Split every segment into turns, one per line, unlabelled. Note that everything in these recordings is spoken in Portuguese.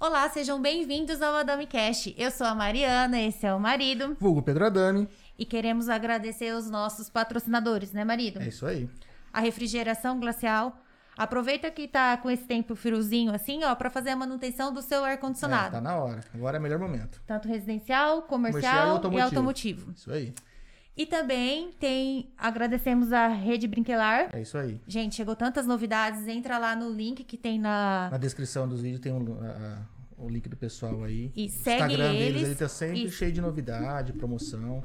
Olá, sejam bem-vindos ao Adami Cash. Eu sou a Mariana, esse é o marido.
Vulgo Pedro Adami.
E queremos agradecer os nossos patrocinadores, né, marido?
É isso aí.
A refrigeração glacial. Aproveita que tá com esse tempo friozinho assim, ó, para fazer a manutenção do seu
É,
ar-condicionado.
tá na hora. Agora é o melhor momento.
Tanto residencial, comercial,
Comercial e
e
automotivo.
automotivo.
Isso aí.
E também tem. Agradecemos a Rede Brinquelar.
É isso aí.
Gente, chegou tantas novidades. Entra lá no link que tem na.
Na descrição dos vídeos tem um, a- a- o link do pessoal aí.
E
o
segue
Instagram deles,
eles.
ele tá sempre
Isso.
cheio de novidade, promoção.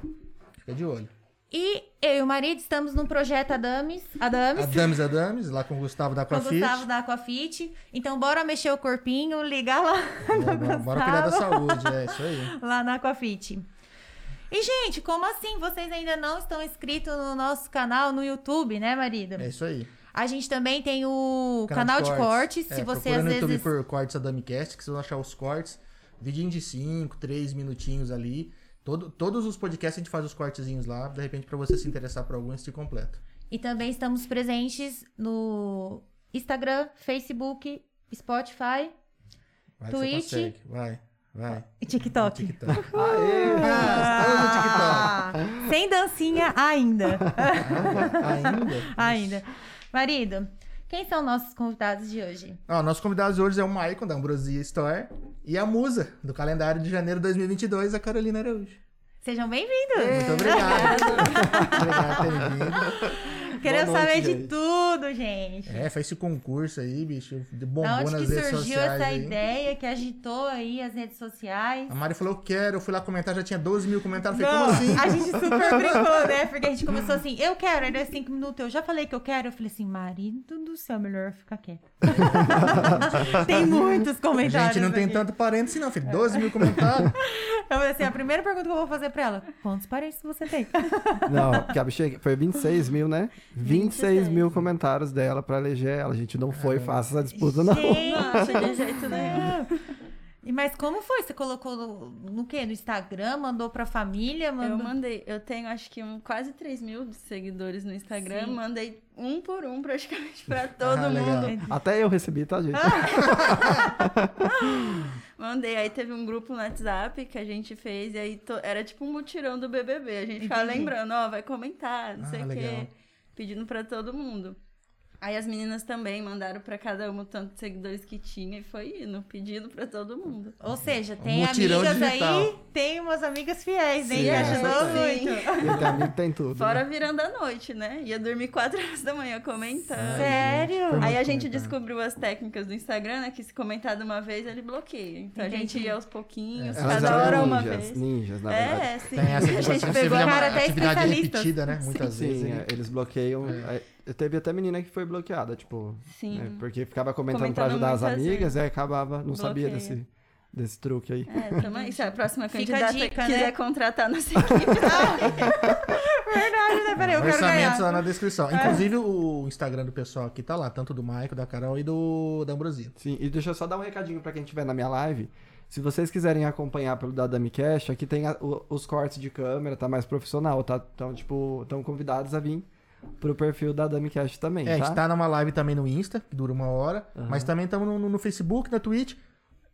Fica de olho.
E eu e o marido estamos num projeto Adames. Adames.
Adames Adames, lá com o Gustavo da
Com o
Aquafit.
Gustavo da Aquafit. Então, bora mexer o corpinho, ligar lá,
Bora- bora- Bora cuidar da saúde, é isso aí.
lá na Aquafit. E, gente, como assim? Vocês ainda não estão inscritos no nosso canal no YouTube, né, marido?
É isso aí.
A gente também tem o canal, de cortes. se
É,
você
procura
às
no
vezes.
YouTube por cortes AdamiCast, que vocês vão achar os cortes. Vidinho de 5, 3 minutinhos ali. Todo, todos os podcasts a gente faz os cortezinhos lá, de repente, pra você se interessar por algum, esse completo.
E também estamos presentes no Instagram, Facebook, Spotify
Vai que você
Twitch.
consegue. Vai, vai.
e TikTok.
TikTok. Aê!
Ah,
Ah,
sem dancinha ainda.
estamos no TikTok. Ainda?
ainda. Marido, quem são nossos convidados de hoje?
Ó, nossos convidados hoje é o Maicon, da Ambrosia Store, e a musa, do calendário de janeiro de 2022, a Carolina Araújo.
Sejam bem-vindos!
Muito obrigado. obrigado por terem vindo.
Queremos
Boa noite,
saber de
gente.
tudo, gente.
É, faz esse concurso aí, bicho. de
da
Bombou
onde
nas
que
redes
surgiu
sociais.
essa
aí.
ideia que agitou aí as redes sociais?
A Mari falou, eu quero. Eu fui lá comentar, já tinha 12 mil comentários. Eu
Não,
falei, como
A
assim?
gente super brincou, né? Porque a gente começou assim, eu quero, aí deu cinco minutos, eu já falei que eu quero. Eu falei assim, marido do céu, melhor eu ficar quieto. tem muitos comentários.
gente, não tem
aqui.
tanto parênteses não, filho. 12 mil comentários.
Eu falei assim, a primeira pergunta que eu vou fazer pra ela, quantos parentes você tem?
Não, que a bicha foi 26 mil, né?
26
26 mil comentários dela pra eleger ela. A gente não foi fácil essa disputa, não.
Gente!
Não, de jeito nenhum.
E Mas como foi? Você colocou no, no quê? No Instagram? Mandou pra família?
Eu
Mandou...
mandei, eu tenho acho que um, quase 3 mil de seguidores no Instagram.
Sim.
Mandei um por um praticamente pra todo
Ah, legal.
mundo.
Até eu recebi, tá, gente?
Mandei, aí teve um grupo no WhatsApp que a gente fez, e aí to- era tipo um mutirão do BBB. A gente ficava
Entendi.
lembrando, ó, vai comentar, não
Ah,
sei o
legal.
quê. Pedindo pra todo mundo. Aí as meninas também mandaram pra cada uma o tanto de seguidores que tinha e foi indo, pedindo pra todo mundo.
Ou seja, tem
mutirão
amigas
digital.
aí, tem umas amigas fiéis, hein?
Sim,
que
é,
ajudou
sim.
muito.
Quem tem amigo tem tudo. né?
Fora virando a noite, né? Ia dormir 4 horas da manhã comentando.
Sério?
Foi
Aí
muito
a gente
comentário.
descobriu as técnicas do Instagram, né? Que se comentar de uma vez, ele bloqueia. Então a gente
Entendi.
ia aos pouquinhos,
Elas
cada
eram
hora
eram
uma
ninjas,
vez.
ninjas, na verdade.
É, sim.
Tem essa
a
de você
gente
você
pegou
vê
a
uma
cara até
atividade
especialistas.
repetida, né? Muitas vezes.
Sim,
hein?
é, eles bloqueiam. é, teve até menina que foi bloqueada, tipo.
Sim.
né, porque ficava comentando, pra
Comentando
ajudar as
muitas
amigas, e aí acabava, não sabia
Bloqueia.
desse, desse truque aí.
É, também. Se a próxima
Fica a
candidata
dica,
quiser
né?
contratar nossa equipe, tá
Verdade, né? Peraí, eu quero
Orçamentos lá
ganhar. É.
na descrição. Inclusive, o Instagram do pessoal aqui tá lá, tanto do Maico, da Carol e do da Ambrosia.
Sim, e deixa eu só dar um recadinho pra quem estiver na minha live. Se vocês quiserem acompanhar pelo Dadami Cash, aqui tem a- o- os cortes de câmera, tá mais profissional, tá? Então, tipo, estão convidados a vir pro perfil da Dami Cash também,
É, a gente
tá?
tá numa live também no Insta, que dura uma hora, mas também estamos no, no Facebook, na Twitch.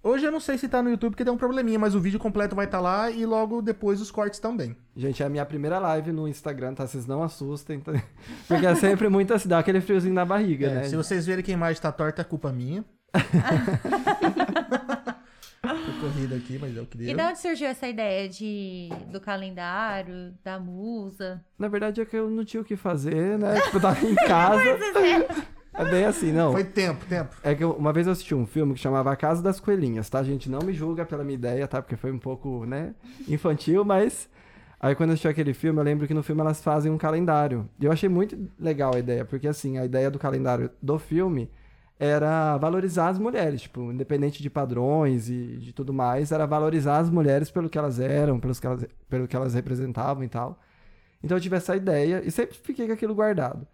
Hoje eu não sei se tá no YouTube, porque deu um probleminha, mas o vídeo completo vai estar lá e logo depois os cortes também.
Gente, é a minha primeira live no Instagram, tá? Vocês não assustem, tá? Porque é sempre muita dá aquele friozinho na barriga,
É,
né?
Se vocês verem que a imagem tá torta, é culpa minha. Tô corrido aqui, mas é o que deu.
E da onde surgiu essa ideia de, do calendário, da musa?
Na verdade é que eu não tinha o que fazer, né? Tipo, eu tava em casa. é bem assim, não.
Foi tempo, tempo.
É que eu- uma vez eu assisti um filme que chamava A Casa das Coelhinhas, tá, gente? Não me julga pela minha ideia, tá? Porque foi um pouco, né, infantil, mas. Aí quando eu assisti aquele filme, eu lembro que no filme elas fazem um calendário. E eu achei muito legal a ideia, porque assim, a ideia do calendário do filme era valorizar as mulheres, tipo, independente de padrões e de tudo mais, era valorizar as mulheres pelo que elas eram, pelos que elas, pelo que elas representavam e tal. Então eu tive essa ideia e sempre fiquei com aquilo guardado.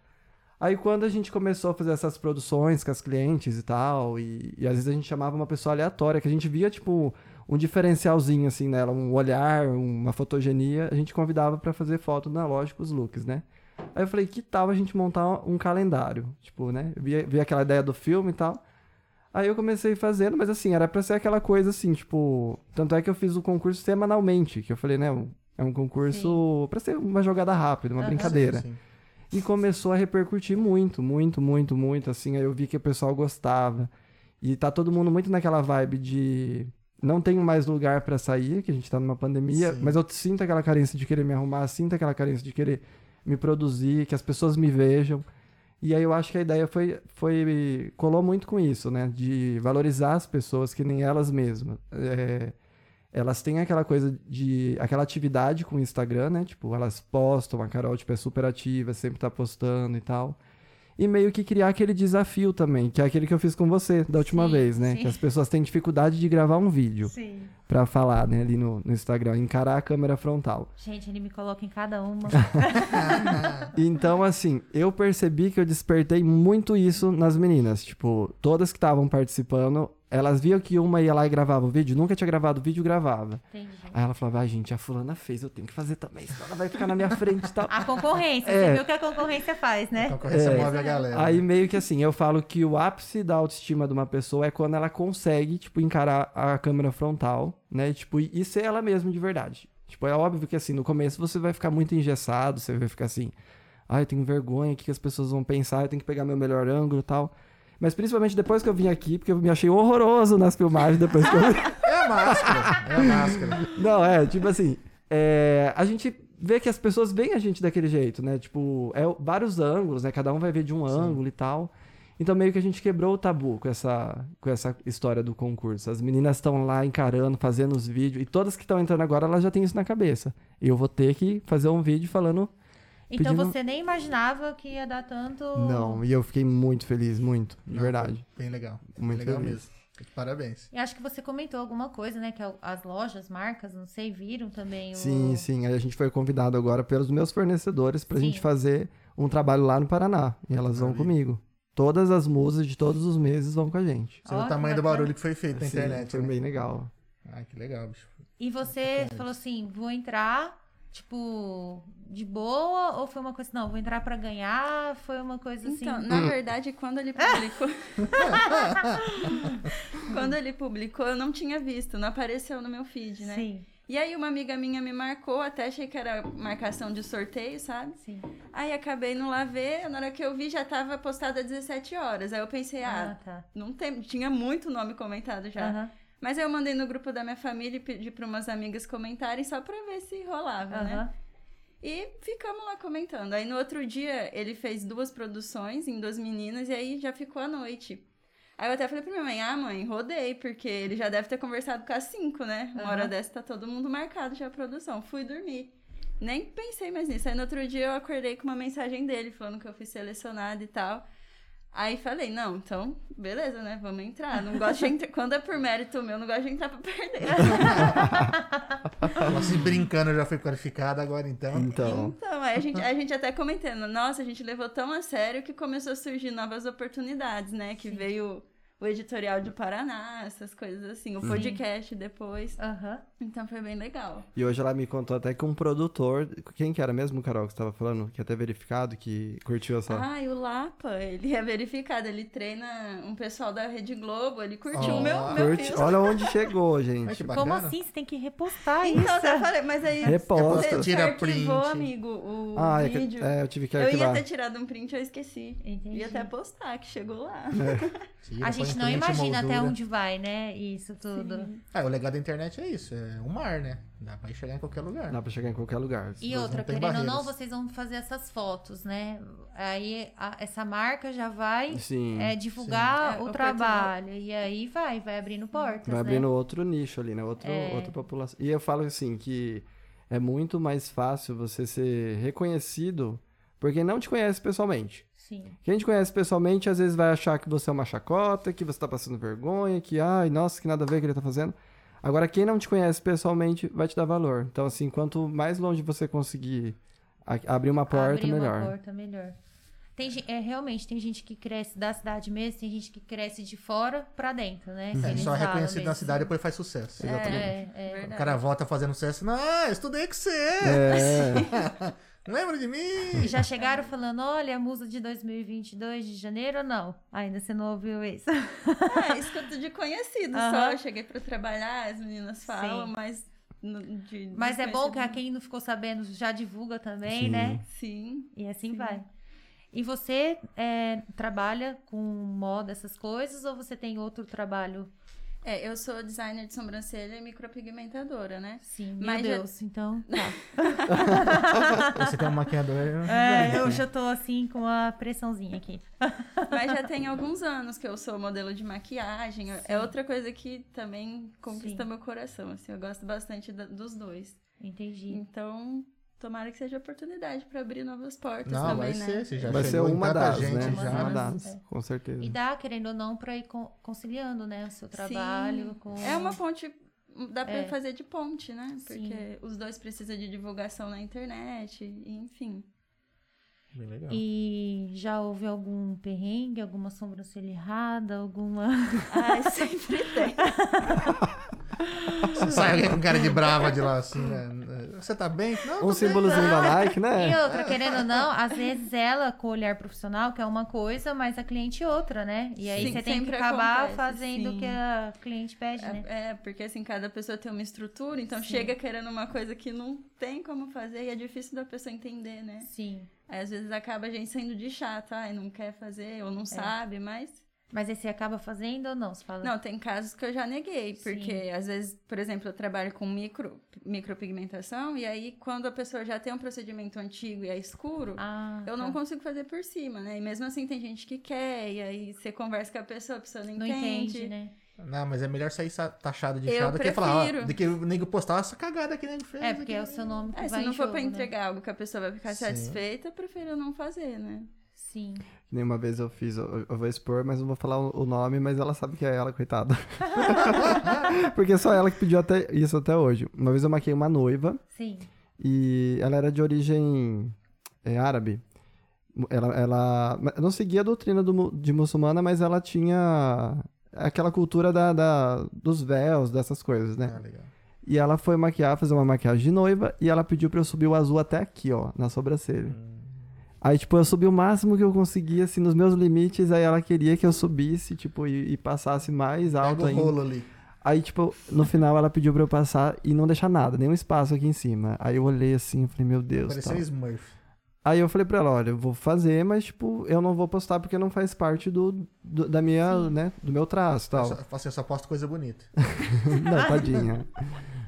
Aí quando a gente começou a fazer essas produções com as clientes e tal, e, e às vezes a gente chamava uma pessoa aleatória, que a gente via, tipo, um diferencialzinho assim nela, um olhar, uma fotogenia, a gente convidava pra fazer foto na loja com os looks, né? Aí eu falei, que tal a gente montar um calendário? Tipo, né? Eu Vi, vi aquela ideia do filme e tal. Aí eu comecei fazendo, mas assim, era pra ser aquela coisa assim, tipo. Tanto é que eu fiz o concurso semanalmente, que eu falei, né? um- É um concurso pra ser uma jogada rápida, uma
Aham.
brincadeira.
Sim, sim.
E começou a repercutir muito, muito, muito, muito, assim. Aí eu vi que o pessoal gostava. E tá todo mundo muito naquela vibe de não tenho mais lugar pra sair, que a gente tá numa pandemia,
Sim.
mas eu sinto aquela carência de querer me arrumar, sinto aquela carência de querer me produzir, que as pessoas me vejam. E aí eu acho que a ideia foi, foi colou muito com isso, né? De valorizar as pessoas que nem elas mesmas. É, elas têm aquela coisa de. aquela atividade com o Instagram, né? Tipo, elas postam, a Carol tipo, é super ativa, sempre tá postando e tal. E meio que criar aquele desafio também, que é aquele que eu fiz com você da última
Sim,
vez, né?
sim.
Que as pessoas têm dificuldade de gravar um vídeo
Sim.
pra falar, né, ali no, no Instagram, encarar a câmera frontal.
Gente, ele me coloca em cada uma.
Então, assim, eu percebi que eu despertei muito isso nas meninas. Tipo, todas que estavam participando, elas viam que uma ia lá e gravava o vídeo, nunca tinha gravado o vídeo, gravava.
Entendi.
Aí ela falava, ai, gente, a fulana fez, eu tenho que fazer também, senão ela vai ficar na minha frente e tal.
A concorrência,
É.
você viu o que a concorrência faz,
Então, A
né?
concorrência
É.
move a galera.
Aí meio que assim, eu falo que o ápice da autoestima de uma pessoa é quando ela consegue, tipo, encarar a câmera frontal, né? Tipo, e e ser ela mesma de verdade. Tipo, é óbvio que assim, no começo você vai ficar muito engessado, você vai ficar assim, ah, eu tenho vergonha, o que que as pessoas vão pensar, eu tenho que pegar meu melhor ângulo e tal. Mas principalmente depois que eu vim aqui, porque eu me achei horroroso nas filmagens depois que eu
É a máscara. É a máscara.
Não, é, tipo assim, é, a gente vê que as pessoas veem a gente daquele jeito, né? Tipo, é o- vários ângulos, né? Cada um vai ver de um ângulo e tal. Então meio que a gente quebrou o tabu com essa, com essa história do concurso. As meninas estão lá encarando, fazendo os vídeos, e todas que estão entrando agora, elas já têm isso na cabeça. Eu vou ter que fazer um vídeo falando
Então
Pedindo-
você nem imaginava que ia dar tanto.
não, e eu fiquei muito feliz, muito, de verdade.
Bem legal.
Muito
Muito legal
feliz.
mesmo. Parabéns.
E acho que você comentou alguma coisa, né? Que a- as lojas, marcas, não sei, viram também o.
Sim, sim. Aí a gente foi convidado agora pelos meus fornecedores pra
Sim.
gente fazer um trabalho lá no Paraná. E elas vão
Maravilha.
comigo. Todas as musas de todos os meses vão com a gente.
Você vê
Ó,
o tamanho
que
do
bacana.
barulho que foi feito na
Assim,
internet.
Foi
Né?
bem legal.
Ai, que legal, bicho.
E você falou assim: vou entrar, tipo, de boa? Ou foi uma coisa, não, vou entrar pra ganhar? Foi uma coisa assim.
Então, na verdade, quando ele publicou. quando ele publicou, eu não tinha visto, não apareceu no meu feed, né?
Sim,
E aí uma amiga minha me marcou, até achei que era marcação de sorteio, sabe?
sim.
Aí acabei não lá ver, na hora que eu vi já tava postado às 17 horas. Aí eu pensei,
Ah,
ah,
tá.
não tem, tinha muito nome comentado já.
Aham.
Mas aí eu mandei no grupo da minha família e pedi para umas amigas comentarem só pra ver se rolava, né?
Aham.
E ficamos lá comentando. Aí no outro dia ele fez duas produções em duas meninas e aí já ficou a noite. Aí eu até falei pra minha mãe, ah mãe, rodei, porque ele já deve ter conversado com as cinco, né? Uma
Aham.
hora dessa tá todo mundo marcado já a produção. Fui dormir. Nem pensei mais nisso. Aí no outro dia eu acordei com uma mensagem dele falando que eu fui selecionada e tal. Aí falei, não, então, beleza, né? Vamos entrar. Não gosto de entrar. Quando é por mérito meu, não gosto de entrar pra perder.
Ela se brincando já foi qualificada, agora então.
Então,
Então, aí a gente, a gente até comentando, nossa, a gente levou tão a sério que começou a surgir novas oportunidades, né? Que
Sim.
veio o editorial de Paraná, essas coisas assim, o
Uhum.
podcast depois.
Aham.
Então foi bem legal.
e hoje ela me contou até que um produtor. Quem que era mesmo, Carol, que você tava falando? Que até verificado, que curtiu essa.
Ah, e o Lapa, ele é verificado, ele treina um pessoal da Rede Globo, ele curtiu o
Ó,
meu, Ah, meu
Curte-
filme.
Olha onde chegou,
Ai,
gente.
que
Como
bacana.
assim? Você tem que repostar isso? é
Então, eu até falei, mas aí
Reposta.
você, você
Tira
arquivou,
print.
amigo, o
Ah, é, que-
vídeo.
é, eu tive que
eu ia
arquivar.
ter tirado um print, eu esqueci.
Entendi.
Ia até postar que chegou lá.
Tira,
A
põe
gente não
print,
imagina até
moldura.
onde vai, né? Isso tudo.
Ah, o legal da internet é isso. É o mar, né? Dá pra chegar em qualquer lugar.
Dá pra chegar em qualquer lugar.
E
Mas
outra,
não tem
querendo ou não,
barreiras.
vocês vão fazer essas fotos, né? Aí a- essa marca já vai
Sim.
é, divulgar
Sim. É,
o
oportunidade.
trabalho. E aí vai, vai abrindo portas,
Vai
né?
abrindo outro nicho ali, né? Outro,
É.
Outra população. E eu falo assim que é muito mais fácil você ser reconhecido porque não te conhece pessoalmente.
Sim.
Quem te conhece pessoalmente às vezes vai achar que você é uma chacota, que você tá passando vergonha, que ai, nossa, que nada a ver o que ele tá fazendo. Agora, quem não te conhece pessoalmente vai te dar valor. Então, assim, quanto mais longe você conseguir a- abrir uma porta,
Abrir
melhor.
uma porta melhor. Tem, gen- é, realmente, tem gente que cresce da cidade mesmo, tem gente que cresce de fora pra dentro, né? Que
É,
eles
só é
falam
reconhecido na
mesmo.
cidade e depois faz sucesso.
É, é.
O
Verdade.
cara volta fazendo sucesso. Não, eu estudei com você.
É.
Lembra de mim?
E já chegaram falando, olha, a musa de 2022 de janeiro ou não? Ainda você não ouviu isso.
É, escuto de conhecido só.
Aham.
Eu cheguei pra trabalhar, as meninas falam,
Sim.
mas. no- de-
Mas é bom que a
desconhecido-
quem não ficou sabendo já divulga também,
Sim.
né?
Sim.
E assim
Sim.
vai. E você é, trabalha com moda, essas coisas, ou você tem outro trabalho?
É, eu sou designer de sobrancelha e micropigmentadora, né?
Sim, meu
Mas já-
Deus, então.
Você tem um maquiador.
É, eu já tô assim com a pressãozinha aqui.
Mas já tem alguns anos que eu sou modelo de maquiagem. É outra coisa que também conquista
Sim.
meu coração, assim. Eu gosto bastante da- dos dois.
Entendi.
Então, tomara que seja oportunidade pra abrir novas portas
Não, vai
também, né?
ser. Você já
Vai ser
chegou em
uma
tanta
das,
gente
né?
já.
Uma
já.
das,
É.
com certeza. Um
E dá, querendo ou não, pra ir con- conciliando, né? O seu trabalho
Sim.
com.
É uma ponte. Dá pra
É.
fazer de ponte, né? Porque
Sim.
os dois precisam de divulgação na internet, e enfim.
Bem legal.
E já houve algum perrengue, alguma sobrancelha errada, alguma.
Ai, sempre tem.
Você sai alguém com cara de brava de lá assim, né? Você tá bem? Não,
Um
tô bem.
símbolozinho da Nike, né?
E outra, querendo ou não, às vezes ela, com o olhar profissional, quer uma coisa, mas a cliente outra, né? E aí
Sim,
você tem que
sempre
acabar
acontece,
fazendo
sim.
o que a cliente pede, né?
É, é, porque assim, cada pessoa tem uma estrutura, então
Sim.
chega querendo uma coisa que não tem como fazer e é difícil da pessoa entender, né?
Sim.
Aí às vezes acaba a gente sendo de chato, ai, não quer fazer ou não
É.
sabe, mas.
Mas aí você acaba fazendo ou não? Você fala.
Não, tem casos que eu já neguei, porque às vezes, por exemplo, eu trabalho com micro, micropigmentação, e aí quando a pessoa já tem um procedimento antigo e é escuro,
Ah,
eu não
tá.
consigo fazer por cima, né? E mesmo assim tem gente que quer, e aí você conversa com a pessoa, a pessoa não,
Não
entende.
entende, né?
Não, mas é melhor sair sa- taxado de
Eu
chato do que falar, ó,
prefiro.
do que o nego postar essa cagada que nem fez.
É, porque
aqui,
é o seu nome que
É, se
vai
não
em
for
jogo,
pra
né?
entregar algo que a pessoa vai ficar
Sim.
satisfeita, eu prefiro não fazer, né?
Sim.
Nenhuma vez eu fiz, eu, eu vou expor, mas não vou falar o o nome, mas ela sabe que é ela, coitada. Porque é só ela que pediu até isso até hoje. Uma vez eu maquei uma noiva
Sim.
e ela era de origem é, árabe. Ela, ela mas não seguia a doutrina do mu- de muçulmana, mas ela tinha aquela cultura da, da- dos véus, dessas coisas, né?
Ah, legal.
E ela foi maquiar, fazer uma maquiagem de noiva, e ela pediu pra eu subir o azul até aqui, ó, na sobrancelha.
Hum.
Aí, tipo, eu subi o máximo que eu conseguia, assim, nos meus limites, aí ela queria que eu subisse, tipo, e, e passasse mais
Pega
alto
o
ainda.
rolo ali.
Aí, tipo, no final ela pediu pra eu passar e não deixar nada, nenhum espaço aqui em cima. Aí eu olhei assim, eu falei, meu Deus,
Parecia
tal.
Smurf.
Aí eu falei pra ela, olha, eu vou fazer, mas, tipo, eu não vou postar porque não faz parte do, do- da minha, né, do meu traço,
Eu
tal.
só, assim, eu só posto coisa bonita.
Não, tadinha.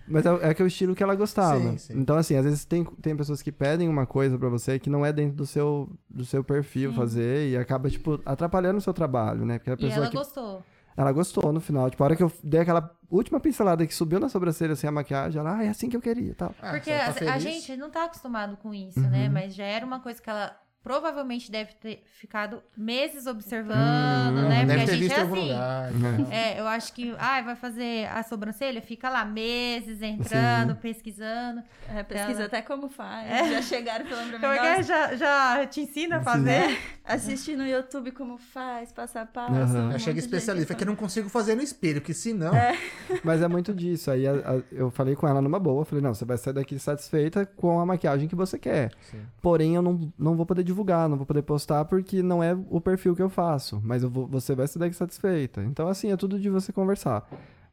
Mas é, é que é o estilo que ela gostava.
Sim, sim.
Então, assim, às vezes tem, tem pessoas que pedem uma coisa pra você que não é dentro do seu, do seu perfil fazer e acaba, tipo, atrapalhando o seu trabalho, né? Porque a
E
pessoa
ela
que.
gostou.
Ela gostou no final. Tipo, a hora que eu dei aquela última pincelada que subiu na sobrancelha sem a maquiagem, ela, ah, é assim que eu queria e tal.
Ah,
Porque
você tá
a, a
feliz? Uhum.
gente não tá acostumado com isso, né? Mas já era uma coisa que ela provavelmente deve ter ficado meses observando,
Uhum.
né? Porque
Deve
a
ter
gente
visto
é
em algum
assim.
lugar.
É, eu acho que, ai, vai fazer a sobrancelha, fica lá meses entrando, pesquisando.
É, pesquisa
Ela- É.
até como faz. Já chegaram falando pra mim,
Como é que é?
"Nossa,
Já, já te ensina a fazer?
assistir no YouTube como faz, passo a passo.
Aham.
um
Eu
Aí
monte
chega
de
especialista, é
gente
que eu não consigo fazer no espelho, porque senão.
Mas é muito disso. Aí a- a- eu falei com ela numa boa. eu Falei, não, você vai sair daqui satisfeita com a maquiagem que você quer.
Sim.
Porém, eu não, não vou poder divulgar, não vou poder postar porque não é o perfil que eu faço. Mas eu vou- você vai sair daqui satisfeita. Então, assim, é tudo de você conversar.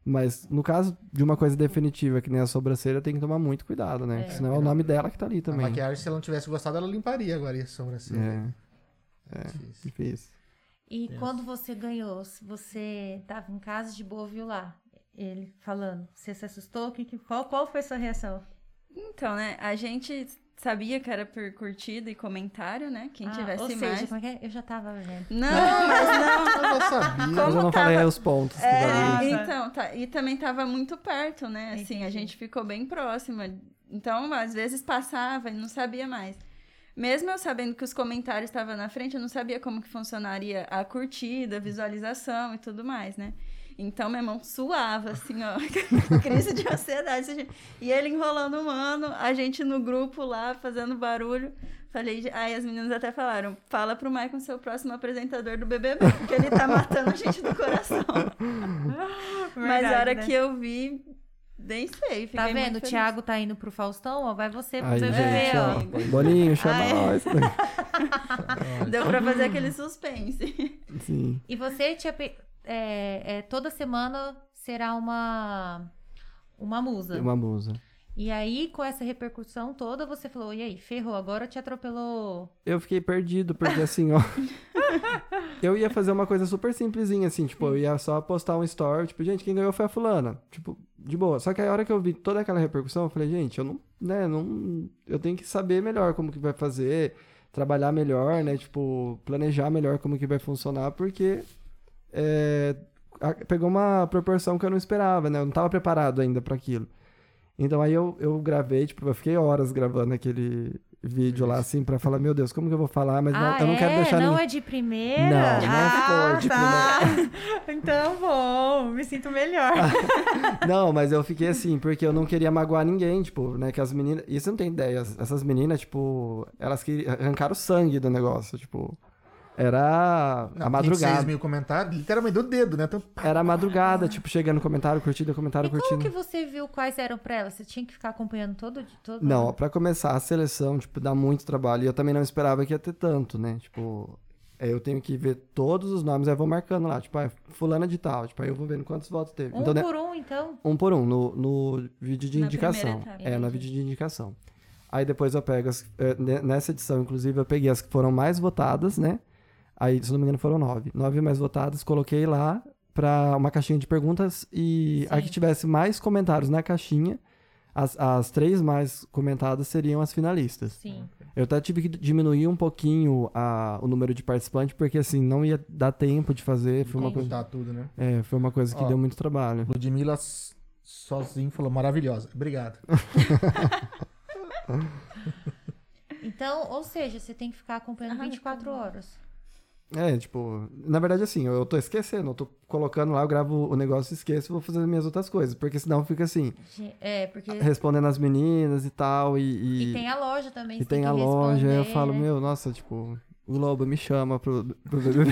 Mas no caso de uma coisa definitiva, que nem a sobrancelha, tem que tomar muito cuidado, né? Porque senão é o nome dela que tá ali
A
também.
maquiagem, se ela não tivesse gostado, ela limparia agora a sobrancelha.
É,
É. difícil.
difícil.
E quando você ganhou, se você tava em casa de boa, viu lá ele falando. Você se assustou? Que, que- qual, qual foi a sua reação?
Então, né, a gente sabia que era por curtida e comentário, né? Quem
Ah, ou
tivesse
seja,
mais.
como é que é? Eu já tava vendo.
Não, mas
Eu já sabia.
Mas eu não
Como tava-
falei os pontos. que daí-
Ah, tá.
então, tá, e também tava muito perto, né? Assim, a
Entendi.
gente ficou bem próxima. Então, às vezes passava e não sabia mais. Mesmo eu sabendo que os comentários estavam na frente, eu não sabia como que funcionaria a curtida, a visualização e tudo mais, né? Então, minha mão suava, assim, ó. Crise de ansiedade. assim, gente. E ele enrolando um ano, a gente no grupo lá, fazendo barulho. Falei, aí as meninas até falaram, fala pro Maicon ser o próximo apresentador do BBB, porque ele tá matando a gente do coração. Mas a hora que eu vi, nem sei, fiquei
né? Tá vendo? O
muito feliz.
Thiago tá indo pro Faustão, ó. Vai você pro
Aí,
BBB,
gente,
ó.
ó. Boninho, chama
Ah, é?
nós.
É.
Deu pra fazer aquele suspense.
Sim.
E você, Tia Pe- é, é, toda semana será uma uma musa.
Uma musa.
E aí, com essa repercussão toda, você falou, e aí, ferrou, agora te atropelou.
Eu fiquei perdido, porque assim, ó. eu ia fazer uma coisa super simplesinha, assim, tipo, eu ia só postar um story, tipo, gente, quem ganhou foi a fulana. Tipo, de boa. Só que a hora que eu vi toda aquela repercussão, eu falei, gente, eu não, né, não. Eu tenho que saber melhor como que vai fazer, trabalhar melhor, né? Tipo, planejar melhor como que vai funcionar, porque é, a- pegou uma proporção que eu não esperava, né? Eu não tava preparado ainda pra aquilo. Então aí eu, eu gravei, tipo, eu fiquei horas gravando aquele vídeo lá, assim, pra falar, meu Deus, como que eu vou falar? Mas não,
ah,
eu não
é?
quero deixar
não
ninguém.
é de primeira?
Não, tipo, não
ah,
foi de
tá. então, bom, me sinto melhor.
Ah, Não, mas eu fiquei assim, porque eu não queria magoar ninguém, tipo, né? Que as meninas. Isso não tem ideia. as- Essas meninas, tipo, elas que arrancaram sangue do negócio, tipo. Era a madrugada.
6 mil comentários, literalmente do dedo, né? Então,
Era a madrugada, tipo, chegando comentário, curtida, comentário,
e como
curtida.
que você viu quais eram pra ela? Você tinha que ficar acompanhando todo de todo?
Não, ó, pra começar, a seleção, tipo, dá muito trabalho. E eu também não esperava que ia ter tanto, né? Tipo, é, eu tenho que ver todos os nomes, aí eu vou marcando lá. Tipo, ah, fulana de tal. Tipo, aí eu vou vendo quantos votos teve.
Um
então, né,
por um, então?
um por um, no, no vídeo de
Na
indicação.
primeira etapa.
É, na vídeo de indicação. Aí depois eu pego as. eh, ne- Nessa edição, inclusive, eu peguei as que foram mais votadas, né? Aí, se não me engano, foram nove. Nove mais votadas, coloquei lá pra uma caixinha de perguntas e a que
Sim.
tivesse mais comentários na caixinha, as, as três mais comentadas seriam as finalistas.
Sim.
Eu até tive que diminuir um pouquinho a, o número de participantes, porque assim, não ia dar tempo de fazer. Foi uma, coisa,
contar tudo, né?
é, foi uma coisa que
Ó.
deu muito trabalho.
Ludmilla s- sozinho falou maravilhosa. Obrigado.
Então, ou seja, você tem que ficar acompanhando
Ah,
24
tá bom.
horas.
É, tipo, na verdade, assim, eu tô esquecendo, eu tô colocando lá, eu gravo o negócio, esqueço e vou fazer as minhas outras coisas, porque senão fica assim,
Ge- É, porque...
respondendo as meninas e tal, e.
E tem a loja também,
e
você tem
tem
que
a loja, aí eu
responder,
falo,
né?
meu, nossa, tipo, Globo me chama pro, pro BBB.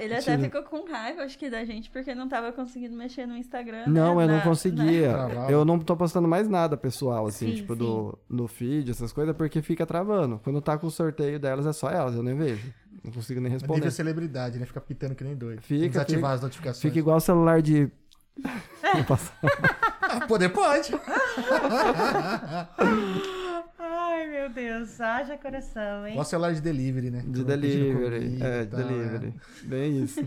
Ele até
Tira.
ficou com raiva, acho que, da gente, porque não tava conseguindo mexer no Instagram.
Não,
né?
eu não
Na-
conseguia.
Travava.
Eu não tô postando mais nada pessoal, assim,
Sim,
tipo,
sim.
do, do feed, essas coisas, porque fica travando. Quando tá com o sorteio delas, é só elas, eu nem vejo. Não consigo nem responder.
Nível celebridade, né? Fica pitando que nem doido.
Fica,
Desativar
fica.
as notificações.
Fica igual o celular de. Não passa-
Ah, poder pode.
Ai, meu Deus, haja coração, hein?
Igual celular de delivery, né?
De
Todo mundo pedindo
delivery.
comida
É,
e
de
tal, né?
delivery. Bem isso.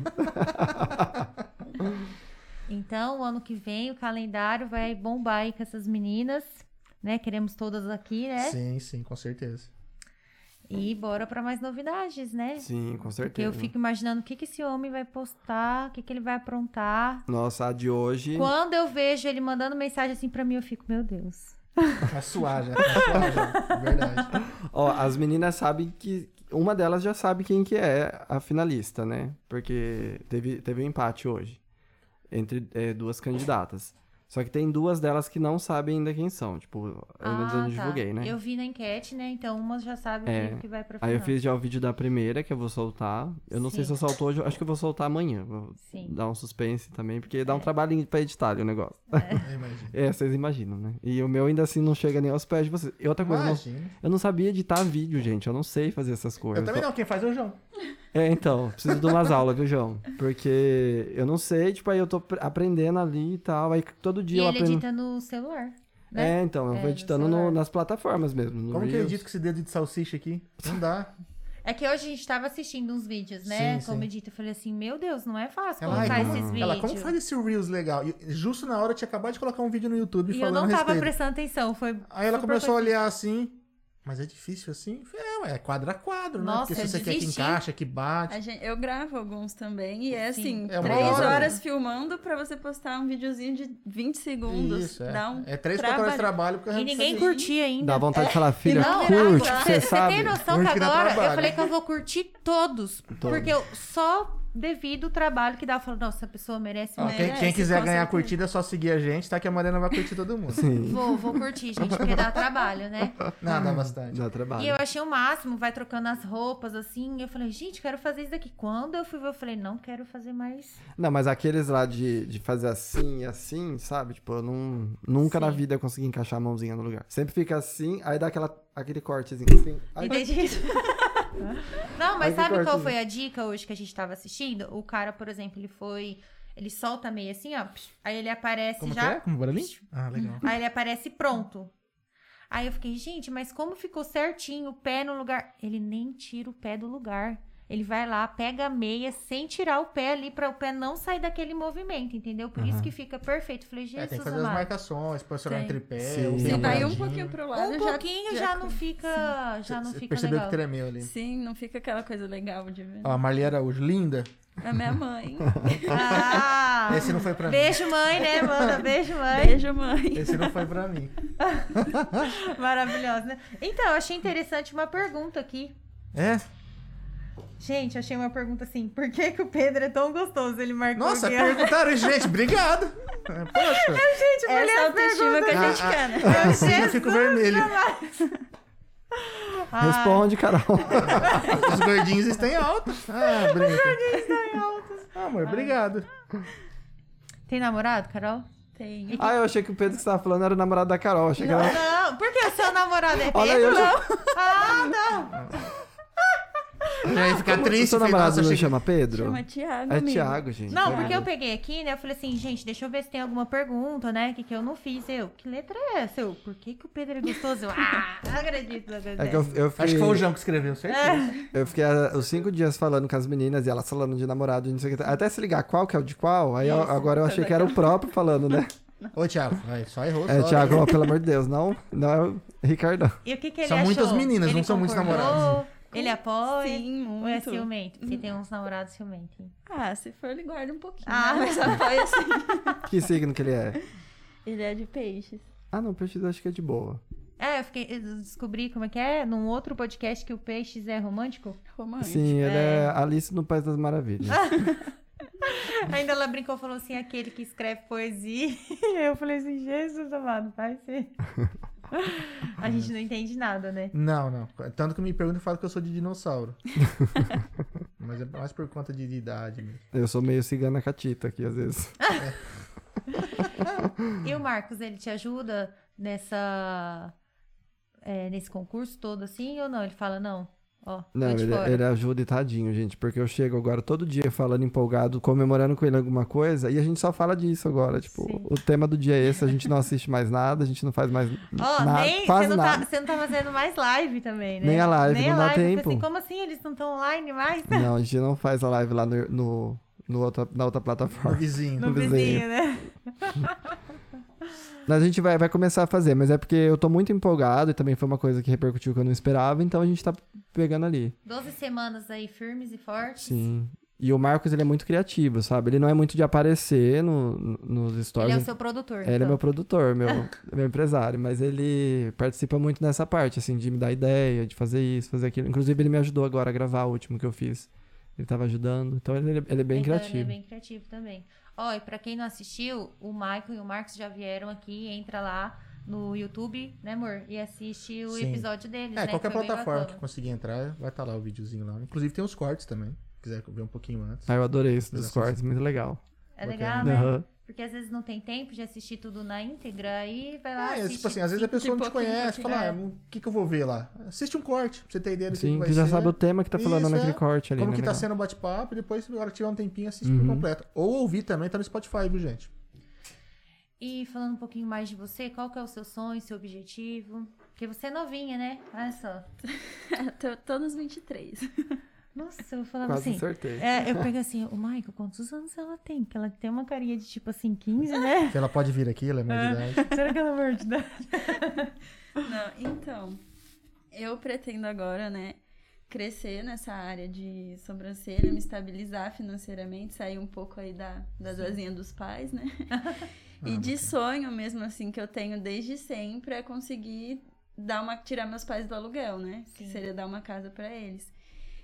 Então, ano que vem, o calendário vai bombar aí com essas meninas, né? Queremos todas aqui, né?
Sim, sim, com certeza.
E bora pra mais novidades, né?
Sim, com
Porque
certeza.
eu fico imaginando o que, que esse homem vai postar, o que, que ele vai aprontar.
Nossa, a de hoje.
Quando eu vejo ele mandando mensagem assim pra mim, eu fico, meu Deus.
Tá suave, né? tá suave. Verdade.
Ó, as meninas sabem que. Uma delas já sabe quem que é a finalista, né? Porque teve, teve um empate hoje. Entre eh, duas candidatas. Só que tem duas delas que não sabem ainda quem são. Tipo, eu não
Ah, tá.
divulguei, né?
Eu vi na enquete, né? Então, uma já sabe
É.
o que vai pra final.
Aí eu fiz já o vídeo da primeira, que eu vou soltar. Eu não sei se
Sim.
eu solto hoje, eu acho que eu vou soltar amanhã. Vou
Sim. É.
dar um suspense também, porque dá um trabalhinho pra editar ali o negócio.
Eu imagino.
É, vocês imaginam, né? E o meu ainda assim não chega nem aos pés de vocês. E outra coisa, eu não,
Imagina.
eu não sabia editar vídeo, gente. Eu não sei fazer essas coisas.
Eu também não, quem faz é o João.
É, então, preciso de umas aulas, viu, João? Porque eu não sei, tipo, aí eu tô pr- aprendendo ali e tal. Aí todo
E
dia eu
ele
aprendo.
edita no celular. né?
É, então, eu
É,
vou
no
editando no-
celular.
nas plataformas mesmo. No
Como que eu
Reels.
edito com esse dedo de salsicha aqui? Não dá.
É que hoje a gente tava assistindo uns vídeos, né?
Sim, sim.
Como eu dito, eu falei assim, meu Deus, não é fácil
Ela, ai,
colocar
como,
esses vídeos.
ela, como faz esse Reels legal? E justo na hora eu tinha acabado de colocar um vídeo no YouTube
E eu
falando
não
a
tava
respeito.
prestando atenção, foi
Aí ela
super
começou a olhar assim, mas é difícil assim? Eu falei, É, ué, é quadro a quadro, né?
Nossa,
Porque se
eu
você quer que
desisti.
encaixa, que bate.
A gen- eu gravo alguns também, e é assim,
Sim.
É uma
três
hora.
horas filmando pra você postar um videozinho de 20 segundos.
Isso, é.
Dá um
é três, quatro horas de trabalho porque
E ninguém curtia ainda. é.
Dá vontade de falar, filha,
não,
tipo,
curte,
caraca,
você
Você
sabe.
tem noção
Curte
que
que dá
agora eu
trabalho.
falei que eu vou curtir todos. Porque eu só devido o trabalho que dá. Eu falo, nossa, essa pessoa merece
Ó,
mais.
quem,
Merece,
quem quiser
com
ganhar
certeza.
curtida é só seguir a gente, tá? Que a Mariana vai curtir todo mundo.
Sim,
Vou, vou curtir, gente, porque dá trabalho, né?
Não, dá bastante.
dá
E
trabalho.
eu achei o máximo, vai trocando as roupas, assim. Eu falei, gente, quero fazer isso daqui. Quando eu fui ver, eu falei, não quero fazer mais.
Não, mas aqueles lá de, de fazer assim e assim, sabe? Tipo, eu não, nunca na
Sim.
vida eu consegui encaixar a mãozinha no lugar. Sempre fica assim, aí dá aquela, aquele cortezinho assim. Aí,
É.
E daí gente- Não, mas
Aí
sabe
que
qual
cortezinho.
né?
foi a dica hoje que a gente tava assistindo? O cara, por exemplo, ele foi. Ele solta meio assim, ó. Aí ele aparece
Como
já.
que é? Como barulhinho? Ah, legal.
Aí ele aparece pronto. Aí eu fiquei, gente, mas como ficou certinho o pé no lugar? Ele nem tira o pé do lugar. Ele vai lá, pega a meia sem tirar o pé ali pra o pé não sair daquele movimento, entendeu? Por isso
Aham.
que fica perfeito. Eu Falei,
É, tem que
Jesus,
fazer as
amado.
marcações, posicionar
Tem.
entre pé,
Sim.
o
Se
Se
dedo
vai um
quadradinho.
pouquinho pro lado,
Um
já-
pouquinho
já,
já, não fica, já não
Você
fica
percebeu
legal.
que tremeu ali.
Sim, não fica aquela coisa legal de ver.
Ó, a Marli Araújo, linda.
É minha mãe.
Ah,
Esse não foi pra mim.
beijo mãe, né, manda beijo mãe.
Beijo, mãe.
Esse não foi pra mim.
Maravilhosa, né? Então, eu achei interessante uma pergunta aqui.
É?
Gente, achei uma pergunta assim, por que que o Pedro é tão gostoso? Ele marcou
Nossa,
aqui, ó.
perguntaram, isso, gente. Obrigado. É, Poxa.
Gente, olha
Essa
as
autoestima
perguntas.
que a gente
Ah, ah.
né?
cana.
Assim eu fico vermelho.
Ah,
Responde, Carol.
Os gordinhos estão em alta. Ah, brinca. Os gordinhos estão em alta. Ah, amor, obrigado.
Tem namorado, Carol?
Tem.
ah, eu achei que o Pedro que você tava falando era o namorado da Carol. Achei que era...
Não, porque o seu namorado é
Olha aí, eu
Pedro?
já-
Ah, não.
Já ia ficar
O
triste.
seu
falei,
namorado
nossa,
não
achei-
chama Pedro?
Chama Thiago.
É
amigo.
Thiago, gente.
Não,
é
porque
verdade.
eu peguei aqui, né? Eu falei assim, gente, deixa eu ver se tem alguma pergunta, né? Que, que eu não fiz. Eu, que letra é essa? Eu, por que, que o Pedro é gostoso? Eu, ah, não acredito. Não acredito.
É que eu, eu fiquei,
Acho que foi o João que escreveu, certeza.
eu fiquei ah, os cinco dias falando com as meninas e elas falando de namorado, e não sei o que. Até se ligar qual que é o de qual, aí eu- agora
tá
eu achei que era o próprio falando, né?
Ô, Thiago, vai, só errou.
É,
só,
Thiago, ó, pelo amor de Deus, não, não é o Ricardão.
E o que, que ele
São
achou?
muitas meninas,
Ele
não são muitos
concordou?
namorados.
Ele apoia?
Sim,
Ou é
muito.
ciumento? Porque tem uns namorados ciumentos. hein?
Ah, se for, ele guarda um pouquinho.
Ah.
Ah, mas apoia sim.
Que signo que ele é?
Ele é de peixes.
Ah, não, peixe eu acho que é de boa.
É, eu, fiquei, eu descobri como é que é num outro podcast que o Peixes é romântico.
Romântico.
Sim, ele é
é.
Alice no País das Maravilhas.
Ainda ela brincou, falou assim, aquele que escreve poesia. Eu falei assim, Jesus amado, vai ser. A gente não entende nada, né?
Não, não. Tanto que me perguntam e falam que eu sou de dinossauro. Mas é mais por conta de idade mesmo.
Eu sou meio cigana catita aqui, às vezes.
Tá E o Marcos, ele te ajuda nessa... é, nesse concurso todo assim ou não? Ele fala, não, ó,
Não,
tô de
ele, é,
fora.
ele ajuda e tadinho, gente, porque eu chego agora todo dia falando empolgado, comemorando com ele alguma coisa, e a gente só fala disso agora. Tipo,
Sim.
o tema do dia é esse, a gente não assiste mais nada, a gente não faz mais
Ó,
nada.
nem, você,
faz
não tá,
nada.
você não tá fazendo mais live também, né?
Nem a live,
Nem
não
a
dá
live. eu
tempo.
Assim, como assim? Eles não estão online mais?
Não, a gente não faz a live lá no, no, no outra, na outra
No
plataforma.
vizinho.
No
No vizinho.
vizinho, né?
Mas a gente vai, vai começar a fazer, mas é porque eu tô muito empolgado e também foi uma coisa que repercutiu que eu não esperava, então a gente tá pegando ali.
12 semanas aí firmes e fortes.
Sim. E o Marcos, ele é muito criativo, sabe? Ele não é muito de aparecer no, no- nos
Ele
stories.
é o seu produtor.
É, ele é
então.
meu produtor, meu, meu empresário, mas ele participa muito nessa parte, assim, de me dar ideia, de fazer isso, fazer aquilo. Inclusive, ele me ajudou agora a gravar o último que eu fiz. Ele tava ajudando, então ele, ele é bem
Então,
criativo.
Ele é bem criativo também. Ó, e pra quem não assistiu, o Michael e o Marcos já vieram aqui, entra lá no YouTube, né, amor? E assiste o
Sim.
episódio deles,
É,
né?
qualquer
que foi bem
plataforma que
bacana.
conseguir entrar, vai estar lá o videozinho lá. Inclusive tem os cortes também, se quiser ver um pouquinho antes.
Ah, eu adorei isso dos
Graças a
cortes, muito legal.
É
Bacana.
legal, né?
Aham.
Porque às vezes não tem tempo de assistir tudo na íntegra, aí vai lá.
Ah, é,
assiste
tipo assim, às vezes a pessoa não te
pouquinho,
conhece, fala, ah,
pouquinho. é.
o que, que eu vou ver lá? Assiste um corte, pra você ter ideia do que,
Sim,
que vai
você já
ser,
sabe o tema que tá falando
Isso,
naquele
é.
corte ali,
como
né?
que tá
Legal.
sendo o bate-papo, e depois, na hora que tiver um tempinho, assiste
Uhum.
por completo. Ou ouvir também, tá no Spotify, viu, gente?
E falando um pouquinho mais de você, qual que é o seu sonho, seu objetivo? Porque você é novinha, né? Olha só.
Tô, tô nos 23.
Nossa, eu falava
Quase
assim.
acertei.
É, eu pego assim, o Michael, quantos anos ela tem? Que ela tem uma carinha de tipo assim, 15, né?
Que ela pode vir aqui, ela é
Ah.
mais de idade.
Será que ela é maior de idade?
Não, então, eu pretendo agora, né, crescer nessa área de sobrancelha, me estabilizar financeiramente, sair um pouco aí da, das asinhas dos pais, né?
Ah,
e de sonho mesmo, assim, que eu tenho desde sempre é conseguir dar uma, tirar meus pais do aluguel, né? Que
Sim.
seria dar uma casa pra eles.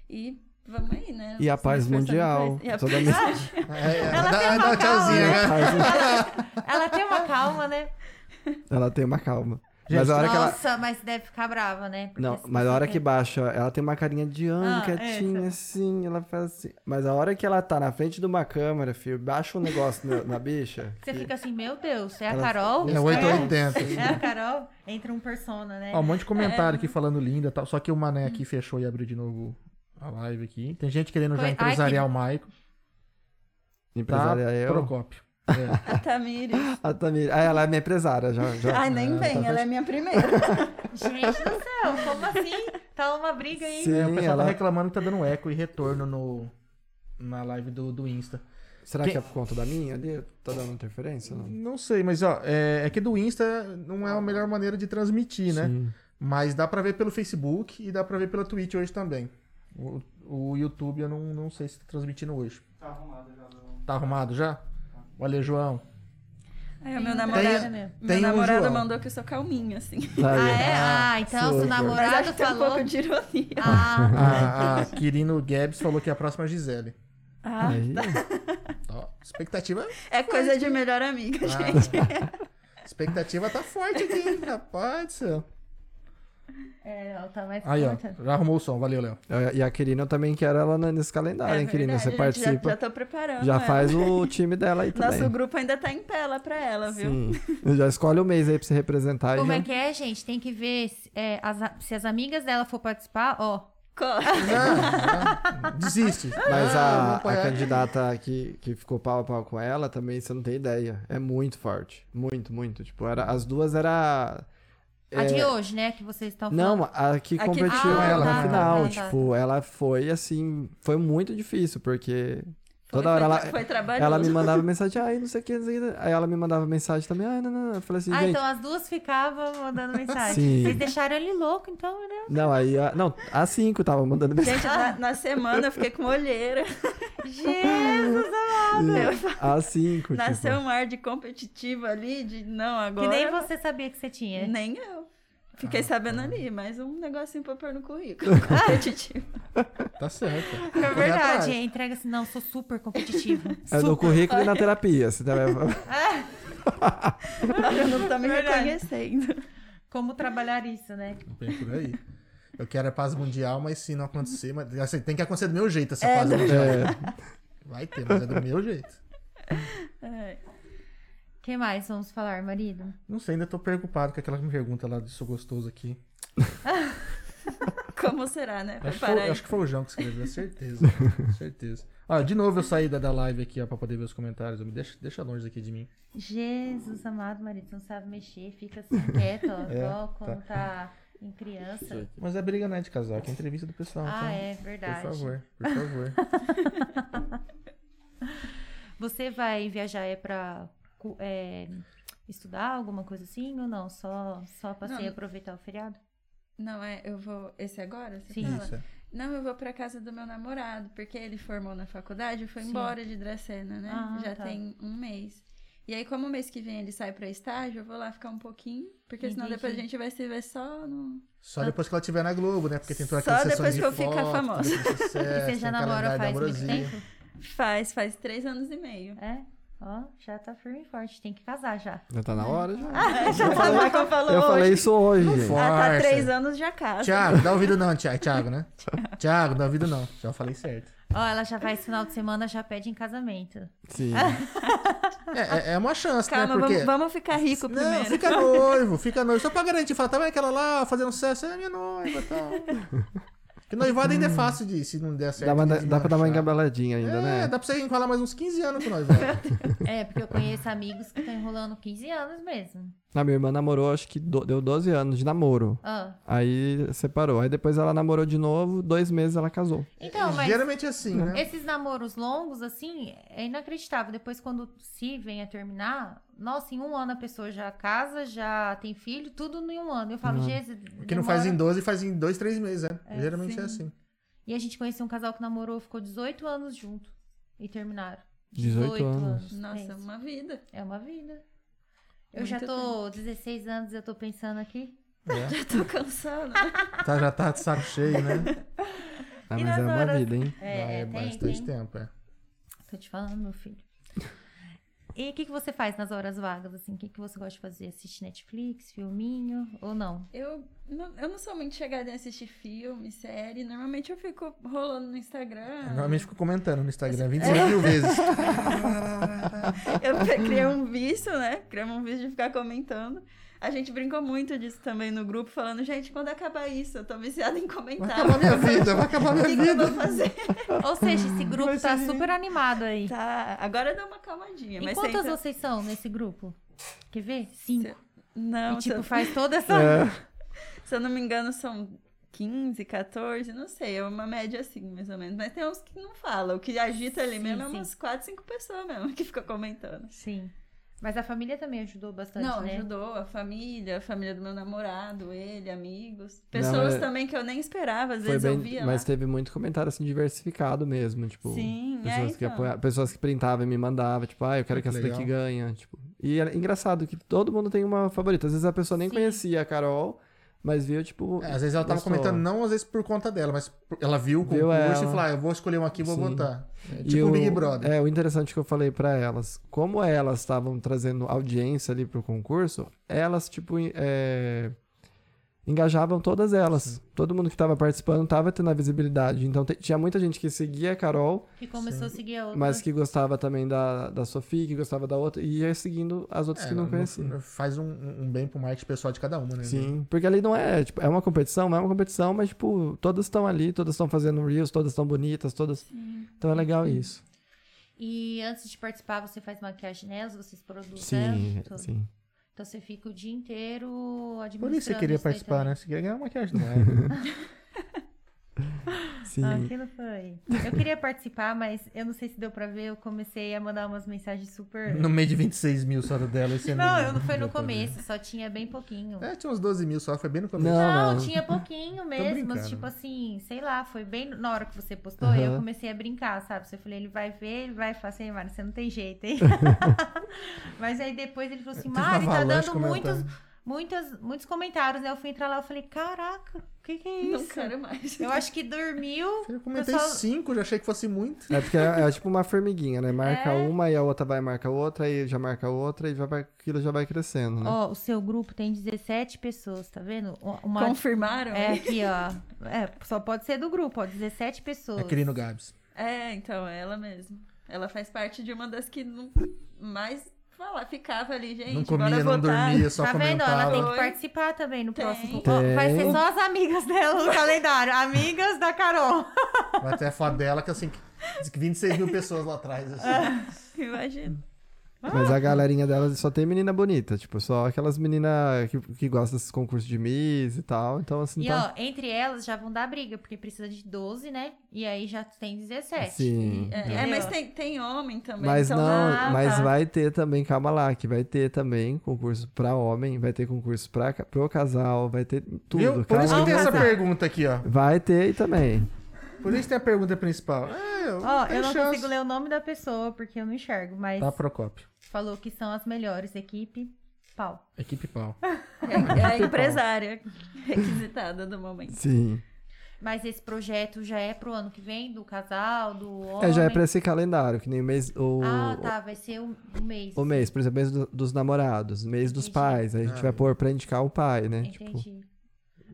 E Vamos aí, né?
E a
Se
paz
esforçando
mundial.
pra isso. E a
Toda
paz-
mensagem.
É, é,
Ela
dá,
tem uma
dá um tchauzinho,
calma,
né?
Ela tem uma calma, né?
Ela tem uma calma.
Gente,
mas a hora que ela.
Nossa, mas deve ficar brava, né? Porque
Não,
se
mas a
você é,
hora
quer-
que baixa, ela tem uma carinha de anjo,
Ah,
então.
quietinha, assim, ela faz assim. Mas a hora que ela tá na frente de uma câmera, filho, baixa um negócio na, na bicha.
Você
que-
fica assim, meu Deus, é a
Ela- um
Carol?
É 880.
É a Carol? Entra um persona, né?
Ó, um monte de comentário aqui falando linda e tal. Só que o Mané
Hum.
aqui fechou e abriu de novo a live aqui. Tem gente querendo já
Foi- ai, que-
empresariar o Maico. Tá?
Empresária eu.
Procópio. É.
A Tamires.
A Tamir. Ah, ela é minha empresária já. já
Tá,
Ah,
Ai, nem
ela
vem,
tá
ela é minha primeira.
Gente do céu, como assim? Tá uma briga aí.
Sim,
É, o pessoal
ela-
tá reclamando que tá dando eco e retorno no, na live do, do Insta.
Será
Quem-
que é por conta da minha ali? Tá dando interferência? Não?
Não sei, mas ó, é, é que do Insta não é a melhor maneira de transmitir, né?
Sim.
Mas dá pra ver pelo Facebook e dá pra ver pela Twitch hoje também. O, o YouTube eu não, não sei se tá transmitindo hoje. Tá arrumado já. Tá arrumado já? Valeu, João.
Aí, o meu
Tem-
namorado,
tem
meu
um
namorado
João.
mandou que eu sou calminha, assim.
Tá aí.
Ah, é? Ah, então se
super.
o
Mas acho
namorado
que tem um
falou.
pouco de ironia.
Ah,
A, a Quirino Gabs falou que a próxima é a Gisele.
Tá
Ah,
Aí.
Tá.
Ó, expectativa, tá.
é coisa de melhor amiga,
Ah.
gente.
expectativa tá forte aqui, hein? rapaz do céu.
é, ela tá mais
Aí, ó,
curta.
já arrumou o som, valeu, Léo.
É, E a Quirina eu também quero ela na- nesse calendário,
É
hein, Quirina?
É verdade,
Você
gente, Já, já
participa.
tô
tá
preparando.
Já
ela.
faz o time dela aí também.
Nosso grupo ainda tá em pé lá pra ela, viu?
Sim. Já escolhe o mês aí pra você representar. e
Como
já-
é que é, gente? Tem que ver se, é, as a- se as amigas dela for participar, ó.
Co-
Não, não, desiste.
Mas
Ah,
a,
vou
a
apoiar.
candidata que, que ficou pau a pau com ela também, você não tem ideia. É muito forte. Muito, muito. Tipo, era, as duas era.
A
é,
de hoje, né? Que vocês estão falando.
Não, a que
A que-
competiu com
Ah,
ela
tá,
no
tá,
final.
tá.
Tipo, ela foi assim. Foi muito difícil, porque. Toda
foi,
hora ela,
tra- Foi trabalhoso.
ela me mandava mensagem, ai, não sei o que, não sei o que. Aí ela me mandava mensagem também, ai, não, não, não. Eu falei assim,
ah,
gente.
então as duas ficavam mandando mensagem.
Sim.
Vocês deixaram ele louco, então, né?
Não, aí. a- Não, a 5 tava mandando mensagem.
Gente, na, na semana eu fiquei com olheira.
É,
Jesus!
A 5.
Nasceu um ar de competitivo ali, de não,
que
agora.
nem você sabia que você tinha.
Nem eu.
Ah,
Fiquei
tá.
sabendo ali, mais um negocinho pra pôr no currículo. Competitivo.
Tá certo.
É
Correr atrás.
verdade, é, entrega assim, não, sou super competitiva.
É no currículo e na terapia. assim, tá Você também...
Eu não tô me
Verdade.
reconhecendo.
Como trabalhar isso, né?
Bem por aí. Eu quero é paz mundial, mas se não acontecer, mas, assim, tem que acontecer do meu jeito essa
É,
paz
não-
mundial.
é,
Vai ter, mas é do meu jeito.
É.
O que mais vamos falar, marido?
Não sei, ainda tô preocupado com aquela pergunta lá de sou gostoso aqui.
Como será, né?
Acho que,
Preparar
foi,
isso.
acho que foi o João que escreveu, certeza. certeza. Ah, de novo eu saí da, da live aqui, ó, pra poder ver os comentários. Eu me deixa, deixa longe daqui de mim.
Jesus amado, marido, você não sabe mexer, fica assim quieto, ó,
É,
igual quando tá em criança.
Mas é briga não é de casal, que é entrevista do pessoal.
Ah,
então,
é verdade.
Por favor, por favor.
Você vai viajar é pra cu- é, estudar alguma coisa assim ou não? Só, só passei
Não.
aproveitar o feriado?
Não, é, eu vou. Esse agora? Você
Sim.
fala?
Isso. é.
Não, eu vou pra casa do meu namorado, porque ele formou na faculdade e foi
Sim.
embora de Dracena, né?
Ah,
Já
tá.
tem um mês. E aí, como mês que vem ele sai pra estágio, eu vou lá ficar um pouquinho, porque senão
Entendi.
depois a gente vai se ver só no.
Só depois que ela estiver na Globo, né? Porque tem toda
Só
aquela sessão
depois
de
que eu ficar
foto,
famosa.
tudo de
E
sucesso,
você já
tem um
namora
calendário
faz muito
amorosinho.
tempo?
Faz, faz três anos e meio.
É? Ó, já tá firme e forte, tem que casar já.
já tá na hora já.
Já tá lá que eu falo
Eu
hoje.
falei isso hoje.
foi.
Ah, tá
Força.
três anos já casa.
Tiago, dá ouvido não, Tiago, Tiago né? Tiago, dá ouvido não. Já falei certo.
Ó, ela já faz final de semana, já pede em casamento.
Sim.
É, é- é uma chance,
Calma,
né? Porque...
vamos, vamos ficar rico
Não,
primeiro.
fica noivo, fica noivo. Só pra garantir, fala, tá vendo aquela lá fazendo sucesso? É minha noiva e tal. Que noivado ainda é fácil de, se não der certo.
Dá, uma-
eles
dá pra dar uma
achar.
engabeladinha ainda,
É,
né?
dá pra você enrolar mais uns 15 anos com nós. Né?
É, porque eu conheço amigos que estão enrolando 15 anos mesmo.
A minha irmã namorou, acho que do- deu 12 anos de namoro.
Ah,
Aí separou. Aí depois ela namorou de novo, dois meses ela casou.
Então, mas
Geralmente é assim, né?
esses namoros longos, assim, é inacreditável. Depois, quando se vem a terminar, nossa, em um ano a pessoa já casa, já tem filho, tudo em um ano. Eu falo,
Uhum.
Jesus.
O que não faz em 12, faz em 2, 3 meses, né? Geralmente é assim.
E a gente conheceu um casal que namorou, ficou 18 anos junto e terminaram.
18
Nossa,
pensa.
uma vida.
é uma vida. Eu
É Muito
já tô 16 anos, eu tô pensando aqui.
É.
Tô cansada.
Tá, já tá de saco cheio, né?
Ah,
E
mas
nas
é uma
horas-
vida, hein?
É,
Vai,
é, tem,
bastante
tem.
tempo, é.
Tô te falando, meu filho. E o que, que você faz nas horas vagas, assim? O que, que você gosta de fazer? Assiste Netflix, filminho ou não?
Eu não, eu não sou muito chegada em assistir filme, série. Normalmente eu fico rolando no Instagram.
Ah.
Normalmente fico comentando no Instagram 25 mil vezes.
Tá.
Eu criei um vício, né? Criamos um vício de ficar comentando. A gente brincou muito disso também no grupo, falando, gente, quando acabar isso, eu tô viciada em
Vai
comentar.
acabar minha vida, vai acabar
O que,
minha
que eu
vida.
vou fazer?
Ou seja, esse grupo
Mas
tá
você-
super animado aí.
Tá, agora dá uma calmadinha.
E
mas
quantas
senta-
vocês são nesse grupo? Quer ver? Cinco.
Não,
E tipo,
se-
faz toda essa.
É.
se eu não me engano, são 15, 14, não sei. É uma média assim, mais ou menos. Mas tem uns que não falam. O que agita ali
Sim,
mesmo é
sim.
umas 4, 5 pessoas mesmo que ficam comentando.
Sim. Mas a família também ajudou bastante,
Não,
né?
ajudou a família, a família do meu namorado, ele, amigos.
Não,
Pessoas
mas- é
também que eu nem esperava, às
Foi
vezes
bem,
eu via.
mas
lá.
teve muito comentário assim diversificado mesmo, tipo.
Sim, é,
Pessoas, que
então.
apoia... pessoas que printavam e me mandavam, tipo, ah, eu quero que essa
Legal.
daqui ganha. Tipo... E é engraçado que todo mundo tem uma favorita. Às vezes a pessoa nem
Sim.
conhecia a Carol, mas viu, tipo.
É, às vezes ela tava
gostou.
comentando, não às vezes por conta dela, mas por- ela viu o
Viu
concurso e
ela.
falou, ah, eu vou escolher um aqui e vou
Sim.
votar. É,
E
tipo o
o-
Big Brother.
É, o interessante que eu falei pra elas, como elas estavam trazendo audiência ali pro concurso, elas, tipo, en- é, engajavam todas elas. Todo mundo que tava participando tava tendo a visibilidade. Então te- tinha muita gente que seguia a Carol,
Que começou a seguir a
Uhum.
outra.
mas que gostava também da, da Sofia, que gostava da outra, e ia seguindo as outras
É,
que não
no-
conheciam.
no- Faz um, um bem pro marketing pessoal de cada uma, né?
Sim, porque ali não é, tipo, é uma competição, não é uma competição, mas, tipo, todas estão ali, todas estão fazendo reels, todas estão bonitas, todas... Então é legal isso.
E antes de participar, você faz maquiagem nelas, vocês produzem.
Sim,
tudo.
sim.
Então você fica o dia inteiro
Por
administrando.
isso que você queria
isso daí
participar,
também.
né? Você queria ganhar uma maquiagem, não é? né?
Sim.
Ah, aquilo foi. Eu queria participar, mas eu não sei se deu pra ver. Eu comecei a mandar umas mensagens super.
no meio de 26 mil só dela. Esse ano
Não, eu não foi
deu
no
pra ver.
começo, só tinha bem pouquinho.
É, tinha uns 12 mil só, foi bem no começo.
Não.
Não, tinha pouquinho mesmo,
brincando.
tipo assim, sei lá, foi bem na hora que você postou,
Aham.
eu comecei a brincar, sabe? Você falei, ele vai ver, ele vai falar assim, Mari, você não tem jeito, hein? Mas aí depois ele falou assim,
Teve uma
Mari, tá
avalanche
dando
comentando.
muitos, muitas, muitos comentários, né? Eu fui entrar lá, eu falei, caraca, o que que é
Não
isso?
quero mais.
Eu acho que dormiu,
Eu comentei
Pessoal-
cinco, já achei que fosse muito.
É porque é, é tipo uma formiguinha, né? Marca
É.
uma e a outra vai marcar outra, e já marca outra, e já vai, aquilo já vai crescendo, né?
ó, o seu grupo tem 17 pessoas, tá vendo? Uma...
Confirmaram?
É aqui, ó. É, só pode ser do grupo, ó, 17 pessoas.
É querendo Gabs.
É, então, é ela mesmo. Ela faz parte de uma das que não mais fala, ficava ali, gente.
não comia,
bora
não
votar.
dormia, só
tá vendo?
comentava.
Ela tem que
Oi.
participar também no
Tem.
próximo.
Tem.
Vai ser só as amigas dela no calendário. Amigas da Carol.
Vai até a foto dela, que assim, diz que 26 mil pessoas lá atrás. Assim.
Imagina.
Mas a galerinha dela só tem menina bonita, tipo, só aquelas meninas que, que gostam desses concursos de Miss e tal. Então, assim,
E
tá.
ó, entre elas já vão dar briga, porque precisa de 12, né? E aí já tem 17.
Sim.
É, é, mas tem, tem homem também.
Mas
então,
não,
Ah,
mas
tá.
vai ter também, calma lá, que vai ter também concurso pra homem, vai ter concurso pra, ca- pro casal, vai ter tudo.
Viu? Por isso
calma
que tem
lá.
essa pergunta aqui, ó.
Vai ter aí também.
Por isso tem a pergunta principal. É, eu
Ó,
tenho
eu não
chance.
consigo ler o nome da pessoa, porque eu não enxergo, mas
Tá, Procópio.
falou que são as melhores. Equipe, pau.
Equipe pau.
É, é
Tá
a empresária requisitada do momento.
Sim.
Mas esse projeto já é pro ano que vem, do casal, do homem.
É, já é pra esse calendário, que nem o mês. O,
Ah, tá. Vai ser o, o mês.
O mês, por exemplo, mês do- dos namorados, mês dos
Entendi.
pais. Aí a
Ah.
gente vai pôr pra indicar o pai, né? Tipo,
Entendi.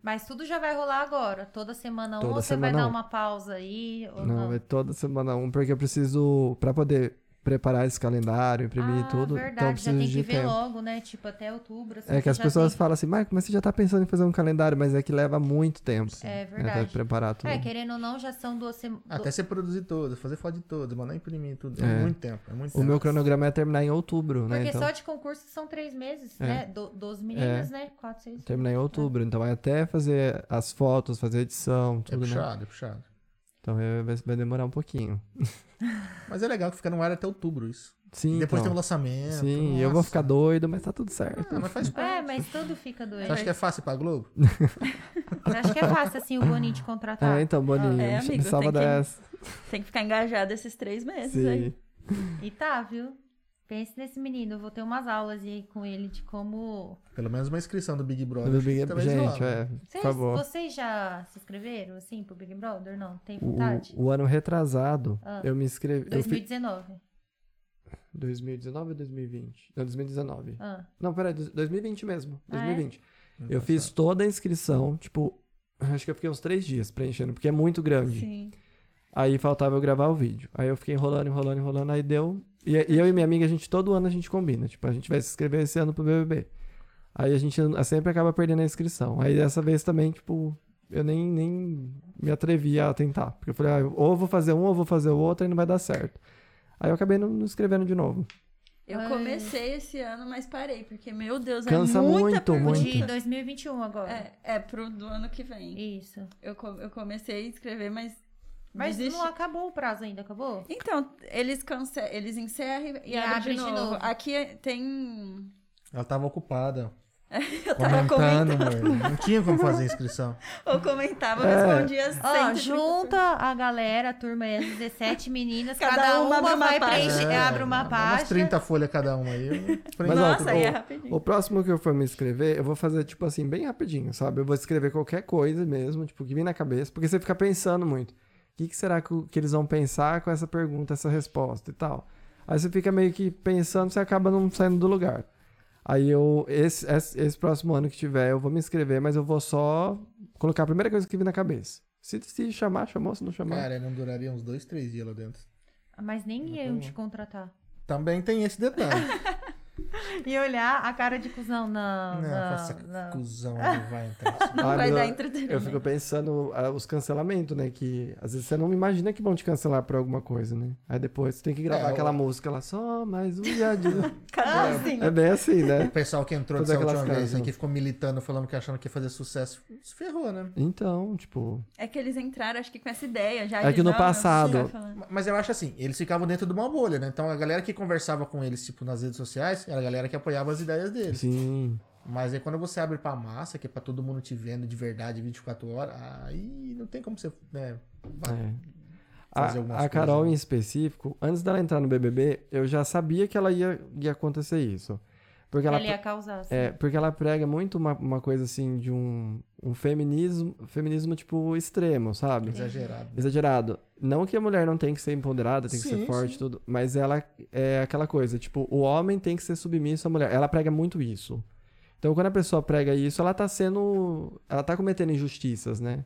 Mas tudo já vai rolar agora. Toda semana um,
Toda
ou você vai
semana
dar
um.
uma pausa aí? Ou não,
não, é toda semana um, porque eu preciso, pra poder preparar esse calendário, imprimir
ah,
tudo,
verdade,
então eu
já
preciso
tem que
de
ver
tempo.
logo, né? Tipo, até outubro. assim,
É que
você
as
já
pessoas
tem-
falam assim, Marco, mas você já tá pensando em fazer um calendário, mas é que leva muito tempo.
É
né,
verdade.
Até preparar tudo.
É, querendo ou não, já são duas semanas.
Até você produzir todo, fazer foto de todo, mandar imprimir tudo. É,
É.
muito tempo, é muito
O
tempo.
meu cronograma é terminar em outubro, né?
Porque
Então,
só de concurso são três meses,
É.
né? Do, 12 meninas, né? Quatro, seis.
terminar em outubro. Então, é até fazer as fotos, fazer a edição,
É
tudo, né?
puxado, é puxado.
Então, é- vai, vai demorar um pouquinho.
Mas é legal que fica no ar até outubro isso.
Sim,
E depois tem
então.
um lançamento.
Sim, eu vou
nossa.
ficar doido, mas tá tudo certo.
Ah, mas faz
É,
parte.
mas tudo fica doido.
Você acha que é fácil pra Globo?
Eu acho que é fácil, assim, o Boninho te contratar.
É, então, Boninho,
é,
me
amigo,
salva
tem que- é
dessa. então.
Tem que ficar engajado esses três meses aí.
Sim.
E tá, viu? Pense nesse menino, eu vou ter umas aulas aí com ele de como.
Pelo menos uma inscrição do Big Brother.
Do
acho que
Big-
talvez
Gente,
rola.
é, por
Vocês,
favor.
vocês já se inscreveram, assim, pro Big Brother? Não? Tem vontade?
O, o ano retrasado, eu me inscrevi. Eu fi-
2019.
2019 ou 2020? Não, 2019.
Ah,
Não, peraí, dois- 2020 mesmo.
Ah, é?
2020. Eu fiz toda a inscrição, tipo, acho que eu fiquei uns três dias preenchendo, porque é muito grande.
Sim.
Aí faltava eu gravar o vídeo. Aí eu fiquei enrolando, enrolando, enrolando, aí deu. E, e eu e minha amiga, a gente todo ano a gente combina. Tipo, a gente vai se inscrever esse ano pro BBB. Aí a gente an- sempre acaba perdendo a inscrição. Aí dessa vez também, tipo, eu nem, nem me atrevi a tentar. Porque eu falei, ah, ou eu vou fazer um, ou eu vou fazer o outro, e não vai dar certo. Aí eu acabei não, não escrevendo de novo.
Eu
Ai.
comecei esse ano, mas parei, porque, meu Deus,
Cansa
é muita
muito,
o
pergunta.
muito.
de 2021 agora.
É, é pro do ano que vem.
Isso.
Eu, co- eu comecei a escrever, mas.
Mas
desisti.
não acabou o prazo ainda, acabou?
Então, eles, cance... eles encerram e,
E
abrem
abre
de
de
novo.
novo.
Aqui é, tem.
Ela tava ocupada.
Eu tava
Comentando,
comentando.
amor. Não tinha como fazer a inscrição.
Ou comentava,
É.
respondia sempre.
Ó, junta a galera, a turma aí, as 17 meninas, cada,
Cada
uma,
uma abre uma
vai
página.
preencher,
É,
abre uma
dá Umas
página.
30 folhas cada uma aí. eu falei,
Mas, ó,
Nossa, aí é
o-
rapidinho.
O próximo que eu for me inscrever, eu vou fazer, tipo assim, bem rapidinho, sabe? Eu vou escrever qualquer coisa mesmo, tipo, que vem na cabeça, porque você fica pensando muito. O que, que será que, o- que eles vão pensar com essa pergunta, essa resposta e tal? Aí você fica meio que pensando, você acaba não saindo do lugar. Aí eu, esse, esse, esse próximo ano que tiver, eu vou me inscrever, mas eu vou só colocar a primeira coisa que vem na cabeça. Se, se chamar, chamou, se não chamar.
Cara, não duraria uns dois, três dias lá dentro.
Mas nem iam te contratar.
Também tem esse né? detalhe.
E olhar a cara de cuzão, não,
Não,
não,
nossa, que
não.
assim, "Ah, cuzão ele vai entrar.
Não
Ah,
vai
meu,
dar
Eu
entretenimento.
fico pensando ah, os cancelamentos, né? Que às vezes você não imagina que vão te cancelar por alguma coisa, né? Aí depois você tem que gravar
É,
aquela
eu-
música lá, só mais um viadinho.
Cada um assim.
é bem assim, né?
O pessoal que entrou
Todas
dessa
aquelas
última vez
casas.
aqui ficou militando, falando que achando que ia fazer sucesso. Se ferrou, né?
Então, tipo,
É que eles entraram, acho que com essa ideia já.
É
de,
que no
não,
passado-
vai
Ah.
falar.
Ma- Mas eu acho assim, eles ficavam dentro de uma bolha, né? Então a galera que conversava com eles, tipo, nas redes sociais, era a galera que apoiava as ideias deles.
sim.
Mas aí quando você abre pra massa, que é pra todo mundo te vendo de verdade 24 horas, aí não tem como você, né?
É.
Fazer algumas
A,
coisas,
a Carol,
né?
em específico, antes dela entrar no BBB, eu já sabia que ela ia, ia acontecer isso. Porque ela,
Ele ia causar, assim.
É, porque ela prega muito uma, uma coisa assim de um, um feminismo, feminismo tipo extremo, sabe?
Exagerado.
É, Exagerado. Não que a mulher não tem que ser empoderada, tem que
Sim,
ser forte, tudo, mas ela é aquela coisa, tipo, o homem tem que ser submisso à mulher. Ela prega muito isso. Então, quando a pessoa prega isso, ela tá sendo. Ela tá cometendo injustiças, né?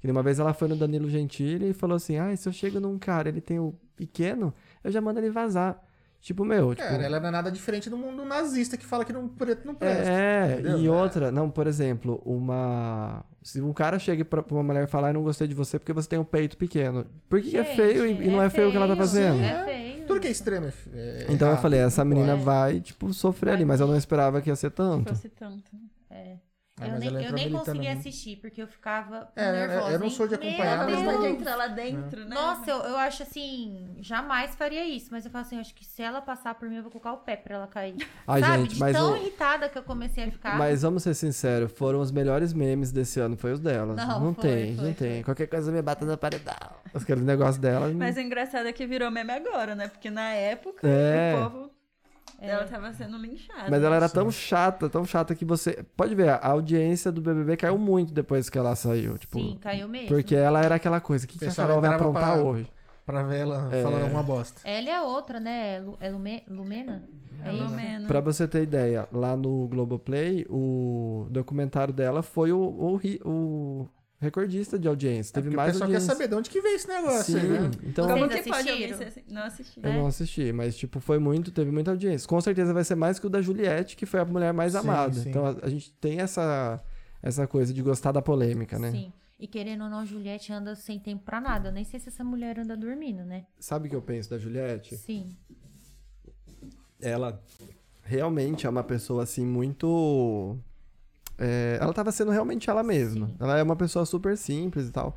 Que nem uma vez ela foi no Danilo Gentili e falou assim: ah, se eu chego num cara, ele tem o pequeno, eu já mando ele vazar. Tipo, meu. tipo,
Cara, ela não é nada diferente do mundo nazista que fala que não preto não presta.
é,
entendeu?
e
É.
outra, não, por exemplo, uma. Se um cara chega pra pra uma mulher falar, eu não gostei de você porque você tem um peito pequeno. Por que que é
Gente,
feio e, e não é, feio o que ela tá
feio,
fazendo?
É feio.
Tudo que é extremo é, f- é
Então eu
errado.
falei, essa menina
É.
vai, tipo, sofrer ali, mas eu não esperava que ia ser
Se
tanto.
Tipo,
fosse tanto.
Ah,
eu
mas ela
nem, eu
entrou
nem
militando
conseguia
mesmo.
assistir, porque eu ficava
É, eu-
nervosa.
eu não
hein?
sou de
Meu
acompanhar,
Ela
mas
Deus!
não-
vontade É de entrar lá
É.
dentro, né?
Nossa, eu, eu acho assim, jamais faria isso, mas eu falo assim, eu acho que se ela passar por mim, eu vou colocar o pé pra ela cair.
Ai,
Sabe?
gente,
de
mas,
tão
o-
irritada que eu comecei a ficar.
mas vamos ser sinceros, foram os melhores memes desse ano, foi os delas. Não,
Não, foi,
tem,
foi,
não
foi.
tem. Qualquer coisa me bata na paredão. Aquele negócio dela. não-
Mas o engraçado é que virou meme agora, né? Porque na época
É.
o povo.
É.
Ela tava sendo linchada.
Mas ela era tão chata, tão chata que você. Pode ver, a audiência do BBB caiu muito depois que ela saiu. Tipo,
Sim, caiu mesmo.
Porque ela era aquela coisa, o que, que a
Pessoal,
Carol vai
entrava
aprontar
pra-
hoje?
Pra ver ela
É.
falando alguma bosta.
Ela é a outra, né? É Lu- é Lume- Lumena? É
Pelo
isso?
menos.
Pra você ter ideia, lá no Globoplay, o documentário dela foi o, o, ri- o recordista de audiência. Teve
É Porque o
mais
pessoal quer
audiência.
saber de onde que veio esse negócio aí, né?
Sim, então
Vocês
Como que pode
assistiram?
alguém ser assim? Não assisti.
eu não assisti, mas tipo, foi muito, teve muita audiência. Com certeza vai ser mais que o da Juliette, que foi a mulher mais
Sim,
amada.
sim.
Então a, a gente tem essa, essa coisa de gostar da polêmica, né?
Sim. E querendo ou não, Juliette anda sem tempo pra nada. Eu nem sei se essa mulher anda dormindo, né?
Sabe o que eu penso da Juliette?
Sim.
ela realmente é uma pessoa assim muito. é, ela tava sendo realmente ela mesma.
Sim.
Ela é uma pessoa super simples e tal.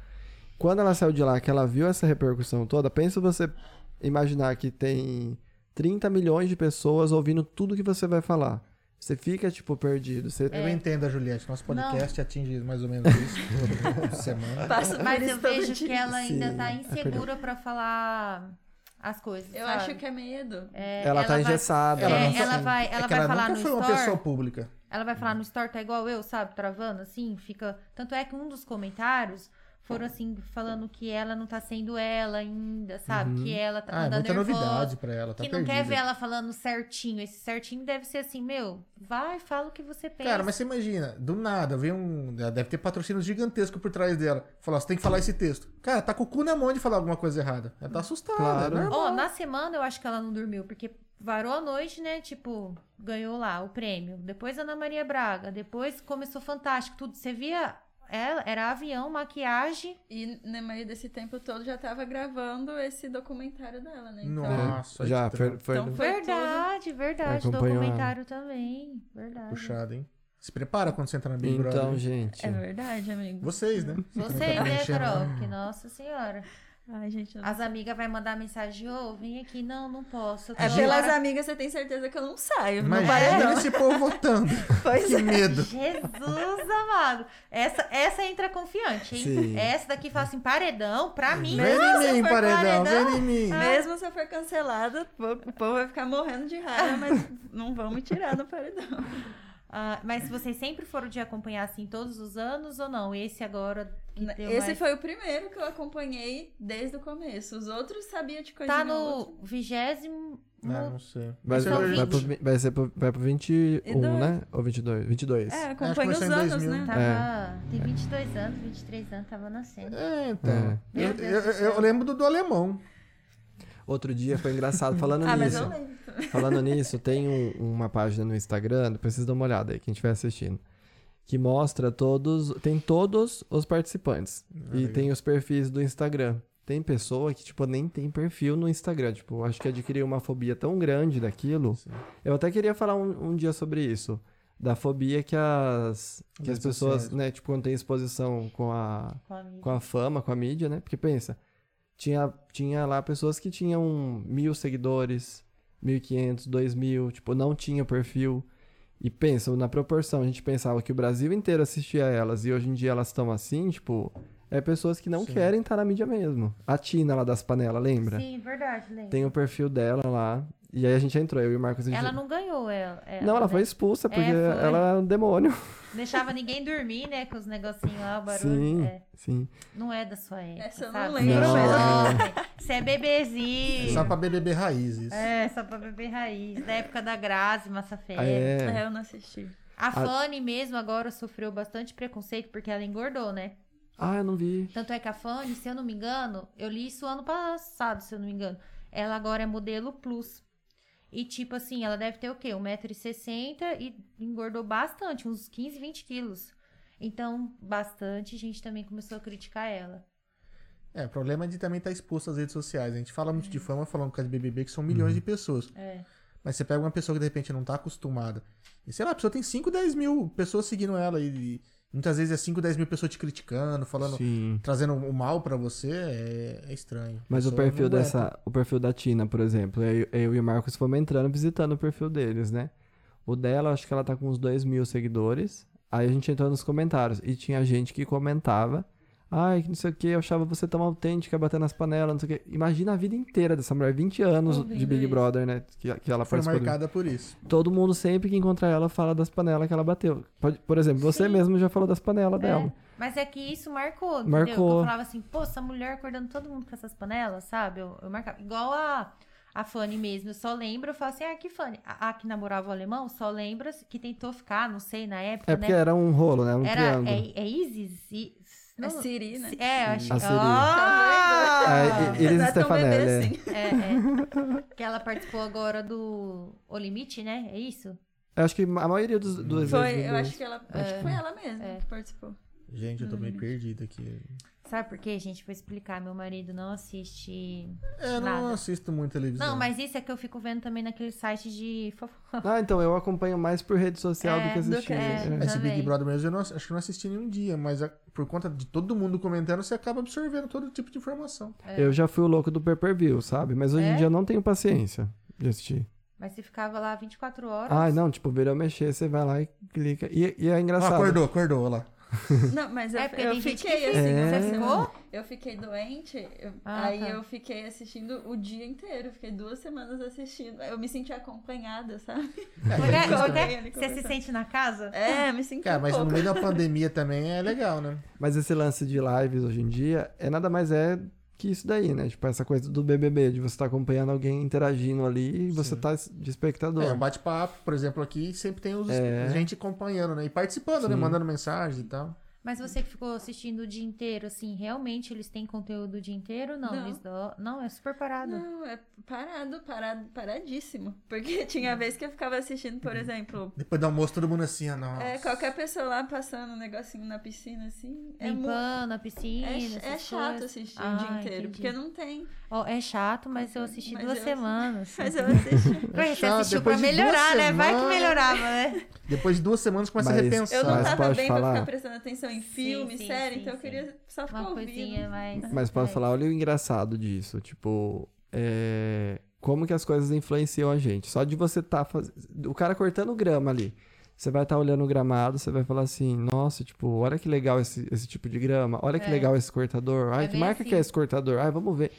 Quando ela saiu de lá, que ela viu essa repercussão toda, pensa você imaginar que tem 30 milhões de pessoas ouvindo tudo que você vai falar. Você fica, tipo, perdido. Você
É.
Eu entendo a Juliette. Nosso podcast atinge mais ou menos isso por semana.
Passo por
Mas
isso
eu
todo
vejo é
dia.
que ela ainda
Sim,
tá
é
insegura pra falar. as coisas.
Eu
sabe?
acho que é medo.
É,
Ela, tá
vai-
engessada.
Ela
né?
é,
não-
ela vai-
é
ela
que
vai
ela
falar
nunca
no
foi uma
store.
pessoa pública.
Ela vai
Hum.
falar no store, tá igual eu, sabe? Travando, assim, fica. Tanto é que um dos comentários foram assim, falando que ela não tá sendo ela ainda, sabe? Que ela tá
Ah, é
andando
muita
nervosa.
novidade pra ela, tá
que não
perdida.
quer ver ela falando certinho. Esse certinho deve ser assim, meu, vai, fala o que você pensa.
Cara, mas você imagina, do nada, vem um. ela Deve ter patrocínio gigantesco por trás dela. Falar, você tem que falar esse texto. Cara, tá com o cu na mão de falar alguma coisa errada. Ela tá assustada.
Claro.
é normal.
Ó, na semana eu acho que ela não dormiu, porque varou a noite, né? Tipo, ganhou lá o prêmio. Depois Ana Maria Braga. Depois começou Fantástico, tudo. Você via. Ela, era avião, maquiagem.
E no meio desse tempo todo já tava gravando esse documentário dela, né? Então,
Nossa,
É. Já,
que
foi,
trampo.
foi
Então, Foi
verdade, verdade.
Acompanhou a-
Documentário também. Verdade.
puxado, hein? Se prepara quando você entrar na Big Brother.
Então,
hein?
gente.
É verdade, amigo.
Vocês, né?
Vocês, né,
Enchendo.
Carol? Que nossa senhora.
Ai, gente. Eu...
As amigas vão mandar mensagem, ô, vem aqui. Não, não posso. eu tô
É, pelas
fora.
amigas, você tem certeza que eu não saio. Mas...
Imagina esse povo votando.
Pois
é.
que medo.
Jesus amado. Essa, essa entra confiante, hein?
Sim.
Essa daqui fala assim, paredão, pra mim.
Vem em mim,
for
paredão,
paredão,
vem em mim.
Mesmo se eu for cancelada, o povo- o povo vai ficar morrendo de raiva, mas não vão me tirar do paredão.
Ah, mas vocês sempre foram de acompanhar assim todos os anos ou não? Esse agora. que deu
Né, Esse
mais-
foi o primeiro que eu acompanhei desde o começo. Os outros sabia de coisa
Tá no vigésimo.
Ah, não sei.
Vai,
Isso é
são
vai, vai,
verdade.
pro, vi- vai, ser pro, vai pro 21,
dois.
né? Ou 22? 22.
É,
Acho que
acompanha os
começou em
anos,
2000.
né?
Tava. Tem 22 anos, 23 anos, tava nascendo.
É, então.
É.
Eu,
Meu Deus do
eu- eu
céu.
lembro do, do alemão.
Outro dia foi engraçado. Falando
Ah, mas
nisso.
eu lembro.
Falando nisso, tem um- uma página no Instagram, depois vocês dão uma olhada aí, quem estiver assistindo. Que mostra todos. Tem todos os participantes.
Ah,
e tem os perfis do Instagram. Tem pessoa que, tipo, nem tem perfil no Instagram. Tipo, acho que adquiriu uma fobia tão grande daquilo.
Sim.
Eu até queria falar um, um dia sobre isso. Da fobia que as, que
Redes
as pessoas,
sociais.
né, tipo, quando tem exposição com a,
Com a amiga.
com a fama, com a mídia, né? Porque pensa, tinha, tinha lá pessoas que tinham mil seguidores, 1.500, 2.000, tipo, não tinha perfil. E pensa, na proporção, a gente pensava que o Brasil inteiro assistia a elas e hoje em dia elas estão assim, tipo, é pessoas que não
Sim.
querem estar na mídia mesmo. A Tina lá das panelas, lembra?
Sim, verdade, lembro.
Tem o perfil dela lá. E aí a gente entrou, eu e o Marcos. a gente-
Ela não ganhou, ela.
Não, ela
né?
foi expulsa porque
foi.
ela é um demônio.
Deixava ninguém dormir, né? Com os negocinhos lá, o barulho.
Sim,
É,
sim.
não é da sua época.
Essa eu não
sabe?
lembro,
Você é
mas-
jovem, Você é
É
bebezinho.
Só pra BBB raízes.
É, só pra beber raiz. Da época da Grazi, Massa Fé.
É.
É, eu não assisti.
A Fanny mesmo agora sofreu bastante preconceito porque ela engordou, né?
Ah, eu não vi.
Tanto é que a Fanny, se eu não me engano, eu li isso ano passado, se eu não me engano. Ela agora é modelo plus. E tipo assim, ela deve ter o quê? 1,60m e engordou bastante, uns 15, 20 quilos. Então, bastante gente também começou a criticar ela.
É, o problema é de também estar exposto às redes sociais. A gente fala muito de fama falando por causa de BBB, que são milhões
Uhum.
de pessoas.
É.
Mas você pega uma pessoa que de repente não tá acostumada. E sei lá, a pessoa tem 5, 10 mil pessoas seguindo ela. E, e muitas vezes é 5, 10 mil pessoas te criticando, falando,
Sim.
trazendo o mal pra você. É, é estranho.
Mas
A
o
pessoa
perfil
não é aguenta.
dessa. O perfil da Tina, por exemplo. Eu, eu e o Marcos fomos entrando visitando o perfil deles, né? O dela, acho que ela tá com uns 2 mil seguidores. Aí a gente entrou nos comentários. E tinha gente que comentava. Ai, que não sei o que, eu achava você tão autêntica, batendo nas panelas, não sei o que. Imagina a vida inteira dessa mulher, 20 anos de
Ouvindo
Big
isso.
Brother, né? Que, que ela
Foi
participou. do-
marcada por isso.
Todo mundo sempre que encontra ela fala das panelas que ela bateu. Pode- por exemplo, você
Sim.
mesmo já falou das panelas dela.
Mas é que isso marcou, entendeu?
Marcou.
Que Eu falava assim, pô, essa mulher acordando todo mundo com essas panelas, sabe? Eu, eu marcava. Igual a, a Fanny mesmo, eu só lembro, eu falo assim, ah, que Fanny. A, a que namorava o alemão, só lembra que tentou ficar, não sei, na época,
É porque
né?
era um rolo, né? Um
Era,
triângulo.
é, é Isis? I-
É
não-
Siri, né?
É, eu acho
A
que...
Siri.
Ah!
Ah, e- Iris
Não é tão bebê
Stefanelli, é.
assim.
É, é. Que ela participou agora do O Limite, né? É isso?
Eu acho que a maioria dos, dos
Foi, eu
ex-BBBs.
acho que ela. Acho que
É.
foi ela mesma
É.
que participou.
Gente, eu tô meio perdido aqui.
Sabe por quê, gente? Vou explicar. Meu marido não assiste...
É, eu não
Nada.
assisto muito televisão.
Não, mas isso é que eu fico vendo também naquele site de fofoca.
Ah, então eu acompanho mais por rede social do
É,
que
do que-
assistindo.
é.
Esse Big
Também.
Brother mesmo, eu não, ass- acho que não assisti nenhum dia, mas a- por conta de todo mundo comentando, você acaba absorvendo todo tipo de informação.
É. Eu já fui o louco do pay-per-view, sabe? Mas hoje em
É?
dia eu não tenho paciência de assistir.
Mas você ficava lá 24 horas.
Ah, não, tipo, virou mexer, você vai lá e clica. E, e é
Ah,
engraçado.
acordou, acordou, olha lá.
Não, mas eu,
É, porque
eu
tem gente que
fiquei
fica,
assim.
É.
essa
Você
semana.
ficou?
Eu fiquei doente, eu-
Ah,
aí
tá.
eu fiquei assistindo o dia inteiro. Fiquei duas semanas assistindo. Eu me senti acompanhada, sabe?
É,
Olha,
Ficou
olha,
bem, ele
você se
conversando.
sente na casa?
É, me senti
Cara,
um
mas no
pouco.
meio da pandemia também é legal, né?
Mas esse lance de lives hoje em dia é nada mais é que isso daí, né? Tipo, essa coisa do BBB, de você estar acompanhando alguém interagindo ali e você tá de espectador.
É, um bate-papo, por exemplo, aqui sempre tem os,
É.
gente acompanhando, né? E participando, né?
Sim.
Mandando mensagens e tal.
Mas você que ficou assistindo o dia inteiro, assim, realmente eles têm conteúdo o dia inteiro? Não,
Não.
eles dão... Não, é super parado.
Não, é parado, parado, paradíssimo. Porque tinha vez que eu ficava assistindo,
Uhum.
por exemplo,
Depois do almoço, todo mundo assim, ah, nossa.
é, qualquer pessoa lá passando um negocinho na piscina, assim. É, mu-
Limpando a
é,
piscina,
ch- é
essas
chato
coisas.
assistir
Ah,
o dia
entendi.
inteiro, porque não tem.
Ó, é chato, mas eu assisti
Mas
duas
eu-
semanas.
Mas eu assisti.
Ué, você
É chato,
assistiu pra
depois de duas
melhorar, né? Vai que
semanas.
melhorava, né?
Depois de duas semanas começa a
Mas-
repensar.
Eu não
Mas
tava
pode
bem pra
falar?
ficar prestando atenção em
Sim,
filme,
sim,
série,
sim,
então eu
sim.
queria só ficar
Uma
ouvindo.
coisinha mais...
Mas posso
É.
falar, olha o engraçado disso, tipo, é, como que as coisas influenciam a gente. Só de você tá faz... o cara cortando grama ali. Você vai estar olhando o gramado, você vai falar assim, nossa, tipo, olha que legal esse, esse tipo de grama, olha que
É.
legal esse cortador, ai,
É
que
bem
marca que
assim.
é esse cortador, ai, vamos ver.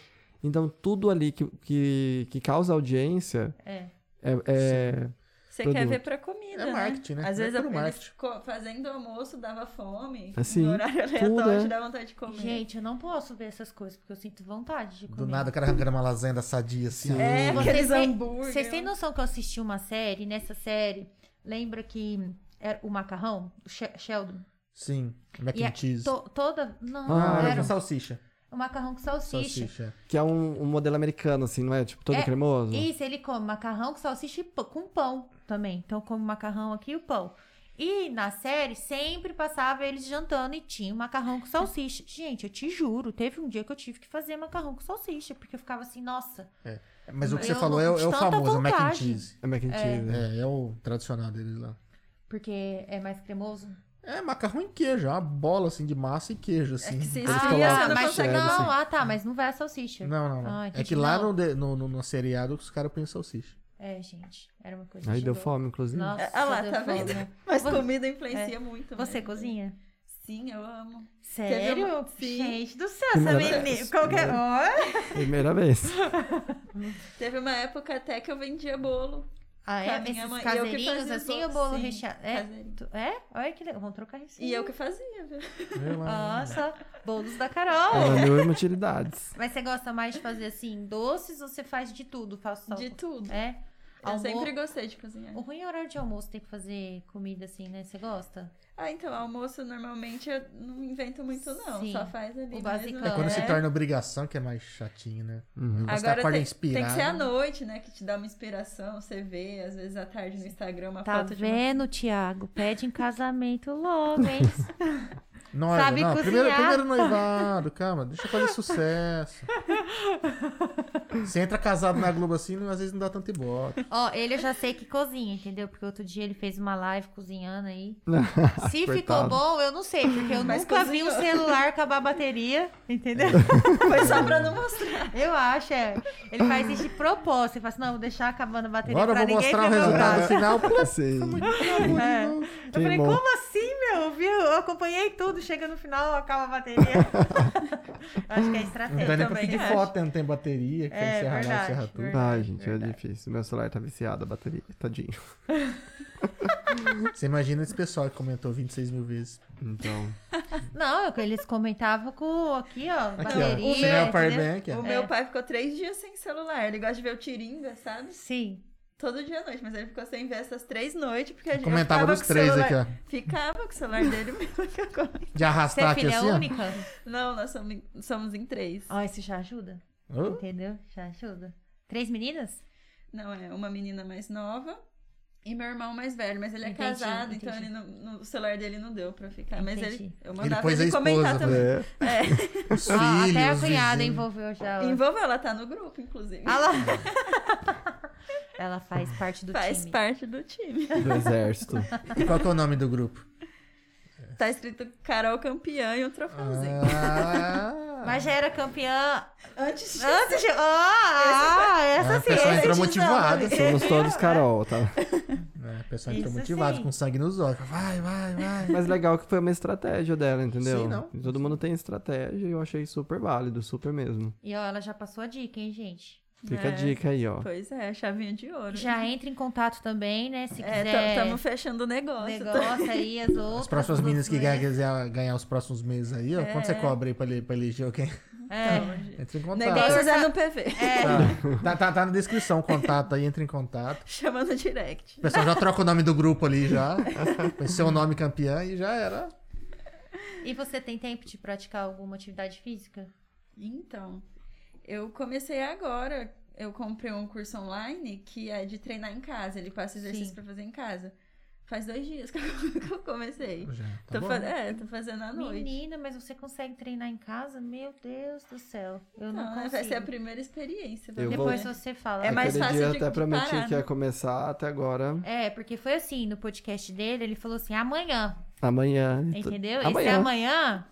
Então, tudo ali que, que, que causa audiência
É.
é, é-
Você quer
Produto.
ver pra comida,
É
né?
marketing, né?
Às
É
vezes
puro
eu, eles
marketing.
co- fazendo almoço dava fome,
É
Assim,
no horário
tudo,
aleatório
é.
dá vontade de comer.
Gente, eu não posso ver essas coisas, porque eu sinto vontade de comer.
Do nada, o cara arrancando uma lasanha da sadia, assim.
Sim.
ah,
é,
Vocês
aqueles
têm-
hambúrguer.
Vocês têm noção que eu assisti uma série, nessa série, lembra que era o macarrão, o She- Sheldon?
Sim, mac
E
and
é
cheese.
To- toda. Não,
Ah,
não
Ah,
era.
com salsicha.
O macarrão com salsicha.
Salsicha.
que é um, um modelo americano, assim, não é? Tipo, todo
É,
cremoso.
Isso, ele come macarrão com salsicha e pão- com pão também. Então come macarrão aqui e o pão. E na série sempre passava eles jantando e tinha um macarrão com salsicha. Gente, eu te juro, teve um dia que eu tive que fazer macarrão com salsicha, porque eu ficava assim, nossa.
Mas o que
Eu
você
não-
falou é, o- é o
de tanta
famoso, é o mac and
vontade.
cheese.
É mac and cheese, né?
É, é o tradicional deles lá.
Porque é mais cremoso.
É macarrão e queijo, é uma bola assim de massa e queijo, assim.
É que se
Eles
Ah,
colocam-
esfria, você não
mas
consegue-
não, ah, tá, mas não vai a salsicha.
Não, não, não.
Ah,
é
entendi,
que lá
não.
no, de- no, no, no seriado os caras põem salsicha.
É, gente, era uma coisa.
Aí deu
chegou.
fome, inclusive.
É, Nossa,
Ah lá,
deu
tá
fome.
vendo? Mas
Você-
comida influencia muito.
é. Você
mesmo.
cozinha?
Sim, eu amo.
Sério?
uma- Sim.
Gente do céu, essa
Primeira
menina.
vez.
Qualquer. Ó.
É Primeira vez.
Teve uma época até que eu vendia bolo.
Ah,
pra
é?
minha
Esses
mãe. E eu que
caseirinhos
fazia os
assim, o
bolos,
bolo
sim,
recheado. É?
caseirinho.
Tu- é? Olha que legal. Vamos trocar isso.
E eu que fazia, viu?
Vê lá.
Nossa, bolos da Carol.
Ela mil inutilidades.
Mas você gosta mais de fazer assim, doces ou você faz de tudo? Faço só.
De tudo.
É?
Eu
Almo-
sempre gostei de cozinhar.
O ruim é o horário de almoço, tem que fazer comida assim, né? Você gosta?
Ah, então, almoço normalmente eu não invento muito, não.
Sim.
Só faz ali.
O
mais
basicão.
ou
É quando se
menos.
torna obrigação que é mais chatinho, né?
Uhum.
Mas tá
Agora
com a
tem,
inspirada.
tem que ser à noite, né? Que te dá uma inspiração, você vê, às vezes à tarde no Instagram uma
Tá
foto
vendo, Tiago? Pede em casamento logo, hein?
Não,
Sabe
não, primeiro,
cozinhar.
primeiro noivado, calma, deixa eu fazer sucesso. Você entra casado na Globo assim, não- às vezes não dá tanto ibope.
Ó, ele eu já sei que cozinha, entendeu? Porque outro dia ele fez uma live cozinhando aí. Se ficou
Coitado.
bom, eu não sei, porque eu
Mas
nunca vi um
cozinhou.
celular acabar a bateria, entendeu?
de uma... Foi só pra não mostrar.
Eu acho, é. Ele faz isso de propósito. Ele fala assim, não, vou deixar acabando a bateria
Agora eu
pra
vou
ninguém
mostrar o
ver meu
resultado
braço.
final.
Sim.
É. Eu falei,
Queimou.
como assim, meu? Viu? Eu acompanhei tudo, chega no final, acaba a bateria. acho que é
Não
estratégia
dá nem pra
também.
pedir
acho.
foto, né? não tem bateria, que
É,
é, encerra lá,
verdade,
encerra tudo.
verdade.
Ai, gente, é difícil. Meu celular tá viciado, a bateria. Tadinho.
Você imagina esse pessoal que comentou 26 mil vezes.
Então.
Não, eu- eles comentavam com aqui, ó,
Aqui, ó.
bateria.
Se não é o
entendeu?
Powerbank, é.
O meu pai ficou três dias sem celular. Ele gosta de ver o Tiringa, sabe?
Sim.
Todo dia à noite, mas ele ficou sem ver essas três noites, porque a gente
Comentava dos três aqui, ó.
Ficava com o celular dele mesmo que eu comento.
De
Você é
arrastar aqui
filha
assim, ó.
única?
Não, nós somos, em- somos em três.
Ó, isso já ajuda,
Hã?
entendeu? Já ajuda. Três meninas?
Não, é uma menina mais nova e meu irmão mais velho, mas ele é
Entendi,
casado, então ele
entendi.
não, não- o celular dele não deu pra ficar. Mas ele,
Entendi.
eu
Ele
mandava
pôs
ele,
a
comentar
esposa.
também.
né?
É.
Os
Ó,
filhos,
Ah, até é a
os
cunhada
vizinhos.
envolveu já. ó.
Envolveu, ela tá no grupo, inclusive.
Ah lá. Ela faz parte do
Faz
time.
parte do time.
Do exército.
E qual que é o nome do grupo?
Tá escrito Carol Campeã e um troféuzinho.
Ah,
Mas já era campeã
Antes de...
antes de. Ó, ah, essa
Ah,
sim.
a pessoa
esse
entrou
tizão,
motivada.
né?
Somos todos Carol, tá?
né? né? O pessoal fica
Isso
motivado,
sim.
com sangue nos olhos. Fala, Vai, vai, vai.
Mas legal que foi uma estratégia dela, entendeu?
Sim, não.
Todo mundo tem estratégia e eu achei super válido, super mesmo.
E ó, ela já passou a dica, hein, gente?
Fica a
É.
dica aí, ó.
Pois é, chavinha de ouro.
Já entra em contato também, né? Se quiser
Estamos fechando o negócio.
negócio aí, as outras.
As próximas
as
meninas que
outras-
ganhar, quiser ganhar os próximos meses aí, ó. Quanto você cobra aí pra, ele- pra eleger alguém?
É.
Entra em
O
contato.
negócio
Tá.
é no PV.
Tá. Tá, tá- tá na descrição o contato aí, entra em contato.
Chama no direct.
O pessoal já troca o nome do grupo ali já. Vai ser o nome campeã e já era.
É. E você tem tempo de praticar alguma atividade física?
Então, eu comecei agora. Eu comprei um curso online que é de treinar em casa. Ele passa exercício
Sim.
pra fazer em casa. Faz dois dias que eu que eu comecei.
Já, tá
tô,
bom.
fa- é, tô fazendo à noite.
Menina, mas você consegue treinar em casa? Meu Deus do céu. Eu não,
Então,
consigo.
vai ser a primeira experiência.
Eu
vamos
vou-
Depois
ver.
você fala.
É mais
Aquele
fácil
dia
de-
até
de
prometi
parar,
que ia
né?
começar, até agora.
É, porque foi assim, no podcast dele, ele falou assim, amanhã,
Amanhã.
entendeu? Esse é
Amanhã.
amanhã.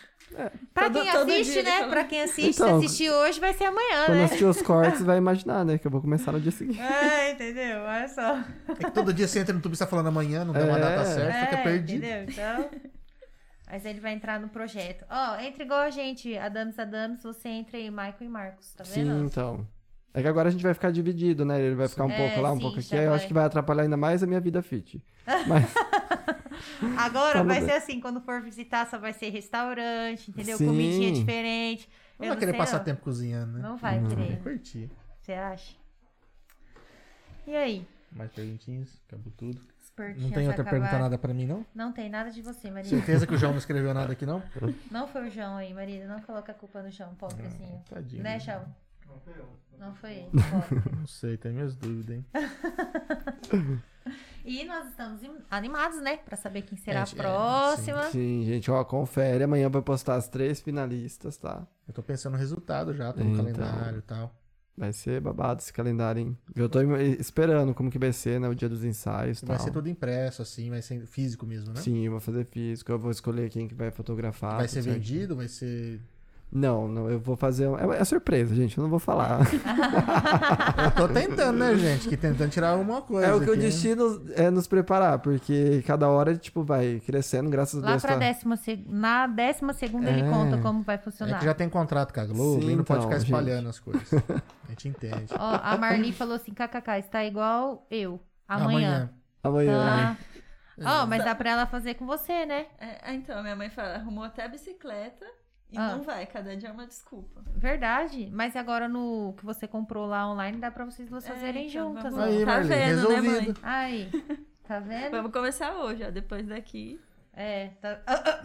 Pra
Todo-
quem
todo
assiste,
dia ele
né?
fala.
Pra quem assiste, se
Então,
assistir hoje, vai ser amanhã,
Quando
né?
assistir os cortes, vai imaginar, né? Que eu vou começar no dia seguinte.
É, entendeu? Olha só.
É que todo dia você entra no YouTube e tá falando amanhã, não dá uma
É.
data certa, fica
É,
perdido.
entendeu? Então... Mas ele vai entrar no projeto. Ó, entra igual a gente, Adams Adams, você entra aí, Michael e Marcos, tá
Sim,
vendo?
então. É que agora a gente vai ficar dividido, né? Ele vai ficar um
É,
pouco lá, um
sim,
pouco aqui.
já
aí Eu
vai.
acho que vai atrapalhar ainda mais a minha vida fit.
Agora
Tá
vai
mudando.
ser assim, quando for visitar, só vai ser restaurante, entendeu?
Sim.
Comidinha diferente.
Não
Eu
vai querer
sei,
passar
não.
tempo cozinhando, né?
Não vai
Vai
querer,
curtir.
você acha? E aí?
Mais perguntinhas, acabou tudo.
As pertinhas
Não tem outra
acabaram.
pergunta nada pra mim, não?
Não tem nada de você, Marina.
Certeza que o João não escreveu nada aqui, não?
É. Não foi o João aí, Marina. Não coloca a culpa no João, pobrezinho.
Tadinho.
Né, João? Não foi ele. pobre.
Não sei, tenho minhas dúvidas, hein?
e nós estamos im- animados, né? Pra saber quem será
É,
a
é,
próxima.
Sim, gente, ó, confere. Amanhã eu vou postar as três finalistas, tá?
Eu tô pensando no resultado já, tô no
Então.
calendário e tal.
Vai ser babado esse calendário, hein? Eu tô im- esperando como que vai ser, né? O dia dos ensaios e
Vai
tal.
ser tudo impresso, assim, vai ser físico mesmo, né?
Então. Sim, eu vou fazer físico, eu vou escolher quem que vai fotografar.
vai
tudo
ser
certinho.
vendido, vai ser.
Não, não, eu vou fazer. um- É, é surpresa, gente, eu não vou falar.
Eu tô tentando, né, gente? Que tentando tirar alguma coisa.
É o que o
aqui, né?
destino é nos preparar, porque cada hora, tipo, vai crescendo, graças a
Lá
Deus.
pra
tá-
décima seg... Na décima segunda ele
É.
conta como vai
É
funcionar.
que já tem contrato com a Globo
Sim,
e não pode
então,
ficar
gente.
espalhando as coisas. A gente entende.
Ó, a Marli falou assim, kkk, está igual eu. Amanhã.
Amanhã.
Tá. Ó, mas dá pra ela fazer com você, né?
É, ah, então, minha mãe fala, arrumou até a bicicleta e
Ah.
não vai, cada dia é uma desculpa.
Verdade. Mas agora no que você comprou lá online, dá pra vocês duas
É,
fazerem
então,
juntas.
vamos-
ó.
Aí,
Tá
Marli,
vendo, né,
resolvido.
mãe?
Aí, tá vendo?
Vamos começar hoje, ó, depois daqui.
É, tá... Ah, ah, Nossa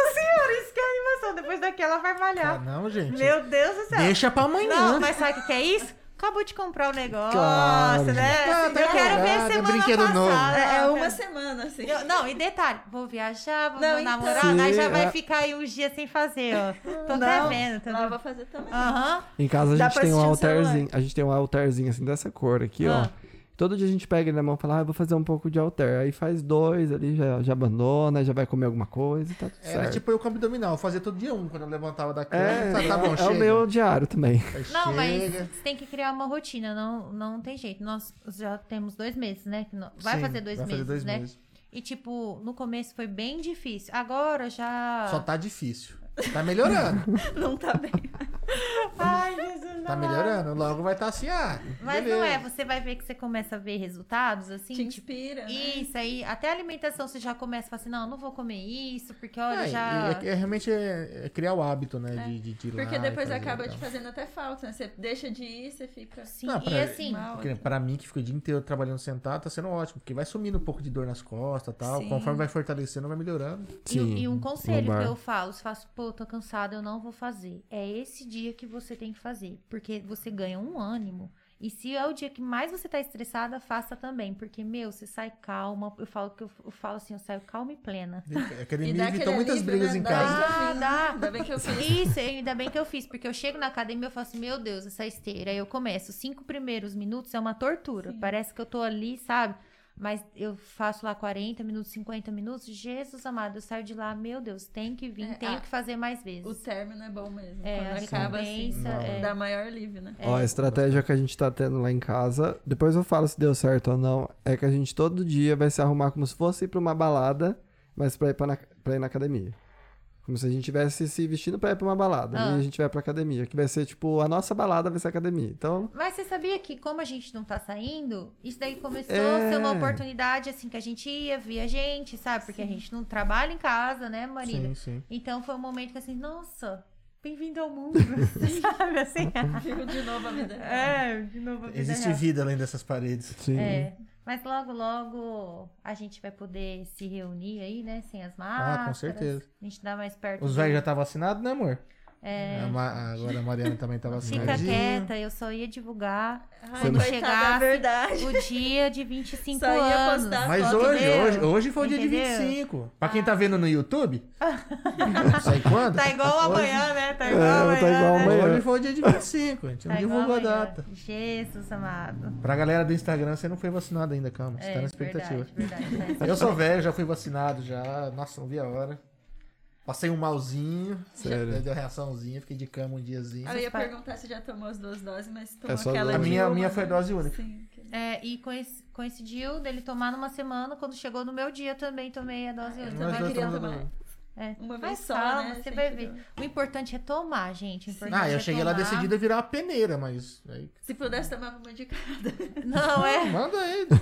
senhora, isso que é animação. Depois daqui ela vai
Ah,
malhar.
não, gente.
Meu Deus do céu.
Deixa pra
Não,
amanhã.
mas sabe o que que é isso? Acabou de comprar o negócio,
Claro.
né?
Ah, tá
eu quero
empolgada,
ver semana
brinquedo
passada.
novo.
É,
Eu
uma
quero-
semana, assim.
Eu- não, e detalhe, vou viajar, vou
Não,
meu
então-
namorado, aí já
Sim,
vai
é.
ficar aí uns dias sem fazer, ó. Tô devendo, tô
Não, Lá eu
devendo.
vou fazer também.
Aham.
Em casa a
Dá
gente
pra
tem um
assistir no celular.
altarzinho. A gente tem um altarzinho assim dessa cor aqui,
Ah.
ó. Todo dia a gente pega ele na mão e fala, ah, eu vou fazer um pouco de altar. Aí faz dois ali, já, já abandona, já vai comer alguma coisa e tá tudo
Era
certo.
tipo eu com abdominal, eu fazia todo dia um quando eu levantava da cama.
é,
tá, tá bom,
é
chega.
o meu diário também.
Não, mas
Chega.
você tem que criar uma rotina, não, não tem jeito. Nós já temos dois meses, né? que não- Vai
Sim,
fazer dois
vai
meses,
fazer dois
né?
meses.
E tipo, no começo foi bem difícil. Agora já.
Só tá difícil. Tá melhorando.
Não tá bem.
Ai, Jesus,
Tá
não.
melhorando. Logo vai estar tá assim, ah.
Mas
beleza.
não é, você vai ver que você começa a ver resultados, assim,
Te
tipo.
inspira, né?
Isso aí, até a alimentação você já começa a falar assim, não, eu não vou comer isso, porque olha,
É,
já.
e é- é realmente é, é criar o hábito, né? De, de, de ir lá
Porque
e
depois
fazer
acaba
e
te
tal.
fazendo até falta, né? Você deixa de ir, você fica...
Sim,
Não,
e
Ah, pra-
assim,
Mal,
Porque né, Pra mim, que fica o dia inteiro trabalhando sentado, tá sendo ótimo. Porque vai sumindo um pouco de dor nas costas e tal.
Sim.
Conforme vai fortalecendo, vai melhorando.
E,
Sim,
e um conselho
lombar.
que eu falo, se faço, pô, tô cansada, eu não vou fazer. É esse dia que você tem que fazer, porque você ganha um ânimo. E se é o dia que mais você tá estressada, faça também, porque meu, você sai calma. Eu falo que eu, eu falo assim, eu saio calma e plena.
Academia
dá
evitou
aquele
muitas
alívio,
brigas
né?
em
Dá-
casa.
Ah,
Sim,
dá.
Ainda bem que eu fiz.
Isso, ainda bem que eu fiz, porque eu chego na academia e eu falo assim, meu Deus, essa esteira. Aí eu começo, os cinco primeiros minutos é uma tortura. Parece que eu tô ali, sabe? Mas eu faço lá 40 minutos, 50 minutos. Jesus amado, eu saio de lá, meu Deus, tem que vir,
É,
tenho
a-
que fazer mais vezes.
O término é bom mesmo.
É, a
quando acaba assim,
recompensa, é.
dá maior livre, né?
Ó, a estratégia que a gente tá tendo lá em casa, depois eu falo se deu certo ou não, é que a gente todo dia vai se arrumar como se fosse ir pra uma balada, mas pra ir, pra na, pra ir na academia. Como se a gente tivesse se vestindo pra ir pra uma balada,
Ah.
e a gente vai pra academia, que vai ser tipo, a nossa balada vai ser a academia. Então,
Mas você sabia que, como a gente não tá saindo, isso daí começou
É.
a ser uma oportunidade, assim, que a gente ia, via gente, sabe? Porque a gente não trabalha em casa, né, Marília?
Sim, sim.
Então foi um momento que, assim, nossa, bem-vindo ao mundo, sabe? Assim,
Vivo de novo a vida.
é, de novo a vida
Existe
real.
vida né? além dessas paredes.
sim.
É, mas logo, logo a gente vai poder se reunir aí, né? Sem as máscaras.
Ah, com certeza.
A gente dá mais perto.
Os
do-
velhos já tá vacinado, né, amor?
É,
A Ma- Agora a Mariana também tá
fica
vacinada.
quieta, eu só ia divulgar
Ai,
Quando
coitada
chegasse-
da verdade.
o dia de 25
Só ia
anos.
postar
Mas
foto
hoje,
entendeu?
hoje, hoje foi o dia de
Entendeu? Ah.
25. Pra quem tá vendo no YouTube, sei quando?
Tá igual amanhã, né? Tá igual
É,
amanhã.
tá igual
né?
amanhã.
Hoje foi o dia de 25. A gente
Tá
não
igual
divulgou a
amanhã.
data.
Jesus amado.
Pra galera do Instagram, você não foi vacinado ainda, calma. Você
é,
tá na expectativa.
Verdade, né? verdade.
Eu sou velho, já fui vacinado já. Nossa, não vi a hora. Passei um malzinho,
Sério?
já deu reaçãozinha, fiquei de cama um diazinho.
Eu ia
pa-
perguntar se já tomou as duas doses, mas tomou
só
aquela
É
duas.
A
de
minha, a
uma,
minha foi
né?
dose única.
Sim.
É, e coinc- coincidiu dele tomar numa semana. Quando chegou no meu dia, eu também tomei a
É,
dose. Eu
Nós
também
dois
queria
tomamos
tomar.
a
É.
Uma
Mas
vez só,
calma,
né?
você
Sem
vai
problema.
ver. O importante é tomar, gente. O importante
Ah, eu
é
cheguei lá
tomar.
decidida a virar uma peneira, mas. Aí,
Se pudesse, tomava uma de cada.
Não, é.
manda aí. tá?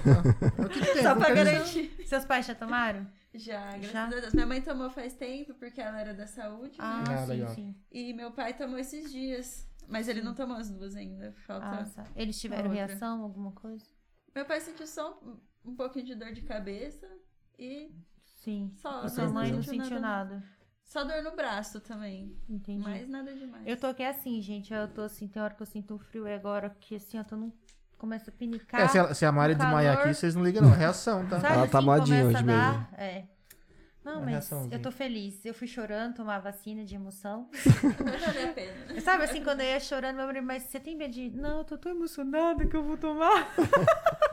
Eu te
Só
entendo,
pra
quero dizer-
garantir.
Seus pais já tomaram?
Já, graças
Já?
a Deus. Minha mãe tomou faz tempo, porque ela era da saúde, né?
Ah,
Ah,
sim,
legal.
sim.
E meu pai tomou esses dias. Mas ele não tomou as duas ainda. Falta.
Ah, tá. Eles tiveram
Outra.
reação, alguma coisa?
Meu pai sentiu só um, um pouquinho de dor de cabeça e
Sim.
só.
A
mas
sua mãe não
sentiu
sentiu nada.
Só dor no braço também.
Entendi.
Mas nada demais.
Eu tô aqui assim, gente. Eu tô assim, tem hora que eu sinto um frio e agora que assim, eu tô num. Começa a pinicar.
É, se, a, se a Mari
um
desmaiar
calor.
aqui, vocês não ligam, não. É Reação, tá?
Sabe,
Ela tá
assim,
modinha
começa
hoje
a dar- É. Não,
Uma
mas
reaçãozinha.
eu tô feliz. Eu fui chorando, tomar vacina de emoção.
Mas vale a pena. né?
Sabe assim, quando eu ia chorando, meu marido, mas você tem medo de. Não, eu tô tão emocionada que eu vou tomar.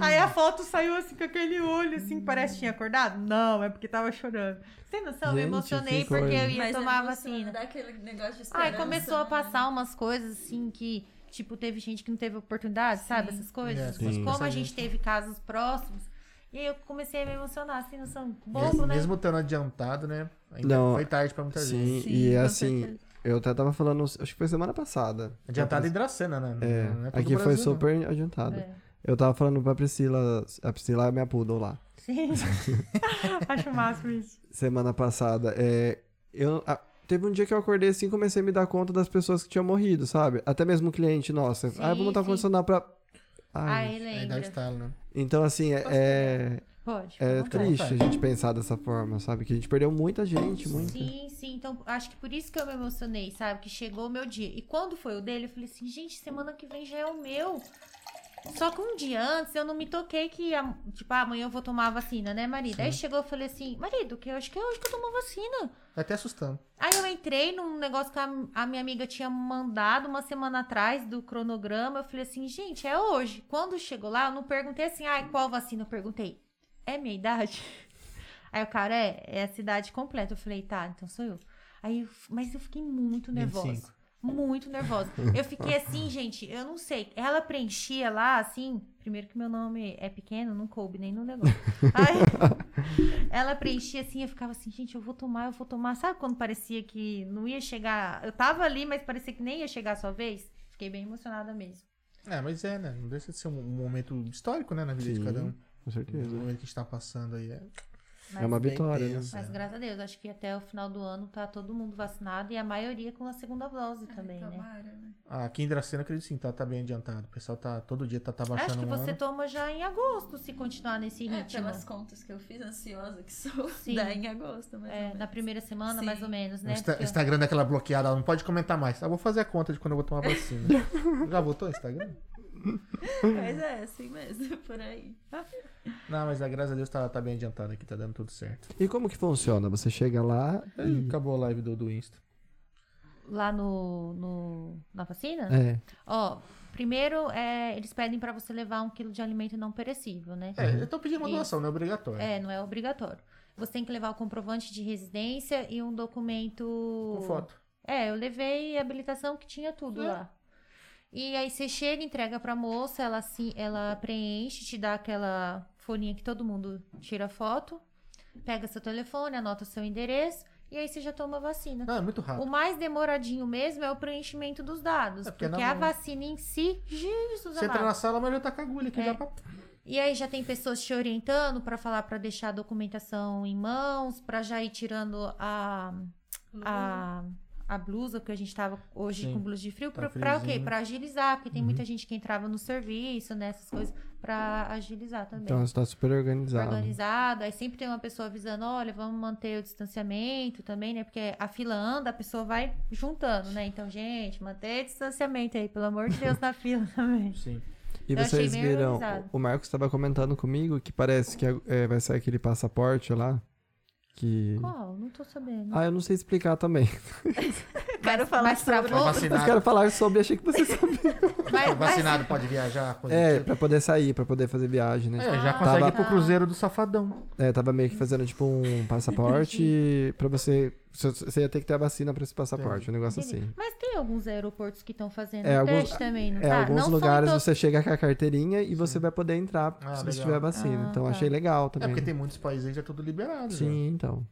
Aí a foto saiu assim com aquele olho, assim, que parece que tinha acordado. Não, é porque tava chorando. Sem noção, eu me
Gente,
emocionei
que
porque eu
coisa.
ia
Mas é
tomar a
emociona,
vacina.
Dá aquele negócio de esperança.
Aí começou a
né?
passar umas coisas assim que, tipo, teve gente que não teve oportunidade, sabe?
Sim.
Essas coisas.
Sim.
Mas
Sim.
como a
Essa
gente teve casos próximos, e aí eu comecei a me emocionar, assim, não são bobo, né?
Mesmo estando adiantado, né? Ainda
Não.
foi tarde pra muita gente.
Sim,
Sim,
e
com
assim,
certeza.
eu até tava falando, acho que foi semana passada.
Adiantado em Dracena, né?
É,
Não todo
aqui
o
foi
Brasil, não.
super adiantado.
É.
Eu tava falando pra Priscila, a Priscila é minha poodle lá.
Sim. Acho o máximo isso.
semana passada. É, eu, a- teve um dia que eu acordei assim e comecei a me dar conta das pessoas que tinham morrido, sabe? Até mesmo um cliente, nossa.
Sim,
ah, vou montar um
sim.
condicional pra.
Aí
Ai.
Aí dá o
lembra.
estalo, né?
Então, assim, é, é,
Pode.
é
fica à vontade.
triste a gente pensar dessa forma, sabe? Que a gente perdeu muita gente, muito.
Sim, sim. Então, acho que por isso que eu me emocionei, sabe? Que chegou o meu dia. E quando foi o dele, eu falei assim, gente, semana que vem já é o meu. Só que um dia antes eu não me toquei que, a- tipo, ah, amanhã eu vou tomar a vacina, né, marido? Aí chegou, eu falei assim, marido, que eu acho que é hoje que eu tomo a vacina.
Tá até assustando.
Aí eu entrei num negócio que a, a minha amiga tinha mandado uma semana atrás do cronograma. Eu falei assim, gente, é hoje. Quando chegou lá, eu não perguntei assim, ai, qual vacina? Eu perguntei, é minha idade? Aí o cara, é, é a cidade completa. Eu falei, tá, então sou eu. Aí, eu f- mas eu fiquei muito nervosa.
25.
Muito nervosa. Eu fiquei assim, gente, eu não sei. Ela preenchia lá, assim. Primeiro que meu nome é pequeno, não coube nem no negócio. Aí, ela preenchia assim, eu ficava assim, gente, eu vou tomar, eu vou tomar. Sabe quando parecia que não ia chegar? Eu tava ali, mas parecia que nem ia chegar a sua vez? Fiquei bem emocionada mesmo.
É, mas é, né? Não deixa de ser um um momento histórico, né? Na vida de
Sim,
cada um. O
Com certeza.
momento que a gente tá passando aí é
Mas,
É uma
bem
vitória, né?
tenso,
mas
né?
graças a Deus, acho que até o final do ano tá todo mundo vacinado e a maioria com a segunda dose também, né?
Tomara, né?
Ah, aqui em Dracena, eu acredito sim, tá, tá bem adiantado. O pessoal tá todo dia tá, tá baixando
Acho que
um
você
ano.
toma já em agosto, se continuar nesse
É,
ritmo.
pelas contas que eu fiz, ansiosa que sou,
Sim.
dá em agosto, mas.
É, na primeira semana, mais
Sim.
ou menos,
O
né?
Insta-
Porque-
Instagram daquela bloqueada, ela não pode comentar mais. Ah, vou fazer a conta de quando eu vou tomar vacina. Já voltou o Instagram?
Mas é, assim mesmo, por aí.
Não, mas ah, graças a Deus tá, tá bem adiantado aqui, tá dando tudo certo.
E como que funciona? Você chega lá.
Ih, Acabou a live do, do Insta.
lá no, no- na vacina?
É.
Ó, primeiro é, eles pedem pra você levar um quilo de alimento não perecível, né?
É, eu tô pedindo uma
Isso.
doação, não é obrigatório.
É, não é obrigatório. Você tem que levar o comprovante de residência e um documento.
Com foto. Hum.
É, eu levei a habilitação que tinha tudo lá. E aí você chega, entrega pra moça, ela se, ela preenche, te dá aquela folhinha que todo mundo tira foto, pega seu telefone, anota seu endereço e aí você já toma a vacina.
Não, é muito
O
rápido.
mais demoradinho mesmo é o preenchimento dos dados,
É, porque
porque,
na
a
mão.
vagina vacina em si, Jesus
Você entra
amado.
na sala, mas já tá com a agulha aqui
É.
já pra...
E aí já tem pessoas te orientando pra falar pra deixar a documentação em mãos, pra já ir tirando a a, a blusa, porque a gente tava hoje
Sim.
com blusa de frio,
Tá
pra, pra o quê?
friozinho.
Pra agilizar, porque tem
Uhum.
muita gente que entrava no serviço, nessas coisas, pra agilizar também.
Então você tá super organizado.
né?
Organizado, aí sempre tem uma pessoa avisando: olha, vamos manter o distanciamento também, né? Porque a fila anda, a pessoa vai juntando, né? Então, gente, manter o distanciamento aí, pelo amor de Deus, na fila também.
Sim.
E
Eu achei
vocês
bem
viram,
organizado.
o Marcos estava comentando comigo que parece que é, vai sair aquele passaporte lá. Que.
Qual? Não tô sabendo.
Ah, eu não sei explicar também.
Quero falar
Mas pra
sobre-
Tá
vo-
Mas
vacinado.
quero falar sobre, achei que você sabia.
vai-
Tá
vai-
vacinado pode viajar. coisa
É,
do tipo.
pra poder sair, pra poder fazer viagem, né?
É, já
Ah,
consegue
tá.
ir pro Cruzeiro do Safadão.
É, tava meio que fazendo tipo um passaporte pra você. Você ia ter que ter a vacina pra esse passaporte, um negócio assim.
Mas tem alguns aeroportos que estão fazendo
É, alguns-
teste também, não
É,
tá?
alguns
não
lugares
são em
você chega com a carteirinha e você vai poder entrar
Ah,
se você
legal.
tiver a vacina.
Ah,
então
tá.
achei legal
É
também.
porque tem muitos países aí já tudo liberado. já.
Sim, então.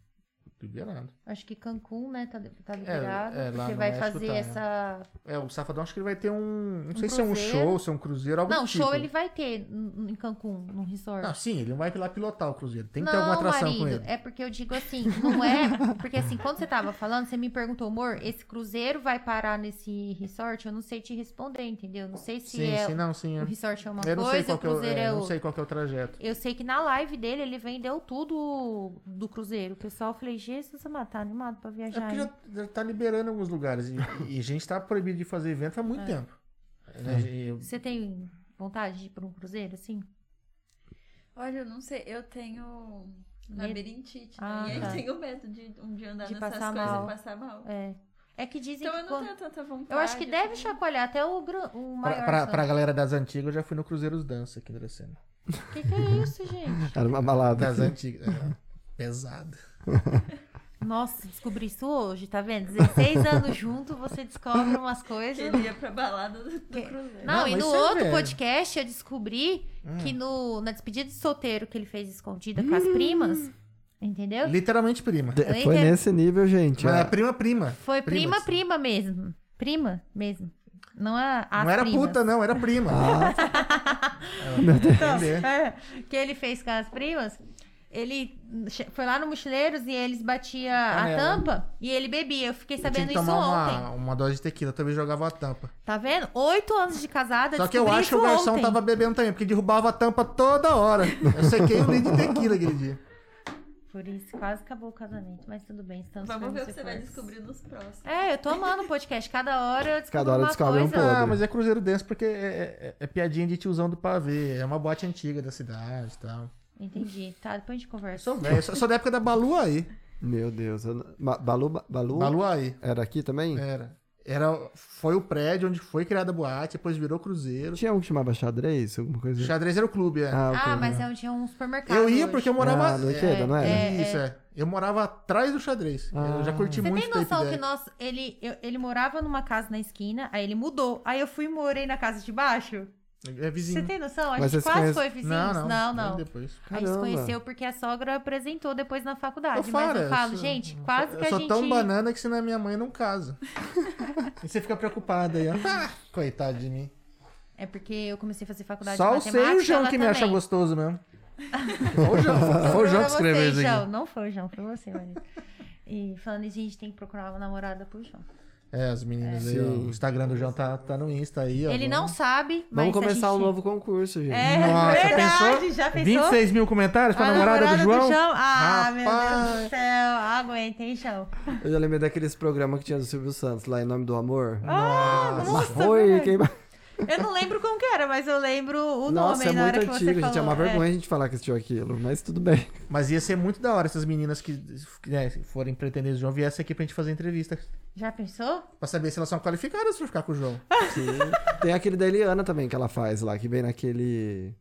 Liberado.
Acho que Cancún, né, tá, tá liberado.
é, lá
porque
no
vai
México
fazer
tá, é.
essa.
É, o Safadão acho que ele vai ter um. Não sei se é um
cruzeiro.
show, se é um cruzeiro, algo
Não,
do tipo.
show ele vai ter n- em Cancún, num resort.
Não, sim, ele não vai lá pilotar o Cruzeiro. Tem que
não,
ter alguma atração
marido,
com ele.
é porque eu digo assim, não é. Porque assim, quando você tava falando, você me perguntou, amor, esse cruzeiro vai parar nesse resort? Eu não sei te responder, entendeu? Não sei se
Sim,
é.
sim, não, sim. é.
O resort é uma
Eu não sei
coisa,
qual
o
que é o,
cruzeiro é,
é, eu não
outra.
sei qual que é o trajeto.
Eu sei que na live dele ele vendeu tudo do cruzeiro. O pessoal, eu falei, Jesus, amado, tá animado pra
É
viajar.
porque
hein?
já, já tá liberando alguns lugares. E, e a gente tá proibido de fazer evento há muito
É.
tempo. Né, e-
Você tem vontade de ir pra um cruzeiro, assim?
Olha, eu não sei, eu tenho labirintite, né?
Ah,
e aí
tá.
tenho medo de um dia andar
De
nessas
passar
coisas
mal.
e passar mal.
É. É que dizem
Então
que.
eu não
quando-
tenho tanta vontade.
Eu acho que deve
assim.
chacoalhar até o, gran... o
Pra,
maior.
pra-
santo.
pra galera das antigas, eu já fui no Cruzeiros Dança aqui em Dracena.
Que que é isso, gente?
Era uma balada.
Das antigas. É, pesado.
Nossa, descobri isso hoje, tá vendo? 16 anos junto, você descobre umas
Que
coisas.
ele ia pra balada do, do
Que-
Cruzeiro.
Não,
Não,
e
mas Hum.
no
isso é
outro
velho.
podcast eu descobri que no, na despedida de solteiro que ele fez escondida com
Hum.
as primas, entendeu?
Literalmente prima.
De-
Oi,
É, Foi
Ter-
nesse nível, gente.
Mas é
ó.
prima-prima.
Foi prima,
Primas. né?
prima mesmo. Prima mesmo. Não, a, as
Não era
primas.
puta, né? não, era prima.
Ah,
Então,
Entender.
é, que ele fez com as primas, ele che- foi lá no Mochileiros e eles batia a
Canela.
tampa e ele bebia. Eu fiquei
Eu tinha
sabendo
que
isso
tomar
ontem.
uma, uma dose de tequila, talvez jogava a tampa.
Tá vendo? Oito anos de casada,
Só que eu
descobri
acho que o
Tá isso
garçom
ontem.
tava bebendo também, porque derrubava a tampa toda hora. Eu sequei o litro de tequila aquele dia.
Por isso, quase acabou o casamento, mas tudo bem, estamos
Vamos
firmes
ver o
e
que você vai
fortes.
descobrir nos próximos.
É, eu tô amando o podcast. Cada hora eu descubro
Cada hora
uma
descobre um
coisa.
pouco.
Ah,
Podre.
mas é Cruzeiro Dance porque é, é- é piadinha de tiozão do pavê. É uma boate antiga da cidade e tal.
Entendi. Tá, depois a gente
Eu
conversa.
sou velho, eu sou, sou da época da Balu aí.
meu Deus. eu não- Ma- Balu, Balu,
Balu É. aí.
Era aqui também?
Era. Era. Foi o prédio onde foi criada a boate, depois virou Cruzeiro.
Tinha um que chamava xadrez? Alguma coisa? assim?
Xadrez era o clube, é.
Ah, ok.
Ah, mas é onde é um supermercado.
eu ia
hoje.
porque eu morava.
Ah, do Ikeda, não era?
É, Isso, é. Eu morava atrás do xadrez. Eu já curti
Você
muito
tem
esse
noção
tape
que
deck.
nós, ele, eu- ele morava numa casa na esquina, aí ele mudou. Aí eu fui e morei na casa de baixo.
É
Você
vizinho.
tem noção? A
Mas
gente
vocês
quase
conhecem-
foi vizinhos. Não, não.
bem Depois.
A gente se
Caramba.
conheceu porque a sogra apresentou depois na faculdade.
Eu
mas
falo,
eu
eu
falo,
sou-
gente, quase que
eu
a
sou
gente.
tão banana que se não é minha mãe, não casa. e você fica preocupada aí, ó. Ah, coitado de mim.
É porque eu comecei a fazer faculdade
Só
de
o
matemática.
Sei e o João
ela
que me acha
também.
gostoso mesmo. Só o João, foi o João que
Foi
escreveu
você,
isso
João.
aqui.
Não foi o João, foi você, Marisa. E falando isso, a gente tem que procurar uma namorada pro João.
É, as meninas aí, ó.
Sim.
O Instagram do João tá, tá no Insta aí, ó.
Ele não sabe, mas.
Vamos começar
a
um
gente...
novo concurso, gente.
É
Nossa,
verdade,
pensou?
já pensou?
26 mil comentários pra
A
namorada, do João?
Ah, meu Deus
Rapaz.
do céu. Aguenta, hein, João.
Eu já lembrei daqueles programas que tinha do Silvio Santos, lá em Nome do Amor.
Ah,
Mas
nossa,
foi
verdade.
quem...
Eu não lembro como que era, mas eu lembro o nome
Nossa, é
aí na
muito
hora que você
antigo, gente. É
falou.
uma vergonha a gente falar que assistiu aquilo, mas tudo bem.
Mas ia ser muito da hora se as meninas que, que, né, forem pretendentes do João viessem aqui pra gente fazer entrevista.
Já pensou?
Pra saber se elas são qualificadas pra ficar com o João.
Sim. Tem aquele da Eliana também que ela faz lá, que vem naquele.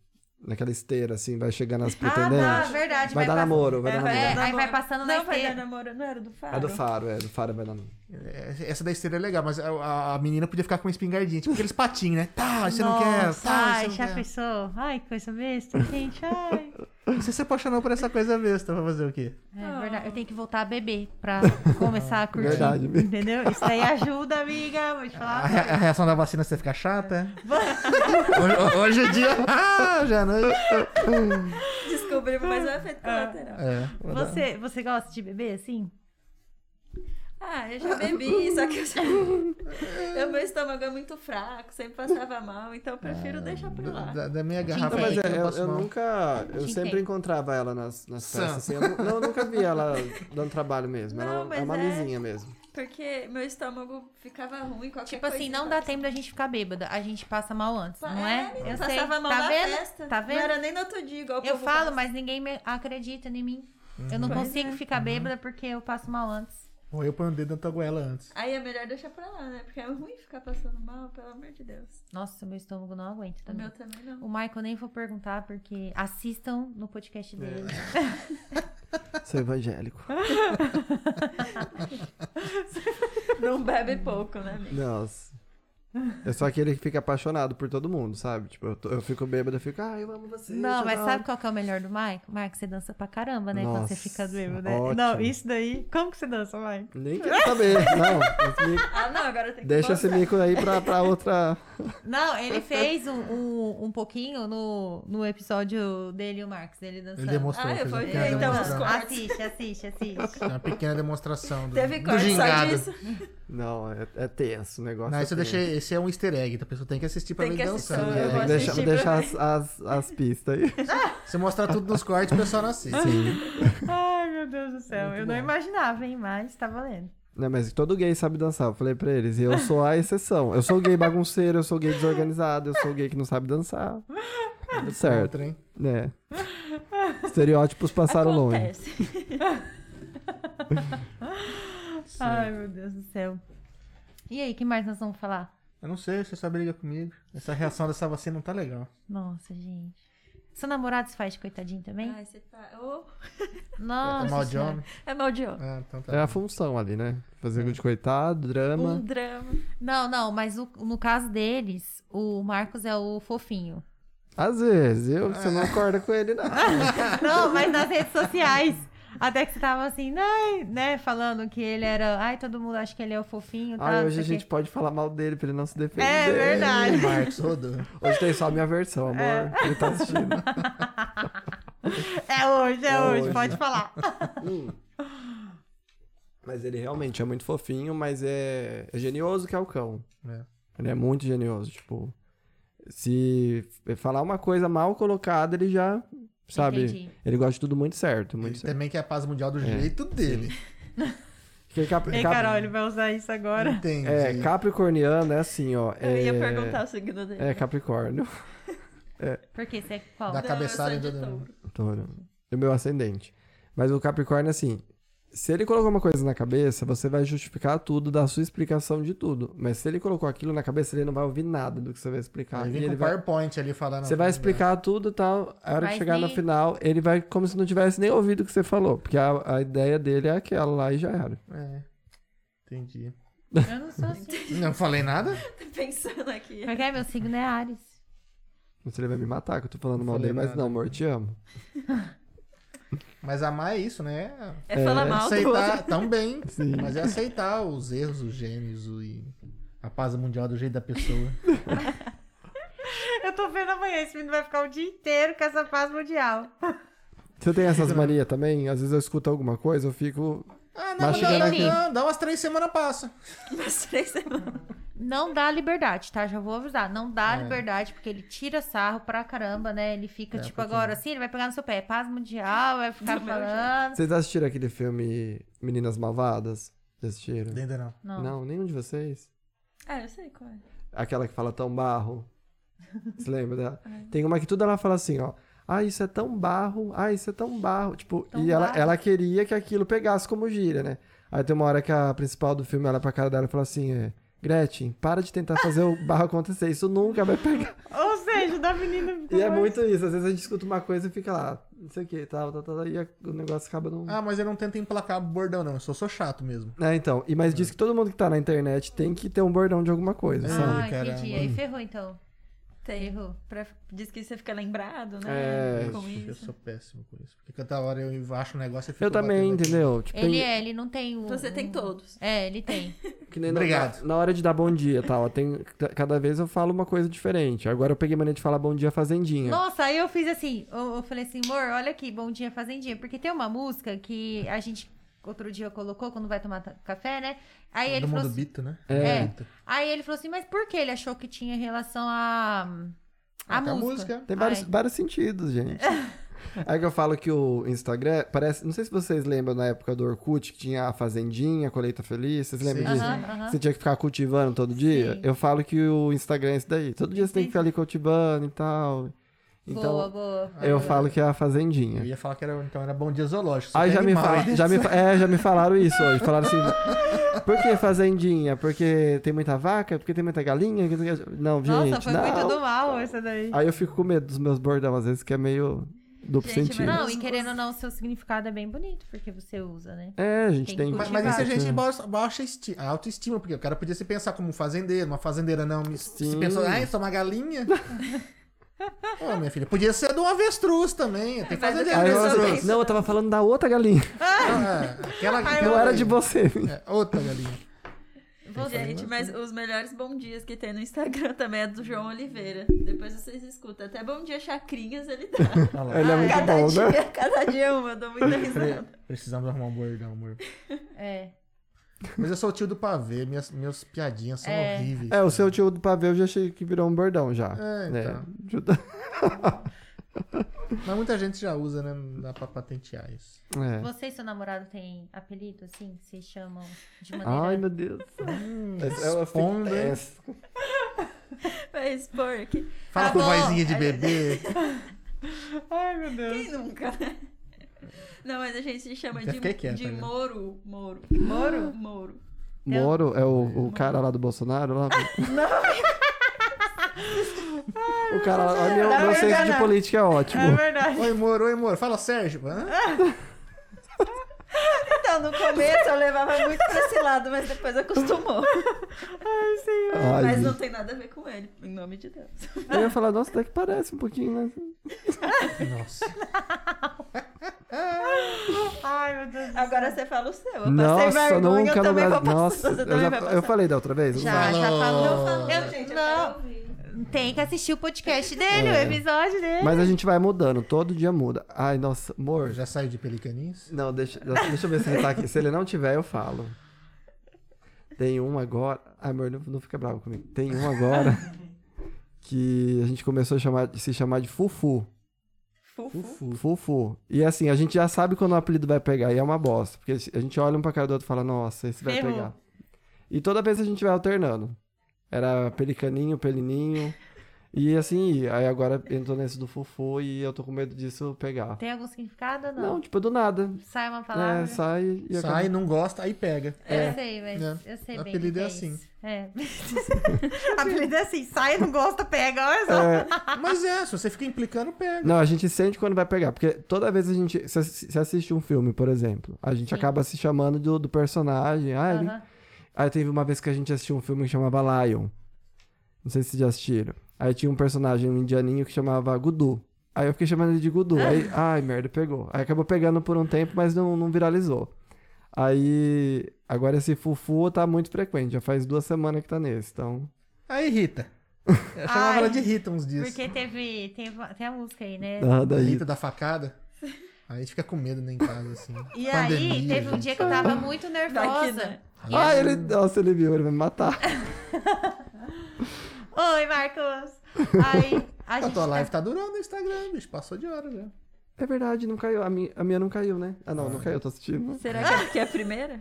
Naquela esteira, assim, vai chegando as
Ah, tá,
pretendentes.
verdade.
vai dar
pass-
namoro, vai
É,
dar
vai,
namoro.
aí vai passando na
não, vai dar
esteira.
namoro. Não era do Faro?
A do Faro, é, do Faro vai dar namoro.
É, Essa da esteira é legal, mas a, a- a menina podia ficar com uma espingardinha. Tipo aqueles patinhos, né? Tá, você não quer.
Nossa,
Tá,
ai,
você
já
não quer.
pensou? Ai, que coisa besta, gente. Ai.
Você se apaixonou por essa coisa besta, vai fazer o quê?
Ah.
É verdade. Eu tenho que voltar a beber pra começar a curtir.
Verdade, amiga. Ah, é.
Entendeu? Isso aí ajuda, amiga. Vou te
A,
falar.
re- a reação da vacina você fica chata? hoje, hoje
é
em dia. Ah, já não.
Descobrimos mais um efeito
Ah.
colateral.
É, vou dar-
Você, você gosta de beber assim?
Ah, eu já bebi, só que eu já... eu- meu estômago é muito fraco, sempre passava mal, então eu
É.
prefiro deixar pra lá.
Da, da minha garrafa
Não, mas
Sim.
aqui,
é, eu,
passo
eu
mal.
nunca. Eu
Sim,
sempre
tem.
encontrava ela nas, nas
Sã.
festas. Assim, eu, nu- não, eu nunca vi ela dando trabalho mesmo.
Não,
ela é
mas
uma
é.
lisinha mesmo.
Porque meu estômago ficava ruim, qualquer
Tipo
tá
assim, não dá tempo da gente ficar bêbada. A gente passa mal antes, não é?
eu
Eu sei.
passava mal
tá
na
vendo?
festa.
Tá vendo?
Não era nem no outro dia, igual o
Eu
povo
falo,
fala.
mas ninguém me acredita em mim. Eu não
Pois
consigo
é.
ficar bêbada porque eu passo mal antes.
Ou eu ponho o um dedo na tua goela antes.
Aí é melhor deixar pra lá, né? Porque é ruim ficar passando mal, pelo amor de Deus.
Nossa, meu estômago não aguenta
O
também.
meu também não.
O Michael nem vou perguntar porque assistam no podcast dele.
Sou evangélico.
Não bebe pouco, né, amiga?
Nossa. Eu sou É aquele que fica apaixonado por todo mundo, sabe? Tipo, eu, tô- eu fico bêbado, eu fico, ah, eu amo você.
Não, mas
tchau."
sabe qual que é o melhor do Michael? Michael, você dança pra caramba, né? quando você
Nossa,
fica bêbado, né?
ótimo.
Não, isso daí. Como que você dança, Michael?
um-" Nem quero saber. Não, esse mico-
Ah, não, agora tem que
deixa esse
voltar.
mico aí pra, pra outra.
Não, ele fez um, um, um pouquinho no, no episódio dele e o Marcos, ele
Ele
dançando.
demonstrou.
Ah, eu
fez uma
vou
pequena
ver, então, os
demonstração.
cortes.
Assiste, assiste, assiste.
É Uma pequena demonstração do,
Teve
do
corte só
gingado.
disso.
Não, é, é tenso o negócio.
Não,
é
isso eu
tenso.
deixei, esse é um easter egg, então a pessoa tem que assistir pra
Tem
ver
que
dançando.
assistir,
É,
eu
tem
vou
que deixar,
assistir
deixar
pra
as, as, as pistas aí.
Se mostrar tudo nos cortes, o pessoal não assiste.
Ai, meu Deus do céu. eu não imaginava, hein? Mas tá valendo.
Não, Né, mas todo gay sabe dançar. Eu falei pra eles, e eu sou a exceção. Eu sou gay bagunceiro, eu sou gay desorganizado, eu sou gay que não sabe dançar. Tudo certo,
Outra, hein?
né? Estereótipos passaram tá longe.
Acontece.
Ai, meu Deus do céu. E aí, que mais nós vamos falar?
Eu não sei, você só briga é comigo. Essa reação dessa vacina não tá legal.
Nossa, gente. Seu namorado se faz de coitadinho também?
Ai, você tá... Ô,
Ah, Nossa.
é mal de
senhora.
homem.
É mal de homem.
Ah, então tá.
É a função ali, né? Fazer de coitado, drama.
Um drama.
Não, não, mas o- no caso deles, o Marcos é o fofinho.
Às vezes, eu, você não acorda com ele, não.
Não, mas nas redes sociais. Até que você tava assim, né, né, falando que ele era. Ai, todo mundo acha que ele é o fofinho. Tá,
Ai,
não
hoje
sei
a
o quê."
gente pode falar mal dele pra ele não se defender.
É verdade.
Ih, Marcos, rodou.
Hoje tem só a minha versão, amor. Ele tá assistindo.
É hoje, é,
É
hoje,
hoje.
pode falar.
Hum. Mas ele realmente é muito fofinho, mas é, é genioso que é o cão.
É.
Ele é muito genioso, tipo. Se falar uma coisa mal colocada, ele já. Sabe?
Entendi.
Ele gosta de tudo muito certo. Muito
Ele
certo.
também quer a paz mundial do
É.
jeito dele.
Porque cap-
Ei,
cap-
É, Carol, ele vai usar isso agora.
Entendi.
é, capricorniano é assim, ó.
Eu
é,
ia perguntar o signo dele.
É, Capricórnio.
Por quê? Você é qual?
Dá-
Não,
cabeçada
eu sou
em
de
todo
touro.
Touro. É o meu ascendente. Mas o Capricórnio, assim, se ele colocou uma coisa na cabeça, você vai justificar tudo, dar a sua explicação de tudo. Mas se ele colocou aquilo na cabeça, ele não vai ouvir nada do que você vai
Ele
explicar. E
vem com
ele
o
vai-
PowerPoint ali falando.
Você vai explicar tudo e tal. A hora
Mas
que chegar no
nem-
final, ele vai como se não tivesse nem ouvido o que você falou. Porque a, a ideia dele é aquela lá e já era.
É. Entendi.
Eu não sou assim.
Não falei nada?
Tô pensando aqui.
Porque meu signo é Ares.
Não sei se ele vai me matar, que eu tô falando
Não
mal
falei
dele, mas
nada.
não, amor, te amo.
Mas amar é isso, né?
É, falar mal do outro.
aceitar também. Mas é aceitar os erros, os gênios o- e a paz mundial do jeito da pessoa.
Eu tô vendo amanhã, esse menino vai ficar o dia inteiro com essa paz mundial.
Você tem essas manias também? Às vezes eu escuto alguma coisa, eu fico.
Ah,
Mas
dá,
chegando aqui-
dá- dá umas três semanas passa.
Mas três semanas.
Não dá liberdade, tá? Já vou avisar. Não dá
É.
liberdade, porque ele tira sarro pra caramba, né? Ele fica,
É,
tipo,
porque-
agora assim, ele vai pegar no seu pé. Paz mundial, vai ficar
Do meu
falando.
Vocês assistiram aquele filme Meninas Malvadas? Vocês assistiram?
Ainda não.
Não.
Não, nenhum de vocês.
Ah, eu sei qual é.
É.
Aquela que fala tão barro. Você lembra dela? Tem uma que tudo ela fala assim, ó. Ah, isso é tão barro. Ah, isso é tão barro. Tipo,
Tão
e ela,
barro.
ela queria que aquilo pegasse como gíria, né? Aí tem uma hora que a principal do filme olha pra cara dela e fala assim: é, Gretchen, para de tentar fazer o barro acontecer. Isso nunca vai pegar.
Ou seja, da menina.
E é muito isso. Às vezes a gente escuta uma coisa e fica lá, não sei o que, tal, tal, tal, e a- o negócio acaba não.
Ah, mas eu não tento emplacar bordão, não. Eu sou, sou chato mesmo.
É, então. E, mas diz que todo mundo que tá na internet tem que ter um bordão de alguma coisa,
É.
sabe?
Ah,
cara.
entendi. Aí ferrou então.
Tem.
Ferrou.
Pra, diz que você fica lembrado,
É,
né? com
Ixi, eu
isso.
sou péssimo com isso. Porque cada hora eu acho um negócio e fico
Eu também,
batendo aqui.
entendeu? Tipo,
Ele
tem-
é, ele não tem o.
Você tem todos.
É, ele tem.
Que nem na-
Obrigado.
Na, na hora de dar bom dia e tal, tem, cada vez eu falo uma coisa diferente. Agora eu peguei mania de falar bom dia
É.
fazendinha.
Nossa, aí eu fiz assim. Eu, eu falei assim, amor, olha aqui, bom dia, fazendinha. Porque tem uma música que a gente outro dia colocou quando vai tomar ta- café, né? Aí ele
Todo
falou
mundo
assim,
bito, né?
É.
Bito.
Aí ele falou assim, mas por que ele achou que tinha relação à à
Com a
música?
música.
Tem vários,
Ai.
vários sentidos, gente. é que eu falo que o Instagram parece. Não sei se vocês lembram na época do Orkut, que tinha a Fazendinha, a Colheita Feliz. Vocês lembram
Sim.
disso?
Aham, aham.
Você tinha que ficar cultivando todo dia.
Sim.
Eu falo que o Instagram é isso daí. Todo dia você tem que
Entendi.
ficar ali cultivando e tal.
Boa,
Então,
boa.
eu falo que é a Fazendinha.
Eu ia falar que era, então, era bom dia zoológico. só
Aí
tem
já me,
animal,
fala,
hein?
já, me, fa- é, já me falaram isso hoje. Falaram assim: por que fazendinha? Porque tem muita vaca? Porque tem muita galinha? Não,
Nossa,
gente.
foi
não.
muito do mal essa daí.
Aí eu fico com medo dos meus bordão, às vezes, que é meio duplo
Gente,
sentido.
Não,
Mas
e
você-
querendo ou não, o seu significado é bem bonito, porque você usa, né?
É, a gente
Tem
tem.
que
Mas,
cultivar.
mas isso é
Verdade.
gente de baixa, baixa esti- a autoestima, porque o cara podia se pensar como um fazendeiro, uma fazendeira não. me- Se
Sim.
pensou, ah, sou uma galinha. Ô, minha filha, podia ser de um avestruz também. Tem fazendeiro
Aí eu
Mas eu
falo
avestruz.
assim, não, eu tava falando da outra galinha.
Ah, aquela aquela
Não era de
galinha.
você.
É, outra galinha.
Gente, mas os melhores bom dias que tem no Instagram também é do João Oliveira. Depois vocês escutam. Até bom dia, chacrinhas, ele dá.
Olha lá.
Ele
Ah,
é muito
cada
bom,
dia,
né?
cada dia uma, eu dou
é-
muita risada.
Pre- Precisamos arrumar um bordão, amor.
É.
Mas eu sou o tio do pavê, minhas, minhas piadinhas são
É.
horríveis.
É, o seu tio do pavê eu já achei que virou um bordão já.
É, então. Mas muita gente já usa, né? Não dá pra patentear isso.
É.
Você e seu namorado têm apelido, assim? que Vocês chamam de maneira...
Ai, meu Deus. Essa é uma
responda.
fitness.
Vai expor aqui.
Fala
Tá
com
bom.
vozinha de bebê.
Ai, meu Deus.
Quem nunca, né? Não, mas a gente se chama
Até
de,
fiquei quieto
de
né?
agora.
Moro. Moro. Moro? Moro.
Moro é o, o cara lá do Bolsonaro? Lá? Não! o cara lá. olha, Meu, meu senso de política é ótimo.
É verdade.
oi, moro, oi, moro. Fala, Sérgio. Hã?
Então, no começo eu levava muito pra esse lado, mas depois acostumou.
Ai,
Mas não
gente.
tem nada a ver com ele, em nome de Deus.
Eu ia falar, nossa, até que parece um pouquinho, né?
Nossa.
Ai, meu Deus.
Agora você fala o seu. Eu passei
Nossa,
vergonha, eu
nunca no
também
Brasil.
vou passar.
Nossa,
você
eu,
também
já,
vai passar.
eu falei da outra vez? não
Já,
falei?
já falou.
Não falou,
Eu-
Gente, eu
não,
quero ouvir.
tem que assistir o podcast dele, o episódio dele.
É. Mas a gente vai mudando, todo dia muda. Ai, nossa, amor.
Já saiu de pelicanins?
Não, deixa, deixa eu ver se ele tá aqui. Se ele não tiver, eu falo. Tem um agora. Ai, amor, não, não fica bravo comigo. Tem um agora que a gente começou a chamar, se chamar de Fufu.
Fufu.
Fufu. E assim, a gente já sabe quando o apelido vai pegar, e é uma bosta. Porque a gente olha um pra cara do outro e fala, nossa, esse vai
Ferrou.
pegar. E toda vez a gente vai alternando. Era pelicaninho, pelininho. E assim, aí agora entrou nesse do Fufu e eu tô com medo disso pegar.
Tem algum significado ou não?
Não, tipo, do nada.
Sai uma
É,
palavra?
sai e acaba.
Sai, não gosta, aí pega.
Eu sei, mas
É.
eu sei bem.
Apelido
o que
é
é
assim.
isso. É. Apelido é assim, sai, não gosta, pega, olha só.
É,
Mas é, se você fica implicando, pega.
Não, a gente sente quando vai pegar. Porque toda vez a gente. Se, assi- se assiste um filme, por exemplo, a gente
Sim.
acaba se chamando do, do personagem. Ah, ele-
Aham.
Aí teve uma vez que a gente assistiu um filme que chamava Lion. Não sei se vocês já assistiram. Aí tinha um personagem, um indianinho, que chamava Gudu. Aí eu fiquei chamando ele de Gudu. Aí, ai, merda, pegou. Aí acabou pegando por um tempo, mas não, não viralizou. Aí. Agora esse fufu tá muito frequente. Já faz duas semanas que tá nesse. Então.
Aí Rita. Eu chamava
Ai.
ela de Rita uns dias.
Porque teve, teve. Tem a música aí, né?
Nada aí.
Rita da facada. Aí a gente fica com medo né, em casa, assim.
E
Pandemia,
aí, teve um
gente.
dia que eu tava muito
Daqui,
nervosa.
né?
E
Ah, ele. Nossa, ele viu, ele vai me matar.
Oi, Marcos! Aí, a
A
gente
tua
tá-
live tá durando no Instagram, bicho. Passou de hora já.
É verdade, não caiu. A minha, a minha não caiu, né? Ah, não, não caiu, tô assistindo.
Será que é porque é a primeira?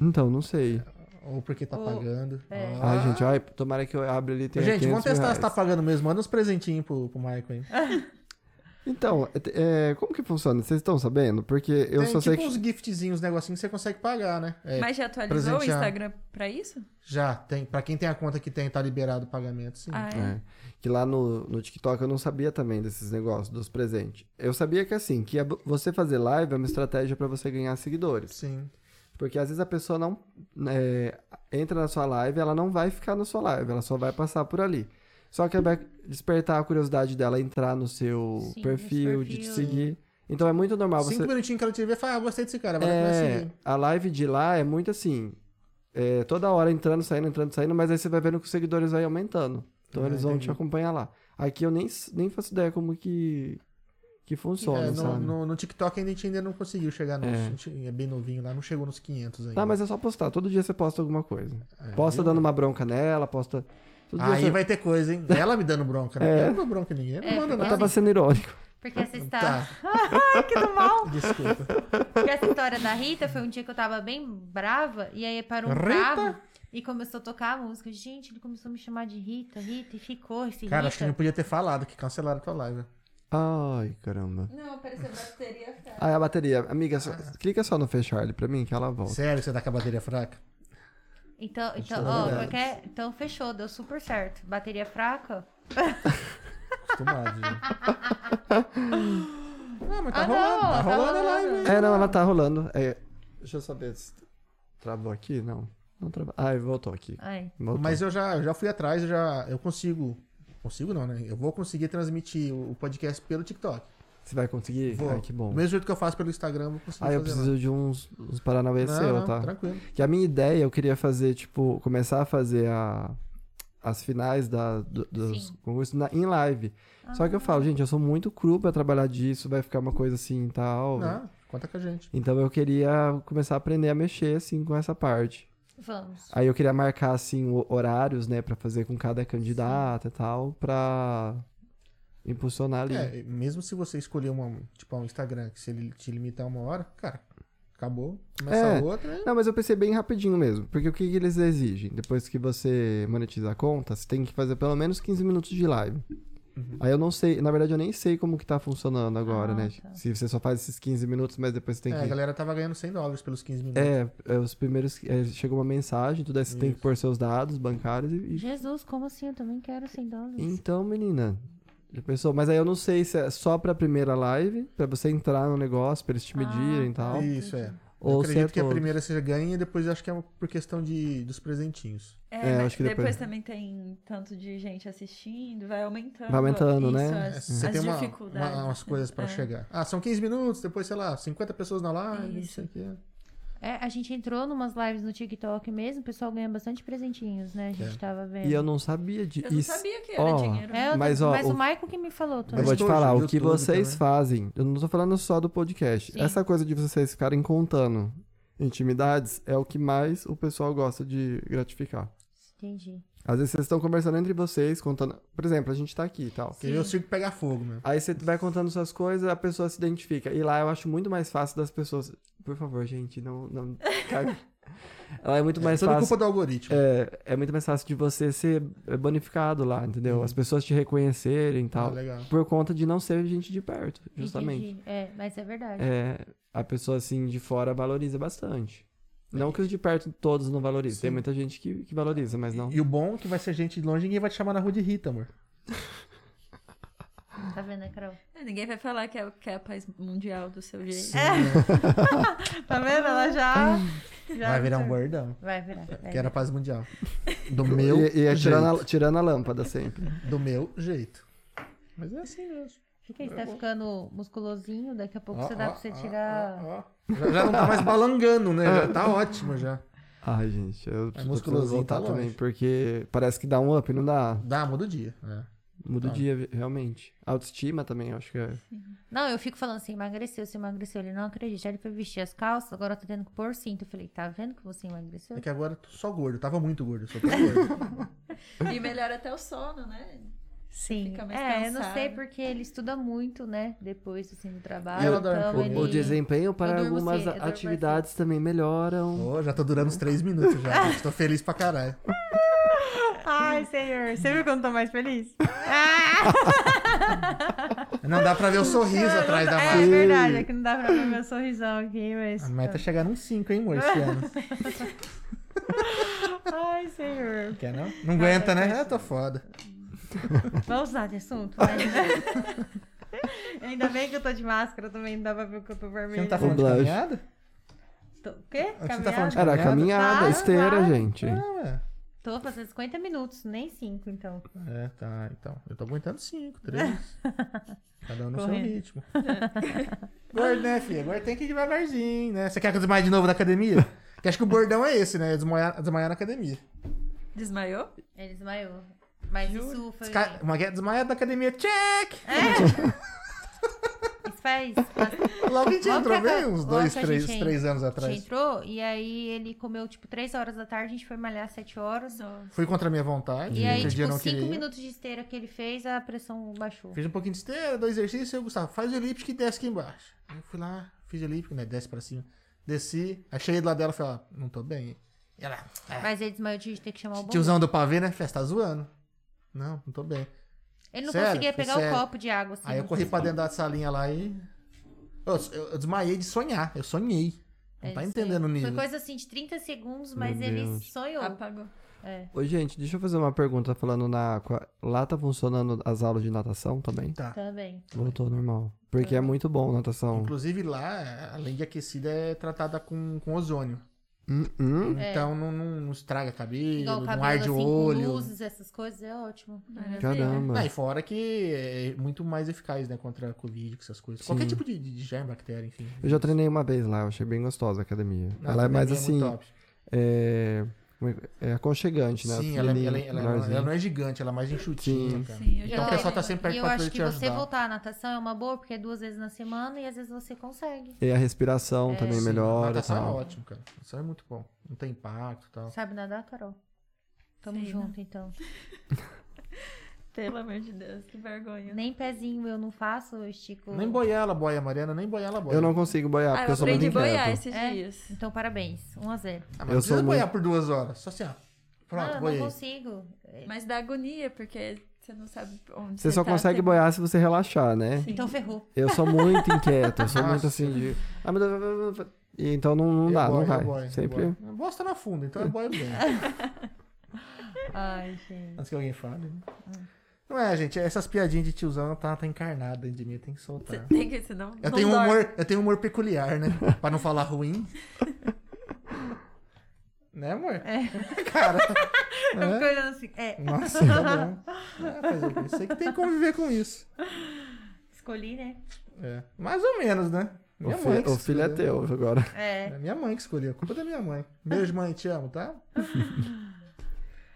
Então, não sei.
Ou porque tá
Ou-
pagando.
é.
Ó.
Ai, gente, ai, tomara que eu abra ali e tenha
Ah. Gente, vamos
500
testar se tá
reais.
pagando mesmo. Manda uns presentinhos pro, pro Michael, hein?
Então, é, é, como que funciona? Vocês estão sabendo? Porque eu
Tem
só
tipo
sei que.
uns giftzinhos, negocinhos que você consegue pagar, né? É,
Mas já atualizou o
presentear.
Instagram pra isso?
Já, tem. Pra quem tem a conta que tem, tá liberado o pagamento, sim.
Ah, é.
É. Que lá no, no TikTok eu não sabia também desses negócios, dos presentes. Eu sabia que assim, que a- você fazer live é uma estratégia pra você ganhar seguidores.
Sim.
Porque às vezes a pessoa não é, entra na sua live, ela não vai ficar na sua live, ela só vai passar por ali. Só que vai despertar a curiosidade dela entrar no seu
Sim,
perfil,
nos
de te
perfil. né?
seguir. Então é muito normal
Cinco
você.
minutinhos que ela te vê, fala, ah, gostei desse cara, vai lá começa a
É,
seguir.
a live de lá é muito assim. é, toda hora entrando, saindo, entrando, saindo, mas aí você vai vendo que os seguidores vai aumentando. Então
Ah,
eles vão
entendi.
te acompanhar lá. Aqui eu nem, s- nem faço ideia como que, que funciona,
É, no,
sabe?
no, no TikTok ainda a gente ainda não conseguiu chegar nos.
É.
a gente É bem novinho lá, não chegou nos 500 ainda.
Tá, mas é só postar. Todo dia você posta alguma coisa.
É,
posta
viu?
dando uma bronca nela, posta. Todo dia
Aí
você-
vai ter coisa, hein? Ela me dando bronca, né?
É.
Eu não dou bronca em ninguém, eu não
É,
mando
Eu
nada.
tava sendo irônico.
Porque essa história.
Tá,
Ai, que do mal!
desculpa.
Porque essa história da Rita foi um dia que eu tava bem brava e aí parou um
Rita?
carro e começou a tocar a música. Gente, ele começou a me chamar de Rita, Rita, e ficou esse
Cara, acho que
Rita.
não podia ter falado que cancelaram tua live.
Ai, caramba.
Não, apareceu bateria fraca.
Ah, a bateria. Amiga, só-
Ah.
clica só no fechar ele pra mim que ela volta.
Sério, você tá com a bateria fraca?
Então, então,
Isso é
ó,
verdade.
porque- então fechou, deu super certo. Bateria fraca.
Acostumado, gente. Ah, mas tá
Ah, não,
rolando, tá
tá
rolando a live.
rolando.
hein?
É, não, ela tá rolando. É, deixa eu saber se travou aqui. Não, não travou. Ai, voltou aqui.
Ai.
Voltou.
Mas eu já, eu já fui atrás, eu já eu consigo. Consigo não, né? Eu vou conseguir transmitir o o podcast pelo TikTok.
Você vai conseguir?
Vou.
Ai, que bom.
Do mesmo jeito que eu faço pelo Instagram, eu vou conseguir
Ai, Ah, eu
fazer. lá.
preciso de uns, uns Paranauê
Não,
seu,
não,
tá?
Tranquilo.
Que a minha ideia, eu queria fazer, tipo, começar a fazer a- as finais da, do- dos
Sim.
concursos na- em live. Só que eu falo, gente, eu sou muito cru pra trabalhar disso, vai ficar uma coisa assim e tal.
Não, conta com a gente.
Então eu queria começar a aprender a mexer, assim, com essa parte.
Vamos.
Aí eu queria marcar, assim, o- horários, né, Pra fazer com cada candidata e tal, pra impulsionar ali.
É, mesmo se você escolher uma, tipo, um Instagram, que se ele te limitar uma hora, cara, acabou. Começa
É.
outra. e-
Não, mas eu pensei bem rapidinho mesmo, porque o que, que eles exigem? Depois que você monetiza a conta, você tem que fazer pelo menos 15 minutos de live.
Uhum.
Aí eu não sei, na verdade eu nem sei como que tá funcionando agora,
Ah,
né?
tá.
Se você só faz esses 15 minutos, mas depois você tem
É,
que.
a galera tava ganhando 100 dólares pelos 15 minutos.
É, é, os primeiros. É, chega uma mensagem, tudo aí você tem que
Isso.
pôr seus dados bancários e. e-
Jesus, como assim? Eu também quero 100 dólares.
Então, menina. Já pensou? Mas aí eu não sei se é só pra primeira live, pra você entrar no negócio, pra eles te
Ah,
medirem e
tá.
tal.
Isso, é. eu
Ou se é
acredito que a
todo.
primeira você ganha e depois eu acho que é por questão de, dos presentinhos.
É,
mas
acho que
depois...
depois-
também tem tanto de gente assistindo, vai aumentando.
Vai aumentando,
isso,
né?
É,
As,
Você
as
tem uma,
dificuldades.
uma-
né?
umas coisas pra
É.
chegar. Ah, são 15 minutos, depois, sei lá, 50 pessoas na live,
Isso.
não sei o quê.
É, a gente entrou numas lives no TikTok mesmo, o pessoal ganha bastante presentinhos, né? A gente tava vendo.
É. E eu não sabia de
Eu não
isso.
sabia que era
ó,
dinheiro.
É, eu tô-
Mas,
mas,
ó,
o...
o-
Michael que me falou,
Eu
Tony.
vou te
hoje
falar,
no
o que
YouTube
vocês
também.
fazem, eu não tô falando só do podcast.
Sim.
Essa coisa de vocês ficarem contando intimidades é o que mais o pessoal gosta de gratificar.
Entendi.
Às vezes vocês estão conversando entre vocês, contando. Por exemplo, a gente tá aqui e tal.
Porque eu sigo pegar fogo, meu.
Aí você vai contando suas coisas, a pessoa se identifica. E lá eu acho muito mais fácil das pessoas. Por favor, gente, não. não... caga. Ela é muito
É
mais
tudo
fácil.
culpa do algoritmo.
É, é muito mais fácil de você ser eh, bonificado lá, entendeu? As pessoas te reconhecerem e
Ah,
tal. Então.
legal.
por conta de não ser gente de perto, justamente.
Entendi. É, mas é verdade.
É, a pessoa assim de fora valoriza bastante. Não que os de perto todos não valorizem. Tem muita gente que, que valoriza, mas não.
E o bom é que vai ser gente de longe e ninguém vai te chamar na rua de Rita, amor.
Tá vendo, né, Carol?
É, Ninguém vai falar que é, que é a paz mundial do seu jeito. É.
Tá vendo? Ela já. já É.
Vai virar um bordão.
Vai virar. vai
Que
virar.
era paz mundial. Do meu
e e é
jeito.
tirando a, tirando a lâmpada sempre.
Do meu jeito. Mas é assim mesmo.
Fica aí, você tá ficando musculosinho, daqui a pouco
Ó,
você dá
ó,
pra você
ó,
tirar.
ó, ó. Já, já não tá mais balangando, né? Já tá ótimo já.
Ai, gente, eu tô precisando
musculosinho tá
voltar também,
longe.
porque parece que dá um up, não dá.
Dá, muda o dia. né?
Muda o
Tá.
dia, realmente. Autoestima também, eu acho que é.
Não, eu fico falando assim, emagreceu, você emagreceu. Ele não acredita. Aí Ele foi vestir as calças, agora eu tô tendo que pôr cinto. Eu falei, tá vendo que você emagreceu?
É que agora eu tô só gordo. Eu tava muito gordo, eu só tô gordo.
E melhora até o sono, né?
Sim.
fica mais
é, eu não
cansado.
sei porque ele estuda muito, né? Depois assim do trabalho.
E ela dorme
então,
pouco.
ele...
O, o desempenho para
durmo
algumas
cedo, eu durmo
atividades também melhoram.
Ô, já tô durando uns três minutos já. gente. Tô feliz pra caralho.
Ai, senhor. Você viu que eu não tô mais feliz? Ah,
Não dá pra ver o Um sorriso atrás da
É
máscara.
verdade, é que não dá pra ver meu sorrisão aqui, mas.
A meta é chegar num 5, hein, amor, esse
É.
ano.
tá. Ai, senhor.
Quer não? Não
é
aguenta, né? Ah, tô foda.
Vamos usar de assunto, né? Ainda bem que eu tô de máscara também, não dá pra ver que eu tô
Você
vermelha.
não tá falando de
Blush.
caminhada?
Tô... O quê?
tá
Caminhada?
falando de-
Era
Caminhada?
caminhada,
Claro,
esteira,
claro.
gente.
Ah,
Tô fazendo 50 minutos, nem 5, então.
é. É, tá, então. Eu tô aguentando 5, 3. Cada um no seu
Correndo.
ritmo. Gordo, né, filha? Agora tem que ir devagarzinho, né? Você quer que eu desmaie de novo na academia? Que acho que o bordão é esse, né? Desmaiar, desmaiar na academia.
Desmaiou?
Ele desmaiou. Mas isso foi.
Desca... Uma guerra desmaiada na academia. Check!
Isso faz. faz-
Logo a gente
Logo que
entrou
a-
bem uns
logo
dois,
que a
três,
gente
três anos
A gente
atrás.
entrou e aí ele comeu tipo 3 horas da tarde, a gente foi malhar 7 horas.
Fui contra a minha vontade.
E aí,
outro dia
tipo,
não
5
queria.
minutos de esteira que ele fez, a pressão baixou.
Fiz um pouquinho de esteira, dois exercícios, eu, Gustavo, faz o elíptico e desce aqui embaixo. Aí Eu fui lá, fiz o elíptico, né? Desce pra cima. Desci, achei do lado dela e falei, ó, não tô bem. E ela, ah,
Mas ele desmaiou de ter que chamar o bombom.
tiozão do pavê, né? Festa tá zoando. Não, não tô bem.
Ele não
Sério?
conseguia
Foi
pegar o
sério.
copo de água assim.
Aí eu corri pra dentro da salinha lá e. Eu, eu- eu desmaiei de sonhar, eu sonhei. Não
Ele
tá
sonhou.
entendendo o nível.
Foi coisa assim de 30 segundos, mas
Meu
ele
Deus.
sonhou.
Apagou.
Ô, gente, deixa eu fazer uma pergunta falando na. aqua- Lá tá funcionando as aulas de natação também?
Tá.
Também.
Voltou normal. Porque é
Uhum.
muito bom natação.
Inclusive lá, além de aquecida, é tratada com, com ozônio.
Hum, hum.
Então não, não, não estraga
É. Igual
cabelo,
o
não
cabelo
arde
assim,
o
com
um olho.
luzes, essas coisas, é ótimo.
Caramba.
Ah, e fora que é muito mais eficaz, né? Contra a Covid, com essas coisas. Qualquer
Sim.
tipo de, de germe, bactéria, enfim.
Eu já treinei uma vez lá, eu achei bem gostosa a academia.
Não,
ela é mais
muito
assim.
top.
É... como é que- é aconchegante, né?
Sim, ela, é,
Pequenininha,
ela- ela-
menorzinha.
ela não é gigante, ela é mais enxutinha,
Sim.
cara.
Sim, eu já
então o
Eu-
pessoal tá sempre perto
é. E eu
pra
acho
poder
que
te
você
ajudar.
voltar à natação é uma boa, porque é duas vezes na semana e às vezes você consegue.
é- E a respiração também
Sim,
melhora. e
natação é
tal.
ótimo, cara. Natação é muito bom. Não tem impacto e tal.
Sabe nadar, Carol? Tamo
Sei,
junto, então.
Pelo amor de Deus, que vergonha.
Nem pezinho eu não faço, eu estico.
Nem boiar ela boia, Mariana, nem boiar ela boia.
Eu não consigo boiar,
Ah,
porque
eu
eu sou muito
aprendi a boiar
inquieto.
esses
É?
dias.
Então, parabéns. 1 a 0
Ah, mas
eu
não precisa
sou
boiar por duas horas, só assim, ó. Pronto,
Ah, não, eu
boiei.
não consigo.
Mas dá agonia, porque você não sabe onde
Você só
tá,
consegue
tem-
boiar se você relaxar, né?
Então ferrou.
Eu sou muito inquieto, eu sou muito
Nossa.
assim de. Ah, meu Deus, meu Deus, meu Deus. E Então não, não
Eu
dá,
boio,
não
eu
vai.
boio, eu
Sempre.
boio. Eu Bosta na funda, então eu boio bem.
Ai, gente.
Antes que alguém fale, né?
Hum.
Não é, gente, essas piadinhas de tiozão tá, tá encarnada dentro de mim, tem que
Você
é.
soltar.
tem que, senão
Eu
não
tenho, um
dorme.
humor, eu tenho um humor peculiar, né? Pra não falar ruim. né, amor? É. Cara.
Eu fico
né?
olhando assim. É,
Nossa, tá bom. É, fazer o quê? Você que tem que conviver com isso.
escolhi, né?
É. Mais ou menos, né?
O,
Minha
fi-
mãe que
o filho é
escolheu.
teu agora.
É.
É minha mãe que escolheu. A culpa é da minha mãe. Beijo, mãe. Te amo, tá?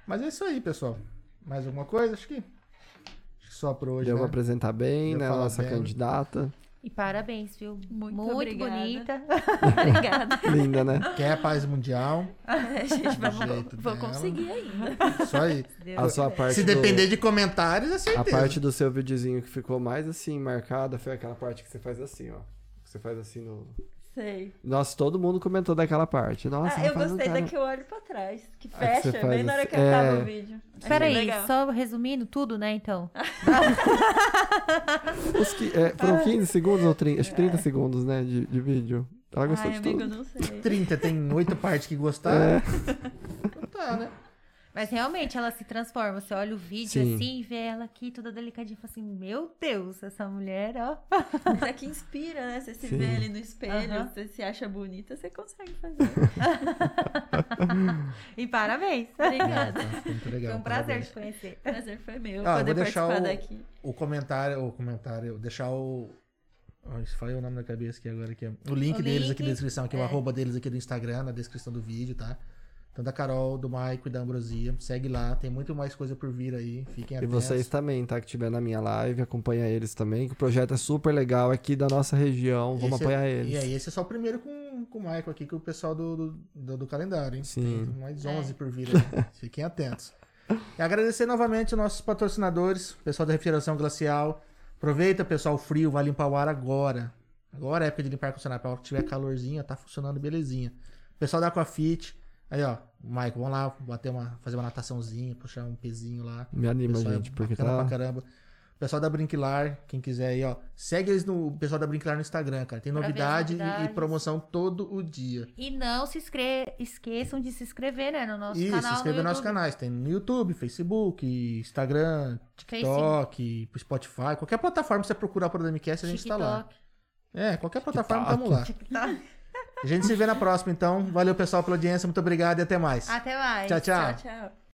Mas é isso aí, pessoal. Mais alguma coisa? Acho que, acho que só por hoje,
Deu
né?
pra apresentar bem,
Deu
né?
falar
Nossa
bem.
candidata.
E parabéns, viu?
Muito obrigada.
bonita.
tá Obrigada.
Linda, né?
Quer a paz mundial?
É, gente,
Do
vou,
jeito
vou
dela.
conseguir ainda.
Só aí.
Deus.
A sua parte.
Se
do-
depender de comentários, é
A
certeza.
parte do seu videozinho que ficou mais assim marcada foi aquela parte que você faz assim, ó. Que você faz assim no.
Sei.
Nossa, todo mundo comentou daquela parte. Nossa,
ah,
não
eu
faz
gostei
aquela-
da que eu olho pra trás, que
que você
fecha
faz
bem na hora que
assim.
acaba
É.
o vídio. Achei
Peraí,
legal.
só resumindo tudo, né, então?
Os que- é, foram 15 segundos ou 30, acho que 30 segundos, né? De, de vídeo. Ela gostou
É. Ai,
de
amigo,
É tudo.
eu não sei.
30 tem oito partes que
É.
gostaram. Então tá, né?
Mas realmente ela se transforma. Você olha o vídeo
Sim.
assim e vê ela aqui toda delicadinha e fala assim: Meu Deus, essa mulher, ó.
Até que inspira, né? Você se
Sim.
vê ali no espelho,
Aham.
você se acha bonita, você consegue fazer.
E parabéns.
Ah,
Obrigada.
tá, ficou muito legal.
Foi um prazer
parabéns.
te conhecer.
Prazer foi meu
Ah, eu
poder
vou deixar
participar
o-
daqui.
O comentário, o comentário, deixar o. Ai, Isso falei o nome na cabeça aqui agora. Que é... O link
O
deles
link,
aqui na descrição, aqui, o
é.
arroba deles aqui no Instagram, na descrição do vídeo, tá? Então da Carol, do Maico e da Ambrosia. Segue lá, tem muito mais coisa por vir aí. Fiquem
E
atentos.
vocês também, tá? Que tiver na minha live, acompanha eles também, que o projeto é super legal aqui da nossa região. Então, Vamos
Esse é-
apoiar
E
eles.
aí, esse é só o primeiro com, com o Maico aqui, que o pessoal do, do, do- do calendário, hein?
Sim.
Tem mais 11 por vir aí. Fiquem atentos. E agradecer novamente os nossos patrocinadores, o pessoal da Refrigeração Glacial. Aproveita, pessoal, o frio, vai limpar o ar agora. Agora é época de limpar ar condicionado. Pra hora que tiver calorzinho, tá funcionando belezinha. Pessoal da Aquafit, Aí, ó, Maico, vamos lá bater uma, fazer uma nataçãozinha, puxar um pezinho lá.
Me
O
anima,
pessoal é
gente, porque
bacana
tá.
pra caramba. O pessoal da Brinquilar, quem quiser aí, ó, segue eles no o pessoal da Brinquilar no Instagram, cara. Tem
Pra ver as
novidade e- e,
novidades.
promoção todo o dia.
E não se escre- esqueçam de se inscrever, né? No nosso
Isso,
canal.
se inscreve
no
nos nossos
YouTube.
canais. Tem no YouTube, Facebook, Instagram, TikTok, Spotify, qualquer plataforma que você procurar por DMCast, a gente tá lá.
TikTok.
É, qualquer plataforma,
TikTok.
tamo lá.
TikTok.
A gente se vê na próxima, então. Valeu, pessoal, pela audiência. Muito obrigado e até mais.
Até mais.
tchau. tchau.
tchau.